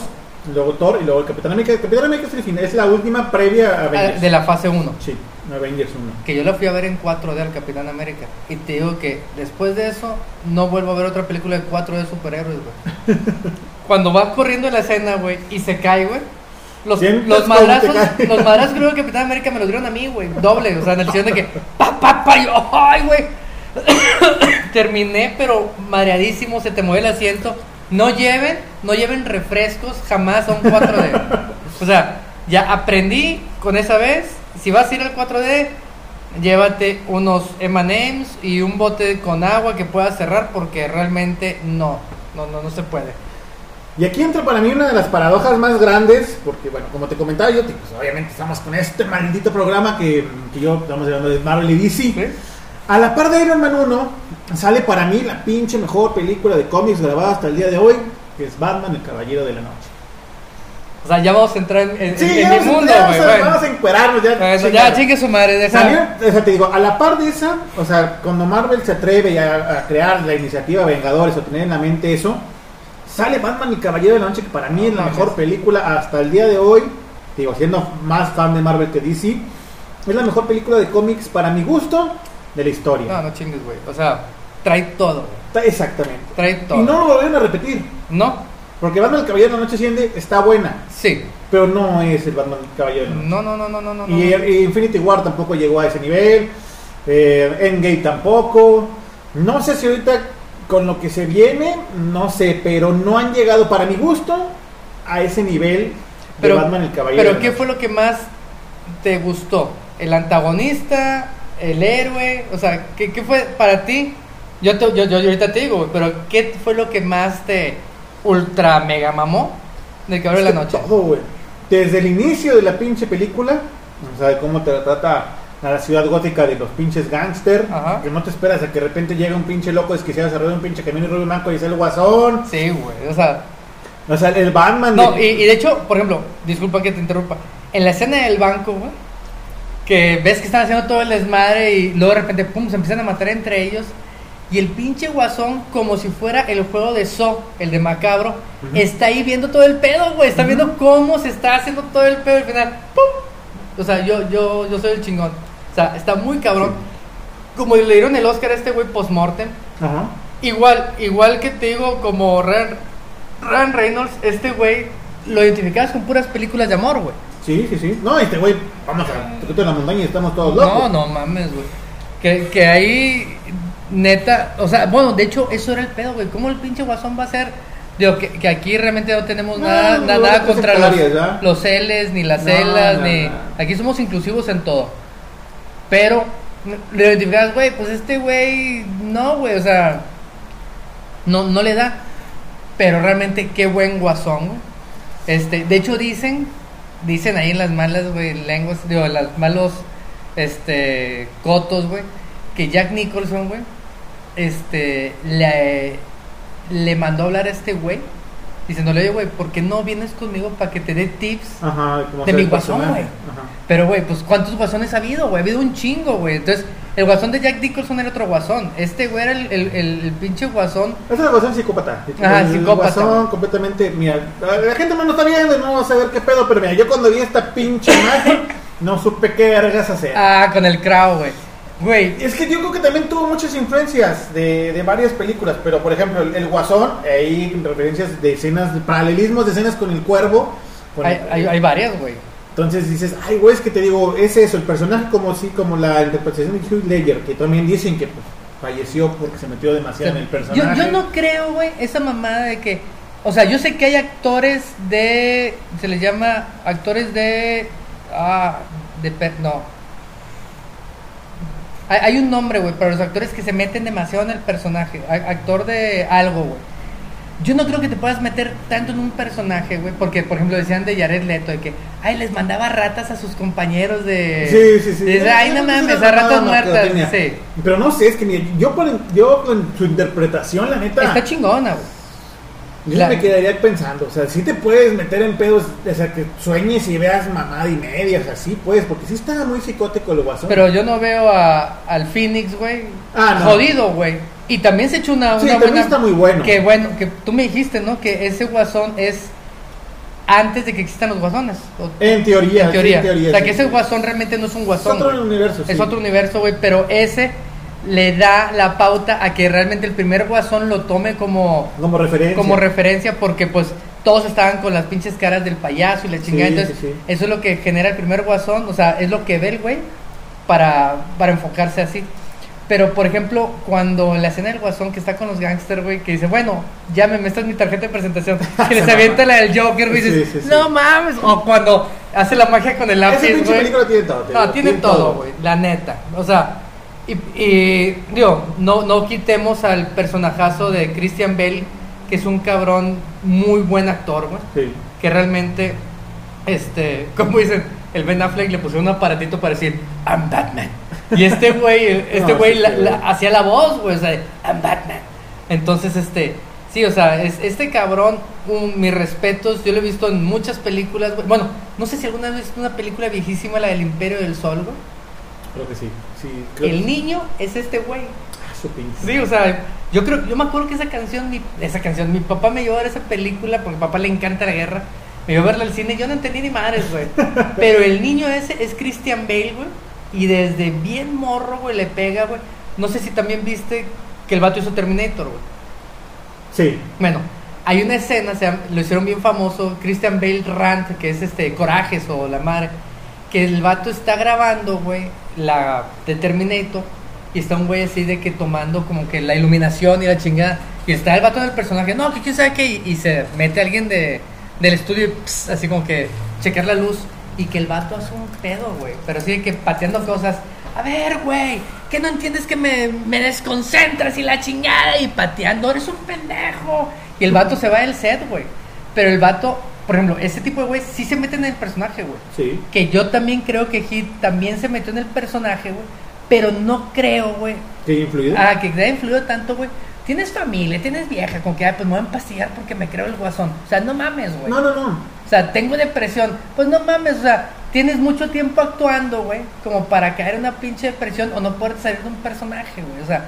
S4: luego Thor y luego el Capitán América. El Capitán América es el final, es la última previa a
S3: Ah,
S4: Avengers.
S3: De la fase 1.
S4: Sí, Avengers 1.
S3: Que yo la fui a ver en 4D al Capitán América. Y te digo que después de eso, no vuelvo a ver otra película de 4D de superhéroes, güey. Cuando va corriendo en la escena, güey, y se cae, güey. Los,
S4: Sientes
S3: los
S4: cómo te
S3: madrazos,
S4: cae.
S3: los madrazos creo que Capitán América me los dieron a mí, güey. Doble, o sea, en el sentido de que, pa, pa, pa, y yo, ay, güey. Terminé, pero mareadísimo, se te mueve el asiento. No lleven, no lleven refrescos jamás a un 4D. O sea, ya aprendí con esa vez. Si vas a ir al 4D, llévate unos M&M's y un bote con agua que puedas cerrar porque realmente no, no, no, no se puede.
S4: Y aquí entra para mí una de las paradojas más grandes, porque bueno, como te comentaba yo, te- pues, obviamente estamos con este maldito programa que, que yo estamos hablando de Marvel y DC. A la par de Iron Man 1, sale para mí la pinche mejor película de cómics grabada hasta el día de hoy, que es Batman, el Caballero de la Noche.
S3: O sea, ya vamos a entrar en, en-
S4: Sí,
S3: en
S4: ya
S3: mi
S4: vamos a-
S3: mundo,
S4: ya
S3: güey.
S4: vamos a-
S3: bueno.
S4: vamos a encuerarnos ya.
S3: Bueno,
S4: chingada.
S3: ya, chingue su madre,
S4: Salió,
S3: deja.
S4: o sea, te digo, a la par de esa, o sea, cuando Marvel se atreve a, a crear la iniciativa Vengadores o tener en la mente eso, sale Batman y Caballero de la Noche, que para mí es la mejor película hasta el día de hoy, digo, siendo más fan de Marvel que DC, es la mejor película de cómics para mi gusto de la historia.
S3: No, no chingues, güey. O sea, trae todo, güey.
S4: Ta- Exactamente.
S3: trae
S4: Y
S3: todo.
S4: no lo volvieron a repetir,
S3: No,
S4: porque Batman y Caballero de la Noche siente, está buena,
S3: sí.
S4: pero no es el Batman y Caballero de la Noche.
S3: No, no, no, no, no, no. no.
S4: Y, y Infinity War tampoco llegó a ese nivel. eh, Endgame tampoco. No sé si ahorita con lo que se viene, no sé, pero no han llegado para mi gusto a ese nivel de
S3: Pero-
S4: Batman el Caballero.
S3: Pero ¿qué fue lo que más te gustó? ¿El antagonista? ¿El héroe? O sea, ¿qué, qué fue para ti? Yo, te- yo, yo ahorita te digo, güey, pero ¿qué fue lo que más te ultra mega mamó de que abre la
S4: Es que
S3: noche?
S4: todo, güey. Desde el inicio de la pinche película, o sea, de cómo te trata a la ciudad gótica de los pinches gángster,
S3: Ajá.
S4: que no te esperas a que de repente llegue un pinche loco desquiciado, se roba un pinche camino y roba un banco y es el guasón.
S3: Sí, güey, o sea,
S4: O sea, el Batman.
S3: No, y,
S4: de-
S3: y de hecho, por ejemplo, disculpa que te interrumpa. En la escena del banco, güey, que ves que están haciendo todo el desmadre y luego de repente, pum, se empiezan a matar entre ellos. Y el pinche guasón, como si fuera el juego de So, el de Macabro, está ahí viendo todo el pedo, güey. Está viendo cómo se está haciendo todo el pedo y al final, ¡pum! O sea, yo, yo, yo soy el chingón. O sea, está muy cabrón. Como le dieron el Oscar a este güey post-mortem,
S4: Ajá.
S3: Igual, igual que te digo, como Ryan, Ryan Reynolds, este güey lo identificabas con puras películas de amor, güey.
S4: Sí, sí, sí. No, este güey, vamos a Tuquito de la montaña y estamos todos
S3: No,
S4: locos.
S3: no mames, güey. Que, que ahí, neta, o sea, bueno, de hecho, eso era el pedo, güey. ¿Cómo el pinche guasón va a ser? Digo, que, que aquí realmente no tenemos
S4: No,
S3: nada,
S4: no,
S3: nada,
S4: no,
S3: nada
S4: no,
S3: contra
S4: secundarias, ¿verdad?
S3: los, los L's, ni las
S4: No,
S3: L's,
S4: no,
S3: ni.
S4: no.
S3: Aquí somos inclusivos en todo. Pero, lo identificabas, güey, pues este güey, no, güey, o sea, no, no le da. Pero realmente, qué buen guasón, güey. Este, de hecho, dicen dicen ahí en las malas, güey, lenguas, digo, en las malos, este, cotos, güey, que Jack Nicholson, güey, este, le, le mandó a hablar a este güey, diciéndole, oye, güey, ¿por qué no vienes conmigo para que te dé tips
S4: Ajá, de cómo
S3: de
S4: hacer
S3: mi
S4: el
S3: guasón,
S4: personaje.
S3: güey? Pero, güey, pues ¿cuántos guasones ha habido, güey? Ha habido un chingo, güey. Entonces, el guasón de Jack Nicholson era otro guasón. Este, güey, era el, el, el- el pinche guasón.
S4: Ese Es el guasón psicópata.
S3: Ajá,
S4: el
S3: Ah, psicópata.
S4: guasón completamente. Mira, la la gente no lo está viendo, no va a saber qué pedo, pero mira, yo cuando vi esta pinche imagen, no supe qué vergas hacer.
S3: Ah, con el crow, güey. Güey,
S4: Es que yo creo que también tuvo muchas influencias de, de varias películas, pero por ejemplo, el, el Guasón, hay referencias de escenas, paralelismos de escenas con el cuervo. con
S3: hay,
S4: el-
S3: hay, hay varias, güey.
S4: Entonces dices, ay, güey, es que te digo, es eso, el personaje como sí, como la interpretación de Hugh Ledger, que también dicen que pues, falleció porque se metió demasiado en el
S3: Yo,
S4: personaje.
S3: yo no creo, güey, esa mamada de que. O sea, yo sé que hay actores de. Se les llama actores de. Ah, de. per- No. Hay, hay un nombre, güey, para los actores que se meten demasiado en el personaje. a- Actor de algo, güey. Yo no creo que te puedas meter tanto en un personaje, güey, porque, por ejemplo, decían de Jared Leto, de que, ay, les mandaba ratas a sus compañeros de...
S4: Sí, sí, sí.
S3: Y dices, ay, no mames, a ratas muertas. Sí.
S4: Pero no sé, es que ni- yo, por, yo con su interpretación, la neta.
S3: Está chingona, güey.
S4: Yo
S3: La-
S4: me quedaría pensando, o sea, si te puedes meter en pedos, o sea, que sueñes y veas mamada y media, o sea, sí puedes, porque sí está muy psicótico el guasón.
S3: Pero yo no veo a, al Phoenix, güey.
S4: Ah, no.
S3: Jodido, güey. Y también se echó una,
S4: Sí,
S3: una
S4: también
S3: buena.
S4: está muy bueno.
S3: Que bueno, que tú me dijiste, ¿no? Que ese guasón es antes de que existan los guasones. O-
S4: En teoría,
S3: en teoría.
S4: Eh, sí, en teoría,
S3: o sea,
S4: sí.
S3: que ese guasón realmente no es un
S4: es
S3: guasón.
S4: otro
S3: güey.
S4: universo.
S3: Es
S4: sí.
S3: otro universo, güey. Pero ese le da la pauta a que realmente el primer guasón lo tome como,
S4: Como referencia.
S3: como referencia porque pues todos estaban con las pinches caras del payaso y la chingada.
S4: Sí,
S3: Entonces,
S4: sí, sí.
S3: eso es lo que genera el primer guasón, o sea, es lo que ve el güey para, para enfocarse así. Pero, por ejemplo, cuando en la escena del guasón que está con los gangsters, güey, que dice, bueno, llámeme, esta es mi tarjeta de presentación. Que les avienta la del Joker, güey, y dices,
S4: Sí, sí, sí.
S3: no mames. O cuando hace la magia con el
S4: Esa
S3: lápiz,
S4: pinche
S3: güey.
S4: película tiene todo. te
S3: No,
S4: digo,
S3: tienen todo, güey, la neta. O sea, y, y, digo, no, no quitemos al personajazo de Christian Bale, que es un cabrón muy buen actor, güey.
S4: Sí.
S3: Que realmente, este, como dicen, el Ben Affleck le pusieron un aparatito para decir, I'm Batman. Y este güey, el- este
S4: No,
S3: güey
S4: sí,
S3: la-
S4: sí.
S3: la- hacía la voz, güey, o sea, I'm Batman. Entonces, este, sí, o sea, es, este cabrón, un- mis respetos, yo lo he visto en muchas películas, güey. Bueno, no sé si alguna vez viste una película viejísima, la del Imperio del Sol, güey.
S4: Creo que sí. sí creo
S3: El
S4: que-
S3: niño es este güey.
S4: Ah, su pinche.
S3: Sí, o sea, yo creo, yo me acuerdo que esa canción, mi, esa canción, mi papá me llevó a ver esa película porque a papá le encanta la guerra. Me llevó a verla al cine, yo no entendí ni madres, güey. Pero el niño ese es Christian Bale, güey. Y desde bien morro, güey, le pega, güey. No sé si también viste que el vato hizo Terminator, güey.
S4: Sí.
S3: Bueno, hay una escena, se llama- lo hicieron bien famoso, Christian Bale Rant, que es este Corajes o la madre, que el vato está grabando, güey, la de Terminator, y está un güey así de que tomando como que la iluminación y la chingada, y está el vato del personaje, no, que quién sabe qué, y, y se mete alguien de, del estudio, y ps, así como que checar la luz, y que el vato hace un pedo, güey, pero así de que pateando cosas. A ver, güey, que no entiendes que me, me desconcentras y la chingada y pateando, eres un pendejo. Y el vato se va del set, güey. Pero el vato, por ejemplo, ese tipo de güey sí se mete en el personaje, güey.
S4: Sí.
S3: Que yo también creo que Hit también se metió en el personaje, güey. Pero no creo, güey.
S4: ¿Qué influido?
S3: Ah, que te ha influido tanto, güey. Tienes familia, tienes vieja, con que, ay, pues me voy a empastillar porque me creo el guasón. O sea, no mames, güey.
S4: no, no, no.
S3: O sea, tengo depresión. Pues no mames, o sea, tienes mucho tiempo actuando, güey, como para caer en una pinche depresión o no poder salir de un personaje, güey. O sea,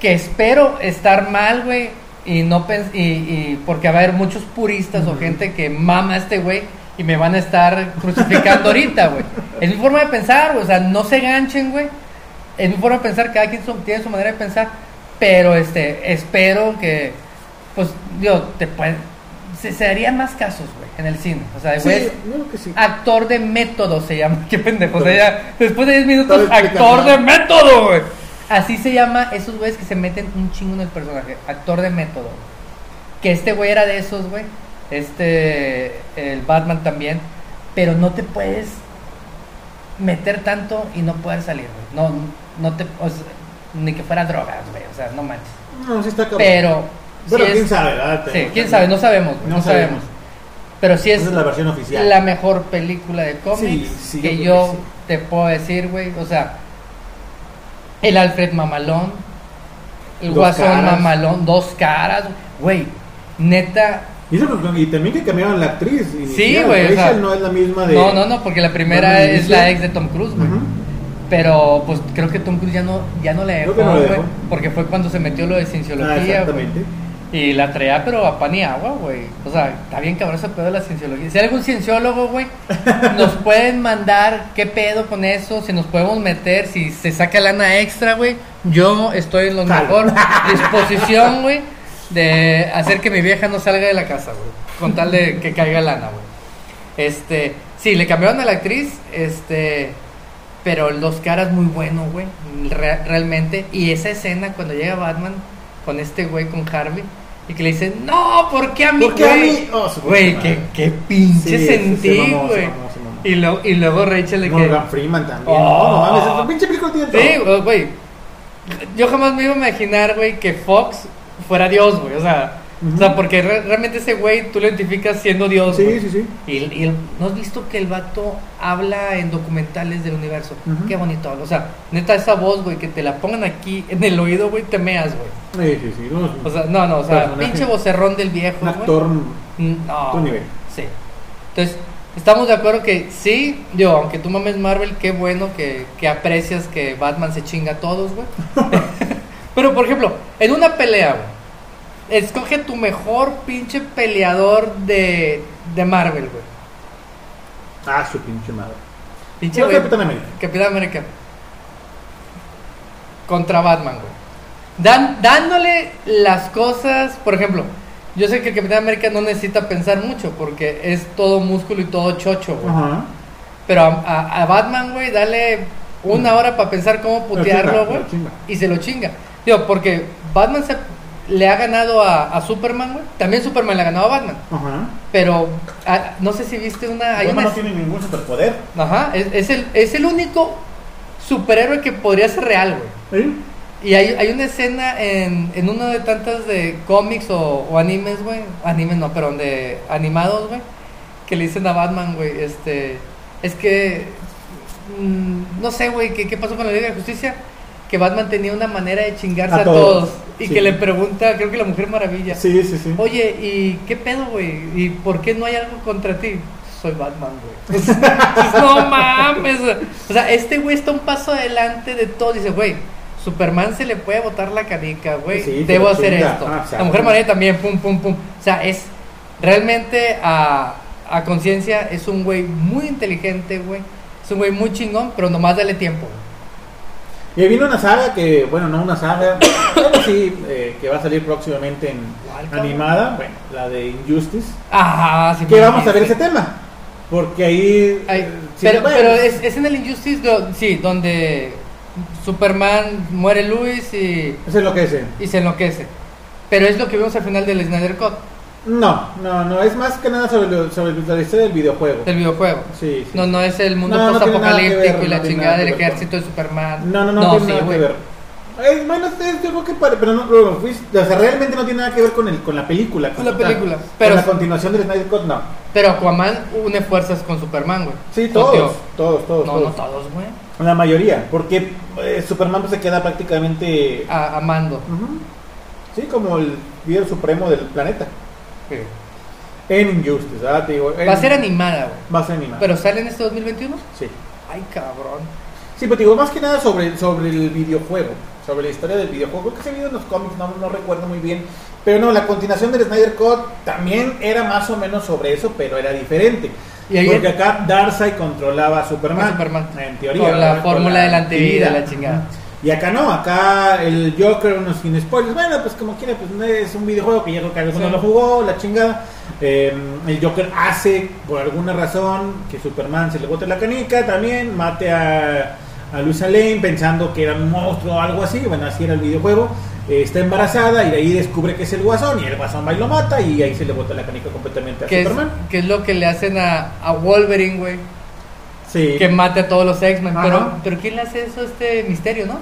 S3: que espero estar mal, güey, y no pens y, y porque va a haber muchos puristas o gente que mama a este güey y me van a estar crucificando ahorita, güey. Es mi forma de pensar, güey, o sea, no se ganchen, güey. Es mi forma de pensar, cada quien su- tiene su manera de pensar, pero este, espero que, pues, digo, te pueden, se, se darían más casos, güey, en el cine. O sea, de
S4: Sí,
S3: güey, es
S4: yo creo que sí.
S3: actor de método se llama, qué pendejo, o sea, ya, después de 10 minutos,
S4: Todo explica
S3: actor de
S4: nada.
S3: método, güey. Así se llama esos güeyes que se meten un chingo en el personaje, actor de método. güey. Que este güey era de esos, güey. Este, el Batman también. Pero no te puedes meter tanto y no poder salir, güey. No, no te, o sea, ni que fuera drogas, güey. O sea, no manches.
S4: No, sí está cabrón.
S3: Pero,
S4: Bueno,
S3: sí
S4: quién
S3: es-
S4: sabe, ¿verdad?
S3: Sí, quién sabe, no sabemos, güey,
S4: No
S3: no sabemos.
S4: sabemos.
S3: Pero sí es,
S4: Esa es la versión oficial.
S3: la mejor película de cómics
S4: Sí, sí, yo
S3: que
S4: creo
S3: yo
S4: que sí.
S3: te puedo decir, güey. O sea, el Alfred Mamalón, el
S4: Dos
S3: Guasón
S4: caras.
S3: Mamalón, dos caras, güey. Neta,
S4: Y, eso, pues, y también que cambiaron la actriz.
S3: sí,
S4: inicial.
S3: güey. o sea,
S4: Rachel no es la misma de.
S3: No, no, no, porque la primera
S4: Norman
S3: es
S4: Reedus.
S3: la ex de Tom Cruise, güey. Pero pues creo que Tom Cruise ya no, ya no le dejó,
S4: Creo que no le
S3: güey,
S4: dejó.
S3: Porque fue cuando se metió lo de cienciología.
S4: Ah,
S3: güey.
S4: exactamente.
S3: Y la traía, pero a pan y agua, güey. O sea, está bien cabrón ese pedo de la cienciología. Si hay algún cienciólogo, güey, nos pueden mandar qué pedo con eso, si nos podemos meter, si se saca lana extra, güey. Yo estoy en la mejor disposición, güey, de hacer que mi vieja no salga de la casa, güey. Con tal de que caiga lana, güey. Este, sí, le cambiaron a la actriz, este, pero el dos caras muy bueno, güey, re- realmente. Y esa escena cuando llega Batman con este güey, con Harvey, y que le dice, no, ¿por qué a mí,
S4: ¿Por qué a
S3: güey?"
S4: mí? Oh, su
S3: Güey,
S4: puta
S3: qué,
S4: madre.
S3: qué pinche
S4: Sí, sí, se
S3: sentí,
S4: mamó, se
S3: güey.
S4: mamó, se mamó.
S3: Y, lo- y luego Rachel le que... Ah.
S4: Morgan Freeman también. No, no mames, esa pinche película tiene todo.
S3: Sí, güey, güey. Yo jamás me iba a imaginar, güey, que Fox fuera Dios, güey. O sea, o sea porque re- realmente ese güey tú lo identificas siendo Dios.
S4: Sí,
S3: güey.
S4: sí, sí.
S3: Y, el- y el- ¿No has visto que el vato habla en documentales del universo?
S4: Ujú.
S3: Qué bonito. O sea, neta, esa voz, güey, que te la pongan aquí en el oído, güey, te meas, güey.
S4: Sí, sí, sí. no,
S3: O sea, no, no, o sea,
S4: Personaje.
S3: pinche vocerrón del viejo,
S4: un
S3: güey.
S4: actor.
S3: Mm, No.
S4: Tu nivel.
S3: Sí. Entonces, estamos de acuerdo que sí, yo, aunque tú mames Marvel, qué bueno que, que aprecias que Batman se chinga a todos, güey. Pero, por ejemplo, en una pelea, güey, escoge tu mejor pinche peleador de, de Marvel, güey.
S4: Ah, su pinche madre.
S3: Pinche
S4: Yo,
S3: güey.
S4: Capitán América.
S3: Capitán América. Contra Batman, güey. Dan- dándole las cosas, por ejemplo, yo sé que el Capitán América no necesita pensar mucho porque es todo músculo y todo chocho, güey.
S4: Ajá.
S3: Pero a, a- a Batman, güey, dale una hora para pensar cómo
S4: Lo chinga,
S3: putearlo, güey.
S4: lo chinga.
S3: Y se lo chinga. Digo, porque Batman se, le ha ganado a, a Superman, güey. También Superman le ha ganado a Batman.
S4: Ajá.
S3: Pero ah, no sé si viste una... Hay
S4: Batman
S3: una
S4: no tiene ningún superpoder.
S3: Ajá, es, es el, es el único superhéroe que podría ser real, güey.
S4: ¿Sí?
S3: Y hay, hay una escena en, en uno de tantas de cómics o, o animes, güey. Animes no, perdón, de animados, güey. Que le dicen a Batman, güey, este... Es que... mm, no sé, güey, ¿qué, qué pasó con la Liga de Justicia? Que Batman tenía una manera de chingarse
S4: A
S3: a,
S4: todos,
S3: todos. Y
S4: sí.
S3: que le pregunta, creo que la Mujer Maravilla.
S4: Sí, sí, sí.
S3: Oye, ¿y qué pedo, güey? ¿Y por qué no hay algo contra ti? Soy Batman, güey. Pues, no mames. O sea, este güey está un paso adelante de todo. Dice, güey, Superman se le puede botar la canica, güey.
S4: Sí, te
S3: Debo
S4: la
S3: hacer
S4: chinga.
S3: esto.
S4: Ah, exacto.
S3: la Mujer Maravilla también, pum, pum, pum. O sea, es realmente a, a conciencia, es un güey muy inteligente, güey. Es un güey muy chingón, pero nomás dale tiempo.
S4: Y vino una saga que, bueno, no una saga, pero sí, eh, que va a salir próximamente en
S3: ¿Cuál, cabrón?
S4: animada, bueno, la de Injustice.
S3: Ah, sí.
S4: Que
S3: me
S4: vamos a ver
S3: dijiste.
S4: ese tema. Porque ahí.
S3: Ay,
S4: eh, sí,
S3: pero
S4: bueno,
S3: pero es, es en el Injustice, do- sí, donde Superman muere Luis y,
S4: Eso es eh. lo que dicen.
S3: y se enloquece. Pero es lo que vimos al final del Snyder Cut,
S4: No, no, no, es más que nada sobre, lo- sobre la historia del videojuego.
S3: del videojuego.
S4: Sí, sí.
S3: No, no es el mundo
S4: No, no tiene nada que ver,
S3: postapocalíptico y la
S4: no tiene
S3: chingada
S4: nada
S3: del
S4: que ver con-
S3: ejército de Superman.
S4: No, no, no, tiene
S3: sí,
S4: nada
S3: güey.
S4: que ver. Es, bueno, es, es- yo creo que pare- pero no, no, no, fuiste- o sea, realmente no tiene nada que ver con, el, con la película.
S3: Con la
S4: como tal.
S3: película,
S4: Ah, Con
S3: pero-
S4: la continuación del Snyder Cut, no.
S3: Pero Aquaman une fuerzas con Superman, güey.
S4: Sí,
S3: No,
S4: todos,
S3: tío.
S4: todos, todos,
S3: No,
S4: todos.
S3: no todos, güey.
S4: La mayoría, porque eh, Superman pues, se queda prácticamente...
S3: A- Amando.
S4: Ujú. Sí, como el líder supremo del planeta.
S3: Sí.
S4: En Injustice, ¿verdad? Te digo, eh, en-
S3: Va a ser animada, güey.
S4: Va a ser animada.
S3: Pero sale en este 2021.
S4: Ah. Sí.
S3: Ay, cabrón.
S4: Sí, pero te digo, más que nada sobre, sobre el videojuego, sobre la historia del videojuego, Creo que se vio en los cómics, no, no recuerdo muy bien. Pero no, la continuación del Snyder Cut también era más o menos sobre eso, pero era diferente.
S3: Y ahí-
S4: Porque acá Darkseid controlaba a Superman.
S3: A Superman.
S4: En teoría.
S3: Con la
S4: ¿verdad? Con
S3: fórmula de la antivida, la chingada.
S4: Y acá no, acá el Joker, unos sin spoilers. Bueno, pues como quiera, pues no es un videojuego que ya creo que alguno
S3: Sí.
S4: lo jugó, la chingada. Eh, el Joker hace, por alguna razón, que Superman se le bote la canica también, mate a, a Luisa Lane pensando que era un monstruo o algo así. Bueno, así era el videojuego. Eh, está embarazada y de ahí descubre que es el guasón. Y el guasón va y lo mata. Y ahí se le bota la canica completamente a
S3: Que es,
S4: Superman.
S3: que es lo que le hacen a, a Wolverine, güey.
S4: Sí.
S3: que mate a todos los X-Men.
S4: Ajá.
S3: Pero, pero ¿quién le hace eso a este misterio, no?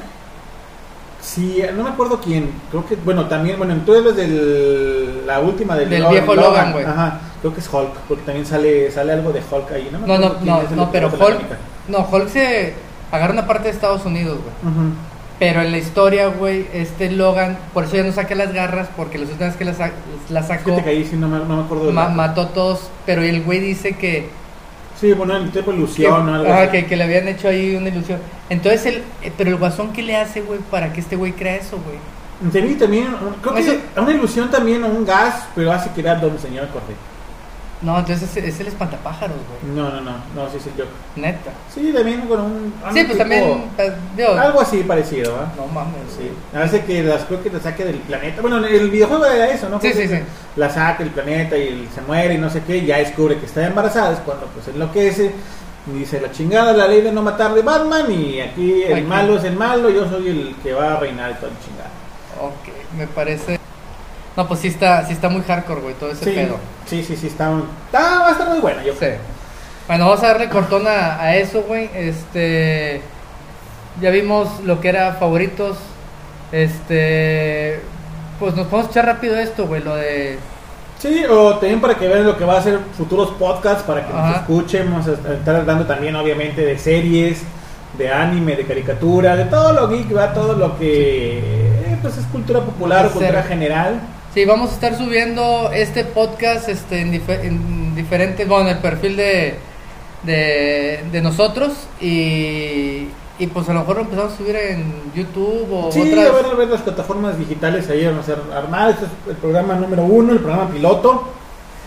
S4: Sí, no me acuerdo quién. Creo que, bueno, también, bueno, en todos los del. La última del,
S3: Del viejo Logan, güey.
S4: Ajá. Creo que es Hulk, porque también sale, sale algo de Hulk ahí, ¿no? me
S3: No, no,
S4: acuerdo quién
S3: no,
S4: es el
S3: no, pero
S4: otro de la
S3: Hulk.
S4: América.
S3: No, Hulk se agarra una parte de Estados Unidos, güey.
S4: Ujú.
S3: Pero en la historia, güey, este Logan, por eso ya no saca las garras, porque las últimas que las, sa- las
S4: Es que
S3: sacó,
S4: te caí, sí, no me, no me acuerdo del
S3: ma-
S4: nombre.
S3: mató a todos. Pero el güey dice que
S4: Sí, bueno, el tipo
S3: que,
S4: ilusión o algo
S3: ajá,
S4: así.
S3: que- que le habían hecho ahí una ilusión. Entonces, el, eh, pero el guasón, ¿qué le hace, güey, para que este güey crea eso, güey?
S4: Tenía también, creo que
S3: Eso-
S4: una ilusión también, un gas, pero hace que era don señor Corte.
S3: No, entonces es, es el espantapájaros, güey.
S4: No, no, no, no, sí, sí, yo.
S3: Neta.
S4: Sí, también con un.
S3: sí,
S4: algo
S3: pues
S4: Ah, tipo-
S3: también. pues, digo,
S4: Algo así parecido, ¿ah?
S3: No mames, sí.
S4: Hace que las creo que las saque del planeta. Bueno, el videojuego era eso, ¿no?
S3: Sí,
S4: Creo
S3: sí,
S4: que
S3: sí.
S4: La saca del planeta y él se muere y no sé qué. y Ya descubre que está embarazada. Es cuando pues enloquece. Y dice la chingada, la ley de no matar de Batman. Y aquí el
S3: Aquí.
S4: malo es el malo. Yo soy el que va a reinar y todo el chingada.
S3: Ok, me parece. No, pues sí está, sí está muy hardcore, güey, todo ese
S4: Sí,
S3: pedo.
S4: sí, sí, sí, está, está- va a estar muy buena, yo
S3: Sí.
S4: creo.
S3: Bueno, vamos a darle cortón a, a eso, güey. Este. Ya vimos lo que era favoritos. Este. Pues nos podemos echar rápido esto, güey, lo de.
S4: Sí, o también para que vean lo que va a ser futuros podcasts, para que nos
S3: Ajá.
S4: escuchen. Vamos a estar hablando también, obviamente, de series, de anime, de caricatura, de todo lo geek, va todo lo que eh, pues es cultura popular,
S3: Puede
S4: cultura
S3: ser.
S4: general.
S3: Sí, vamos a estar subiendo este podcast este, en, dife- en diferentes. Bueno, en el perfil de. De, de nosotros y, y pues a lo mejor lo empezamos a subir en YouTube o
S4: Sí,
S3: otras
S4: a ver, a ver las plataformas digitales ahí vamos a armar. Este es el programa número uno, el programa piloto.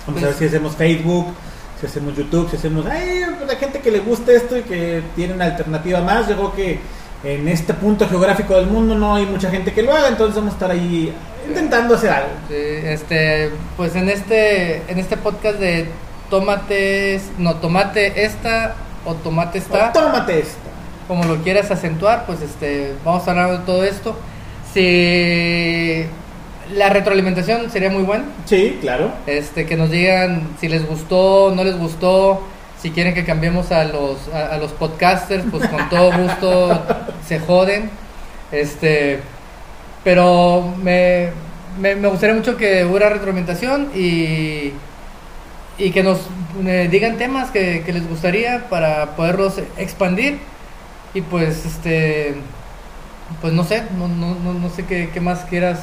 S4: Vamos a
S3: Pues-
S4: ver si hacemos Facebook, si hacemos YouTube, si hacemos. Ay, Pues la gente que le gusta esto y que tiene una alternativa más. Yo creo que en este punto geográfico del mundo no hay mucha gente que lo haga, entonces vamos a estar ahí intentando hacer algo.
S3: Sí, este, pues en este, en este podcast de tomates, no tomate esta o tomate está,
S4: Tómate esto.
S3: como lo quieras acentuar, pues este, vamos a hablar de todo esto. Si la retroalimentación sería muy buena,
S4: Sí, claro.
S3: este, que nos digan si les gustó, no les gustó, si quieren que cambiemos a los, a, a los podcasters, pues con todo gusto se joden. Este, pero me, me, me gustaría mucho que hubiera retroalimentación y, y que nos eh, digan temas que, que les gustaría para poderlos expandir. Y pues, este, pues no sé, no, no, no, no sé qué, qué más quieras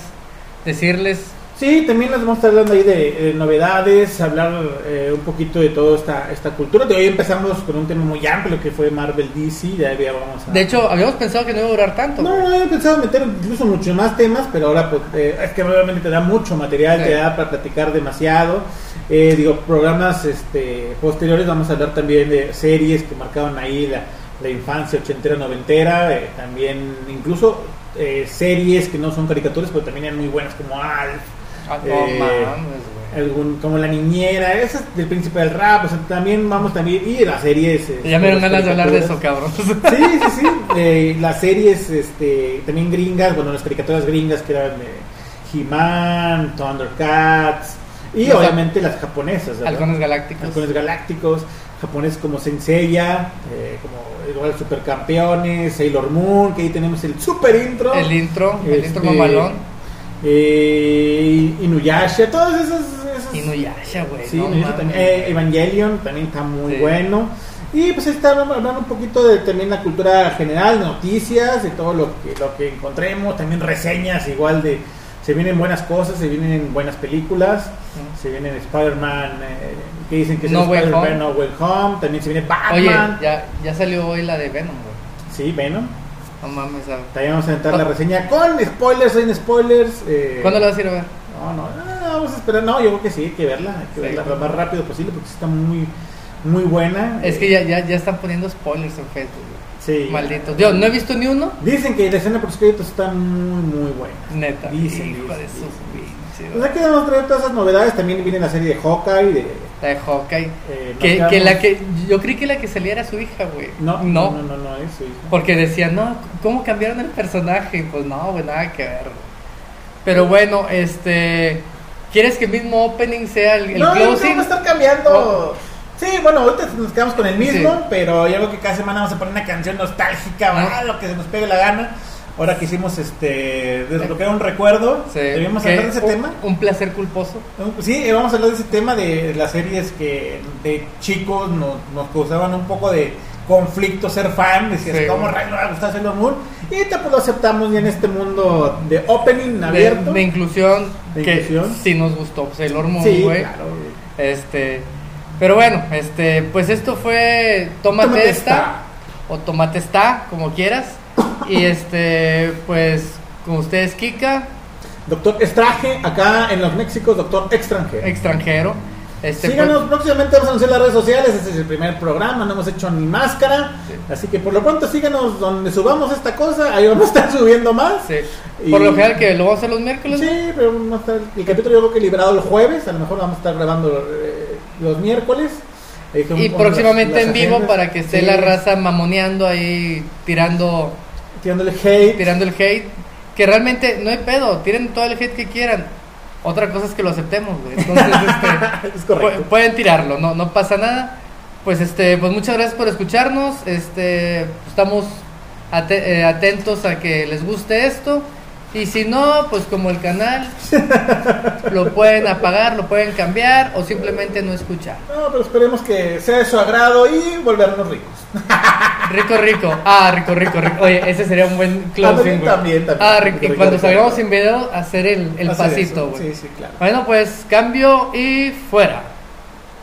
S3: decirles.
S4: Sí, también les vamos a estar hablando ahí de, eh, novedades, hablar eh, un poquito de toda esta, esta cultura. De hoy empezamos con un tema muy amplio que fue Marvel DC, de ahí ya vamos a...
S3: De hecho, habíamos pensado que no iba a durar tanto.
S4: Ah. No,
S3: güey.
S4: no, había pensado meter incluso muchos más temas, pero ahora pues, eh, es que obviamente te da mucho material,
S3: Sí.
S4: te da para platicar demasiado. Eh, digo, programas este, posteriores vamos a hablar también de series que marcaron ahí la, la infancia ochentera, noventera, eh, también incluso eh, series que no son caricaturas, pero también eran muy buenas como Alf,
S3: Ah, no
S4: Eh,
S3: mames, güey.
S4: algún, como La Niñera, ese es del príncipe del rap, o sea, también vamos también, y las series... eh,
S3: Ya me dieron
S4: las
S3: ganas de hablar de
S4: caricaturas.
S3: eso, cabrón.
S4: Sí, sí, sí. Eh, las series este, también gringas, bueno, las caricaturas gringas que eran eh, He-Man, Thundercats y
S3: Los
S4: obviamente las japonesas. ¿verdad?
S3: Halcones Galácticos.
S4: Halcones Galácticos, japoneses como Senseiya, eh, como igual Supercampeones, Sailor Moon, que ahí tenemos el super intro.
S3: El intro, el intro
S4: Este,
S3: mamalón.
S4: eh, Inuyasha, todas esas... esas-
S3: Inuyasha, güey.
S4: Sí,
S3: no
S4: Inuyasha
S3: mames.
S4: también. Eh, Evangelion también está muy
S3: Sí.
S4: bueno. Y pues ahí está hablando un poquito de también la cultura general, noticias, de todo lo que, lo que encontremos, también reseñas igual de... Se vienen buenas cosas, se vienen buenas películas, se viene Spider-Man, eh, que dicen que es
S3: No
S4: el
S3: Way
S4: Spider-Man
S3: Home.
S4: No Way Home, también se viene
S3: Oye,
S4: Batman.
S3: ya, ya salió hoy la de Venom, güey.
S4: Sí, Venom.
S3: No mames, ah. ¿sabes?
S4: También vamos a entrar la reseña con spoilers, sin spoilers. eh,
S3: ¿Cuándo la vas a ir a ver?
S4: no, no, no, vamos a esperar. No, yo creo que sí, hay que verla, hay que
S3: Sí.
S4: verla lo más rápido posible porque sí está muy, muy buena.
S3: Es
S4: Eh,
S3: que ya, ya, ya están poniendo spoilers en Facebook, güey.
S4: sí.
S3: Malditos. Yo no he visto ni uno.
S4: Dicen que la escena por créditos está muy, muy buena.
S3: Neta.
S4: Dicen,
S3: Hijo
S4: dicen,
S3: de su pinche,
S4: Pues
S3: güey.
S4: aquí vamos a traer todas esas novedades. También viene la serie de Hawkeye. De,
S3: La de Hawkeye.
S4: eh,
S3: Que,
S4: Mark
S3: que la
S4: Hamill.
S3: que. Yo creí que la que salía era su hija, güey.
S4: No, no, no, no, no, es su hija.
S3: Porque decían, no, ¿cómo cambiaron el personaje? Pues no, güey, nada que ver. Pero bueno, este. ¿Quieres que el mismo opening sea el, el
S4: no, no,
S3: closing?
S4: vamos a estar cambiando. Sí, bueno, ahorita nos quedamos con el mismo,
S3: Sí.
S4: pero yo creo que cada semana vamos a poner una canción nostálgica,
S3: Ah.
S4: va, lo que se nos pegue la gana. Ahora que hicimos este desbloquear un recuerdo,
S3: Sí.
S4: debíamos
S3: ¿Qué?
S4: hablar de ese
S3: Un-
S4: tema.
S3: Un placer culposo.
S4: Sí, eh, vamos a hablar de ese tema de las series que de chicos nos, nos causaban un poco de conflicto ser fan. Decías,
S3: Sí.
S4: ¿cómo rayos le va a gustar Sailor Moon? Y te pues, lo aceptamos ya en este mundo de opening
S3: de,
S4: abierto.
S3: de inclusión
S4: De
S3: que
S4: inclusión.
S3: sí nos gustó pues, el Moon,
S4: Sí,
S3: güey.
S4: claro, güey.
S3: Este, pero bueno, este, pues esto fue Tómate,
S4: Tómate
S3: esta,
S4: esta.
S3: o Tómate está, como quieras. y este, pues con ustedes Kika,
S4: Doctor Extraje, acá en los Méxicos, Doctor Extranjero.
S3: extranjero. Este,
S4: Síganos, próximamente vamos a anunciar las redes sociales, este es el primer programa, no hemos hecho ni máscara, así que por lo pronto síganos donde subamos esta cosa, ahí vamos a estar subiendo más.
S3: pues, sí. Por
S4: Y-
S3: lo general que lo vamos a hacer los miércoles. ¿no?
S4: Sí, pero vamos a estar- el capítulo yo creo que liberado el jueves, a lo mejor vamos a estar grabando eh, los miércoles. Ahí con-
S3: Y
S4: con
S3: próximamente
S4: las- las
S3: en vivo
S4: agendas.
S3: para que esté
S4: Sí,
S3: la raza mamoneando ahí, tirando,
S4: Tirándole hate.
S3: tirando el hate. Que realmente no hay pedo, tiren todo el hate que quieran. Otra cosa es que lo aceptemos, güey. Entonces, este,
S4: es
S3: pu-
S4: correcto.
S3: pueden tirarlo, no, no pasa nada. Pues este, pues muchas gracias por escucharnos. Este, estamos ate- eh, atentos a que les guste esto. Y si no, pues como el canal, lo pueden apagar, lo pueden cambiar o simplemente no escuchar.
S4: No, pero esperemos que sea de su agrado y volvernos ricos.
S3: Rico, rico. Ah, rico, rico, rico. Oye, ese sería un buen closing, güey.
S4: También, también, también.
S3: Ah, rico. Y
S4: Rico,
S3: cuando
S4: rico,
S3: salgamos
S4: rico.
S3: en video, hacer el, el
S4: Hacer
S3: pasito,
S4: eso.
S3: güey.
S4: Sí, sí, claro.
S3: Bueno, pues cambio y fuera.